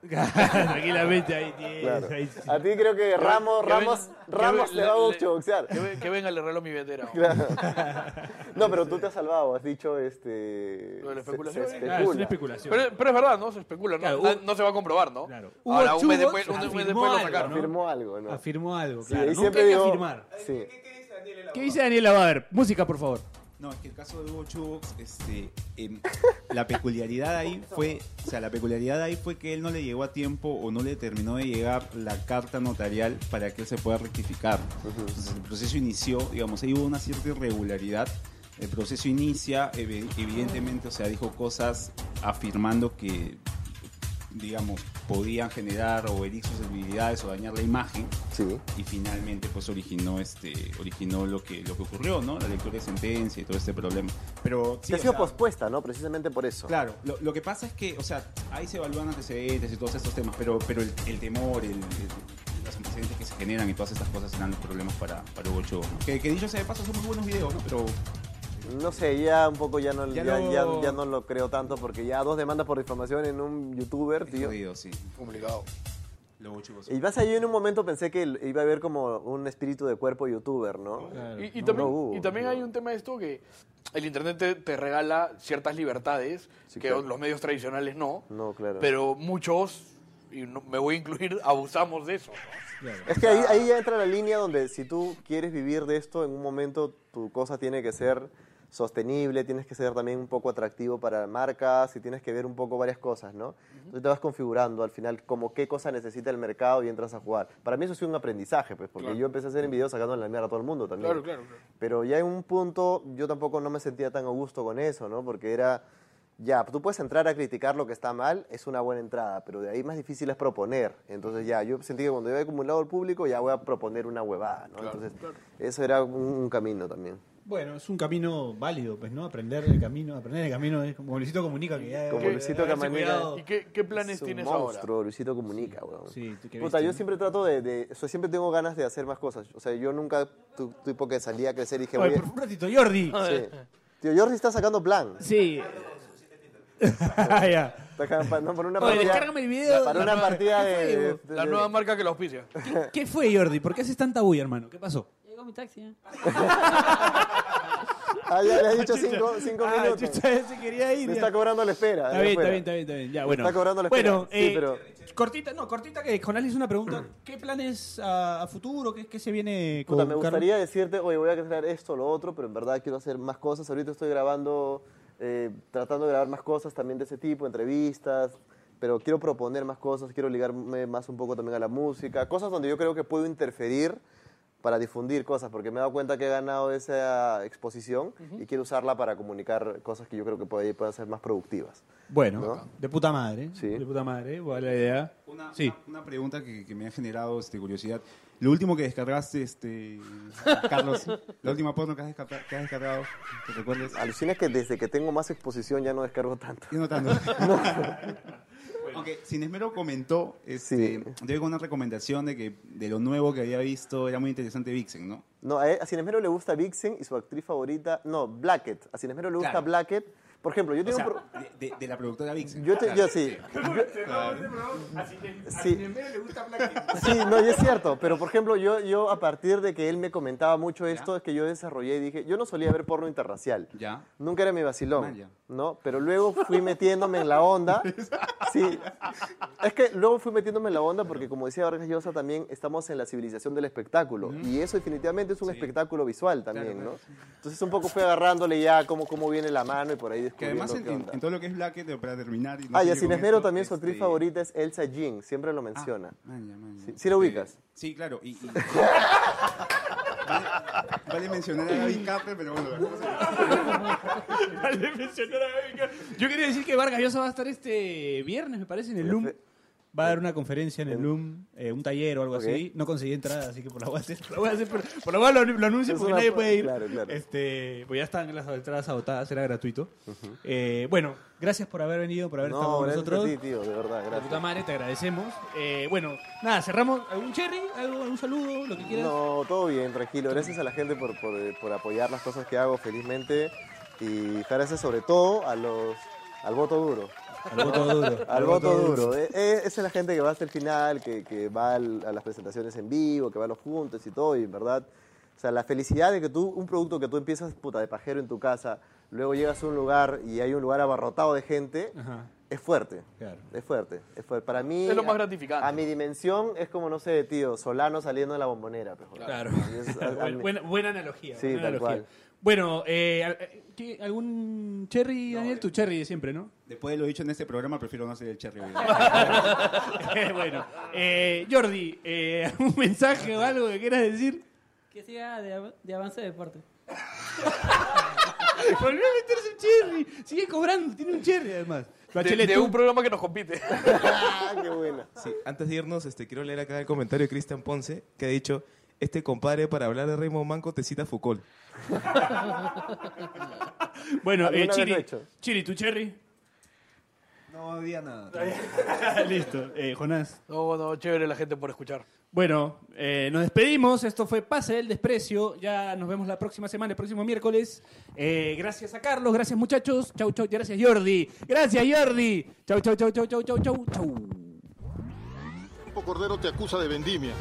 Speaker 6: Eh,
Speaker 3: Tranquilamente ahí tienes.
Speaker 4: Claro.
Speaker 6: pues,
Speaker 4: Ah,
Speaker 3: ahí sí.
Speaker 4: A ti creo que Ramos,
Speaker 1: Que ven-
Speaker 4: Ramos,
Speaker 1: que
Speaker 4: Ramos
Speaker 1: ven-
Speaker 4: le va a boxear.
Speaker 1: Que, ven- que venga, le regalo mi vetera.
Speaker 4: Claro. No, pero tú te has salvado, has dicho este.
Speaker 1: Lo de la
Speaker 4: se-
Speaker 1: especulación.
Speaker 3: Ah,
Speaker 4: se
Speaker 3: es una
Speaker 4: especula.
Speaker 3: especulación.
Speaker 1: Pero, pero es verdad, ¿no? Se especula, ¿no?
Speaker 3: Claro,
Speaker 1: Ah,
Speaker 3: hubo-
Speaker 1: no se va a comprobar, ¿no?
Speaker 3: Claro.
Speaker 1: Ahora,
Speaker 3: Hubo
Speaker 1: un mes
Speaker 3: chubos,
Speaker 1: después, un mes
Speaker 3: afirmó
Speaker 1: después lo
Speaker 13: algo,
Speaker 1: sacaron.
Speaker 13: ¿no?
Speaker 4: Afirmó algo, ¿no?
Speaker 3: Afirmó algo,
Speaker 4: Sí,
Speaker 3: claro.
Speaker 4: ahí
Speaker 3: Nunca
Speaker 4: siempre
Speaker 3: hay que
Speaker 4: digo-
Speaker 3: afirmar.
Speaker 4: Sí.
Speaker 3: ¿Qué dice Daniel Abadar? Música, por favor.
Speaker 6: No, es que el caso de Hugo Chubox, este, em, la peculiaridad ahí fue, o sea, la peculiaridad ahí fue que él no le llegó a tiempo o no le terminó de llegar la carta notarial para que él se pueda rectificar. Entonces, el proceso inició, digamos, ahí hubo una cierta irregularidad. El proceso inicia, evi- evidentemente, o sea, dijo cosas afirmando que, digamos, podían generar o herir sus debilidades o dañar la imagen. Y finalmente, pues, originó este, originó lo que, lo que ocurrió, ¿no? La lectura de sentencia y todo este problema. Pero sí,
Speaker 4: que ha
Speaker 6: o
Speaker 4: sido
Speaker 6: sea,
Speaker 4: pospuesta, ¿no? Precisamente por eso.
Speaker 6: Claro, lo, lo que pasa es que, o sea, ahí se evalúan antecedentes y todos estos temas, pero, pero el, el temor, el- el- los antecedentes que se generan y todas estas cosas serán los problemas para, para Hugo Chubos, ¿no? Que, que dicho sea de paso, son muy buenos videos, ¿no? Pero
Speaker 4: No sé, ya un poco ya no, ya,
Speaker 6: Ya no-
Speaker 4: ya- ya no lo creo tanto porque ya dos demandas por difamación en un youtuber, tío.
Speaker 6: sí.
Speaker 1: Complicado.
Speaker 6: los Hugo Chubos-
Speaker 4: Y vas a yo en un momento pensé que el- iba a haber como un espíritu de cuerpo youtuber, ¿no?
Speaker 1: Y, y
Speaker 4: No,
Speaker 1: también,
Speaker 4: no hubo.
Speaker 1: y también hay un tema de esto que el Internet te, te regala ciertas libertades que
Speaker 4: claro.
Speaker 1: los medios tradicionales no,
Speaker 4: No, claro.
Speaker 1: pero muchos, y no- me voy a incluir, abusamos de eso. ¿no?
Speaker 4: Es que ahí, ahí ya entra la línea donde si tú quieres vivir de esto, en un momento tu cosa tiene que ser sostenible, tienes que ser también un poco atractivo para marcas y tienes que ver un poco varias cosas, ¿no? Entonces te vas configurando al final como qué cosa necesita el mercado y entras a jugar. Para mí eso ha sido un aprendizaje, pues, porque
Speaker 1: Claro.
Speaker 4: yo empecé a hacer en videos sacando la mierda a todo el mundo también.
Speaker 1: Claro, claro, claro.
Speaker 4: Pero ya en un punto yo tampoco no me sentía tan a gusto con eso, ¿no? Porque era, ya, tú puedes entrar a criticar lo que está mal, es una buena entrada, pero de ahí más difícil es proponer. Entonces ya, yo sentí que cuando yo he acumulado el público ya voy a proponer una huevada, ¿no? Entonces eso era un, un camino también.
Speaker 3: Bueno, es un camino válido, pues, ¿no? Aprender el camino, aprender el camino es como Luisito comunica que ya
Speaker 4: Como
Speaker 3: que-
Speaker 4: Luisito
Speaker 3: haberse
Speaker 4: Camanera.
Speaker 3: cuidado.
Speaker 1: ¿Y qué, qué planes
Speaker 4: Es un
Speaker 1: tienes
Speaker 4: monstruo, Luisito comunica, weón.
Speaker 3: tú qué
Speaker 4: Puta,
Speaker 3: bestia,
Speaker 4: yo
Speaker 3: ¿no?
Speaker 4: siempre trato de, de- o sea, siempre tengo ganas de hacer más cosas. O sea, yo nunca tu, tipo que salí a crecer y dije,
Speaker 3: Oye,
Speaker 4: voy a-
Speaker 3: por un ratito, Jordi.
Speaker 4: Sí. Tío, Jordi está sacando plan.
Speaker 13: Sí.
Speaker 3: ya.
Speaker 4: No, por una
Speaker 13: Oye,
Speaker 4: partida,
Speaker 13: descárgame el video.
Speaker 4: Para una partida de, de-
Speaker 1: ahora? La
Speaker 4: de-
Speaker 1: nueva marca que la auspicia.
Speaker 3: ¿Qué fue, Jordi? ¿Por qué haces tanta bulla, hermano? ¿Qué pasó?
Speaker 5: Llegó mi taxi. ¿eh?
Speaker 4: Ah, ya le has dicho cinco, cinco
Speaker 3: Ah,
Speaker 4: minutos.
Speaker 3: chucha, se quería ir.
Speaker 4: Me
Speaker 3: ya.
Speaker 4: está cobrando la espera.
Speaker 3: Está
Speaker 4: de
Speaker 3: bien, está
Speaker 4: afuera.
Speaker 3: bien, está bien, está bien. Ya,
Speaker 4: Me
Speaker 3: bueno.
Speaker 4: está cobrando la espera.
Speaker 3: bueno,
Speaker 4: Sí,
Speaker 3: eh,
Speaker 4: pero-
Speaker 3: cortita, no, cortita que Jonás le hizo una pregunta. ¿Qué planes a, a futuro? ¿Qué, qué se viene con
Speaker 4: Puta, me
Speaker 3: Carlos?
Speaker 4: gustaría decirte, oye, voy a crear esto, lo otro, pero en verdad quiero hacer más cosas. Ahorita estoy grabando, eh, tratando de grabar más cosas también de ese tipo, entrevistas, pero quiero proponer más cosas, quiero ligarme más un poco también a la música, cosas donde yo creo que puedo interferir para difundir cosas, porque me he dado cuenta que he ganado esa exposición y quiero usarla para comunicar cosas que yo creo que puede- puedan ser más productivas.
Speaker 3: Bueno,
Speaker 4: ¿No?
Speaker 3: de puta madre. De puta madre, igual la idea.
Speaker 6: Una, una, una pregunta que, que me ha generado este, curiosidad. Lo último que descargaste, este, Carlos, la última porno que has, descarga- que has descargado, ¿te recuerdas?
Speaker 4: Alucina que desde que tengo más exposición ya no descargo tanto.
Speaker 6: Yo no tanto. Aunque Sin Esmero comentó, este, dio una recomendación de que de lo nuevo que había visto era muy interesante Vixen, ¿no?
Speaker 4: No, a, él- a Cinesmero le gusta Vixen y su actriz favorita, no, Blackett. A Cinesmero le gusta
Speaker 6: Claro.
Speaker 4: Blackett. Por ejemplo, yo
Speaker 6: O
Speaker 4: tengo
Speaker 6: sea,
Speaker 4: un pro-
Speaker 6: de, de- de la productora Vixen.
Speaker 4: Yo te-
Speaker 6: Claro.
Speaker 4: yo sí. Sí.
Speaker 6: le gusta
Speaker 4: Sí, no, y es cierto, pero por ejemplo, yo, yo a partir de que él me comentaba mucho esto, es que yo desarrollé y dije, yo no solía ver porno interracial.
Speaker 6: Ya.
Speaker 4: Nunca era mi vacilón,
Speaker 6: Man, ya.
Speaker 4: ¿no? Pero luego fui metiéndome en la onda. Sí. Es que luego fui metiéndome en la onda porque, como decía Vargas Llosa, también estamos en la civilización del espectáculo. Y eso definitivamente es un espectáculo visual también,
Speaker 6: Claro,
Speaker 4: ¿no? Entonces un poco fui agarrándole ya cómo, cómo viene la mano y por ahí
Speaker 6: Que
Speaker 4: descubriendo
Speaker 6: además en,
Speaker 4: qué
Speaker 6: en-
Speaker 4: onda.
Speaker 6: en todo lo que es Blackett, para terminar... y no
Speaker 4: Ah, y
Speaker 6: sigue
Speaker 4: a Sin
Speaker 6: con
Speaker 4: Esmero
Speaker 6: esto,
Speaker 4: también su actriz
Speaker 6: este, Ah.
Speaker 4: favorita es Elsa Jean, siempre lo menciona.
Speaker 6: man, ya, man, ya.
Speaker 4: Sí, sí lo ubicas.
Speaker 6: Sí, claro. Y, y- vale, vale mencionar a David Carter, pero bueno, la cosa-
Speaker 13: Vale, mencionar a Gaby Car- Yo quería decir que Vargas Llosa va a estar este viernes, me parece, en el LUM.
Speaker 3: Va a dar una conferencia en el LUM, eh, un taller o algo
Speaker 4: Ok.
Speaker 3: así. No conseguí entrada, así que por la voy a hacer. Lo voy a hacer por, por la voy a lo, lo anuncio
Speaker 4: Es
Speaker 3: porque
Speaker 4: una
Speaker 3: nadie
Speaker 4: po-
Speaker 3: puede ir.
Speaker 4: claro, claro.
Speaker 3: Este, pues ya están las entradas agotadas, era gratuito. Eh, bueno, gracias por haber venido, por haber estado
Speaker 4: No,
Speaker 3: con
Speaker 4: gracias
Speaker 3: nosotros.
Speaker 4: a ti, tío, de verdad,
Speaker 3: De puta
Speaker 4: gracias.
Speaker 3: madre, te agradecemos. Eh, bueno, nada, cerramos. ¿Algún cherry? ¿Algo- ¿Algún saludo? Lo que quieras.
Speaker 4: No, todo bien, tranquilo. Gracias a la gente por, eh, por- por apoyar las cosas que hago felizmente. Y gracias sobre todo a los, al voto duro.
Speaker 3: Al voto duro.
Speaker 4: Al voto duro. Eh, eh, Esa es la gente que va hasta el final, que, que va al- a las presentaciones en vivo, que va a los juntos y todo, y en verdad. O sea, la felicidad de que tú, un producto que tú empiezas puta de pajero en tu casa, luego llegas a un lugar y hay un lugar abarrotado de gente,
Speaker 3: Ajá,
Speaker 4: es fuerte.
Speaker 3: claro.
Speaker 4: Es fuerte, es fuerte. Para mí.
Speaker 1: Es lo más
Speaker 4: a-
Speaker 1: gratificante.
Speaker 4: A mi dimensión es como, no sé, tío, Solano saliendo de la bombonera. pues, joder.
Speaker 3: Claro.
Speaker 4: Y es- a- a
Speaker 3: Buen-
Speaker 4: mí-
Speaker 3: Buena, buena analogía.
Speaker 4: Sí,
Speaker 3: buena
Speaker 4: tal
Speaker 3: analogía.
Speaker 4: cual.
Speaker 3: Bueno, eh, al- eh, ¿qué- ¿algún cherry, Daniel?
Speaker 4: eh.
Speaker 3: tu cherry de siempre, ¿no?
Speaker 6: Después de lo dicho en este programa, prefiero no hacer el cherry.
Speaker 3: Eh, bueno, eh, Jordi, eh, ¿algún mensaje o algo que quieras decir?
Speaker 5: Que siga de, av- de avance de deporte.
Speaker 3: Volvió a meterse un cherry. Sigue cobrando, tiene un cherry además.
Speaker 7: Bachelet,
Speaker 1: de, de
Speaker 7: tú.
Speaker 1: un programa que nos compite.
Speaker 4: Ah, qué buena.
Speaker 7: Sí, antes de irnos, este, quiero leer acá el comentario de Cristian Ponce, que ha dicho, este compadre para hablar de Raymond Manco te cita Foucault.
Speaker 3: Bueno, eh,
Speaker 7: ¿Alguna vez
Speaker 3: Chiri,
Speaker 7: lo he hecho?
Speaker 3: Chiri, ¿tu cherry?
Speaker 14: No diga nada.
Speaker 3: Listo. Eh, Jonás.
Speaker 1: No, no, chévere la gente por escuchar.
Speaker 3: Bueno, eh, nos despedimos. Esto fue Pase del Desprecio. Ya nos vemos la próxima semana, el próximo miércoles. Eh, gracias a Carlos, gracias muchachos. Chau, chau, gracias Jordi. Gracias Jordi. Chau, chau, chau, chau, chau, chau, chau, chau.
Speaker 2: Campo Cordero te acusa de vendimia.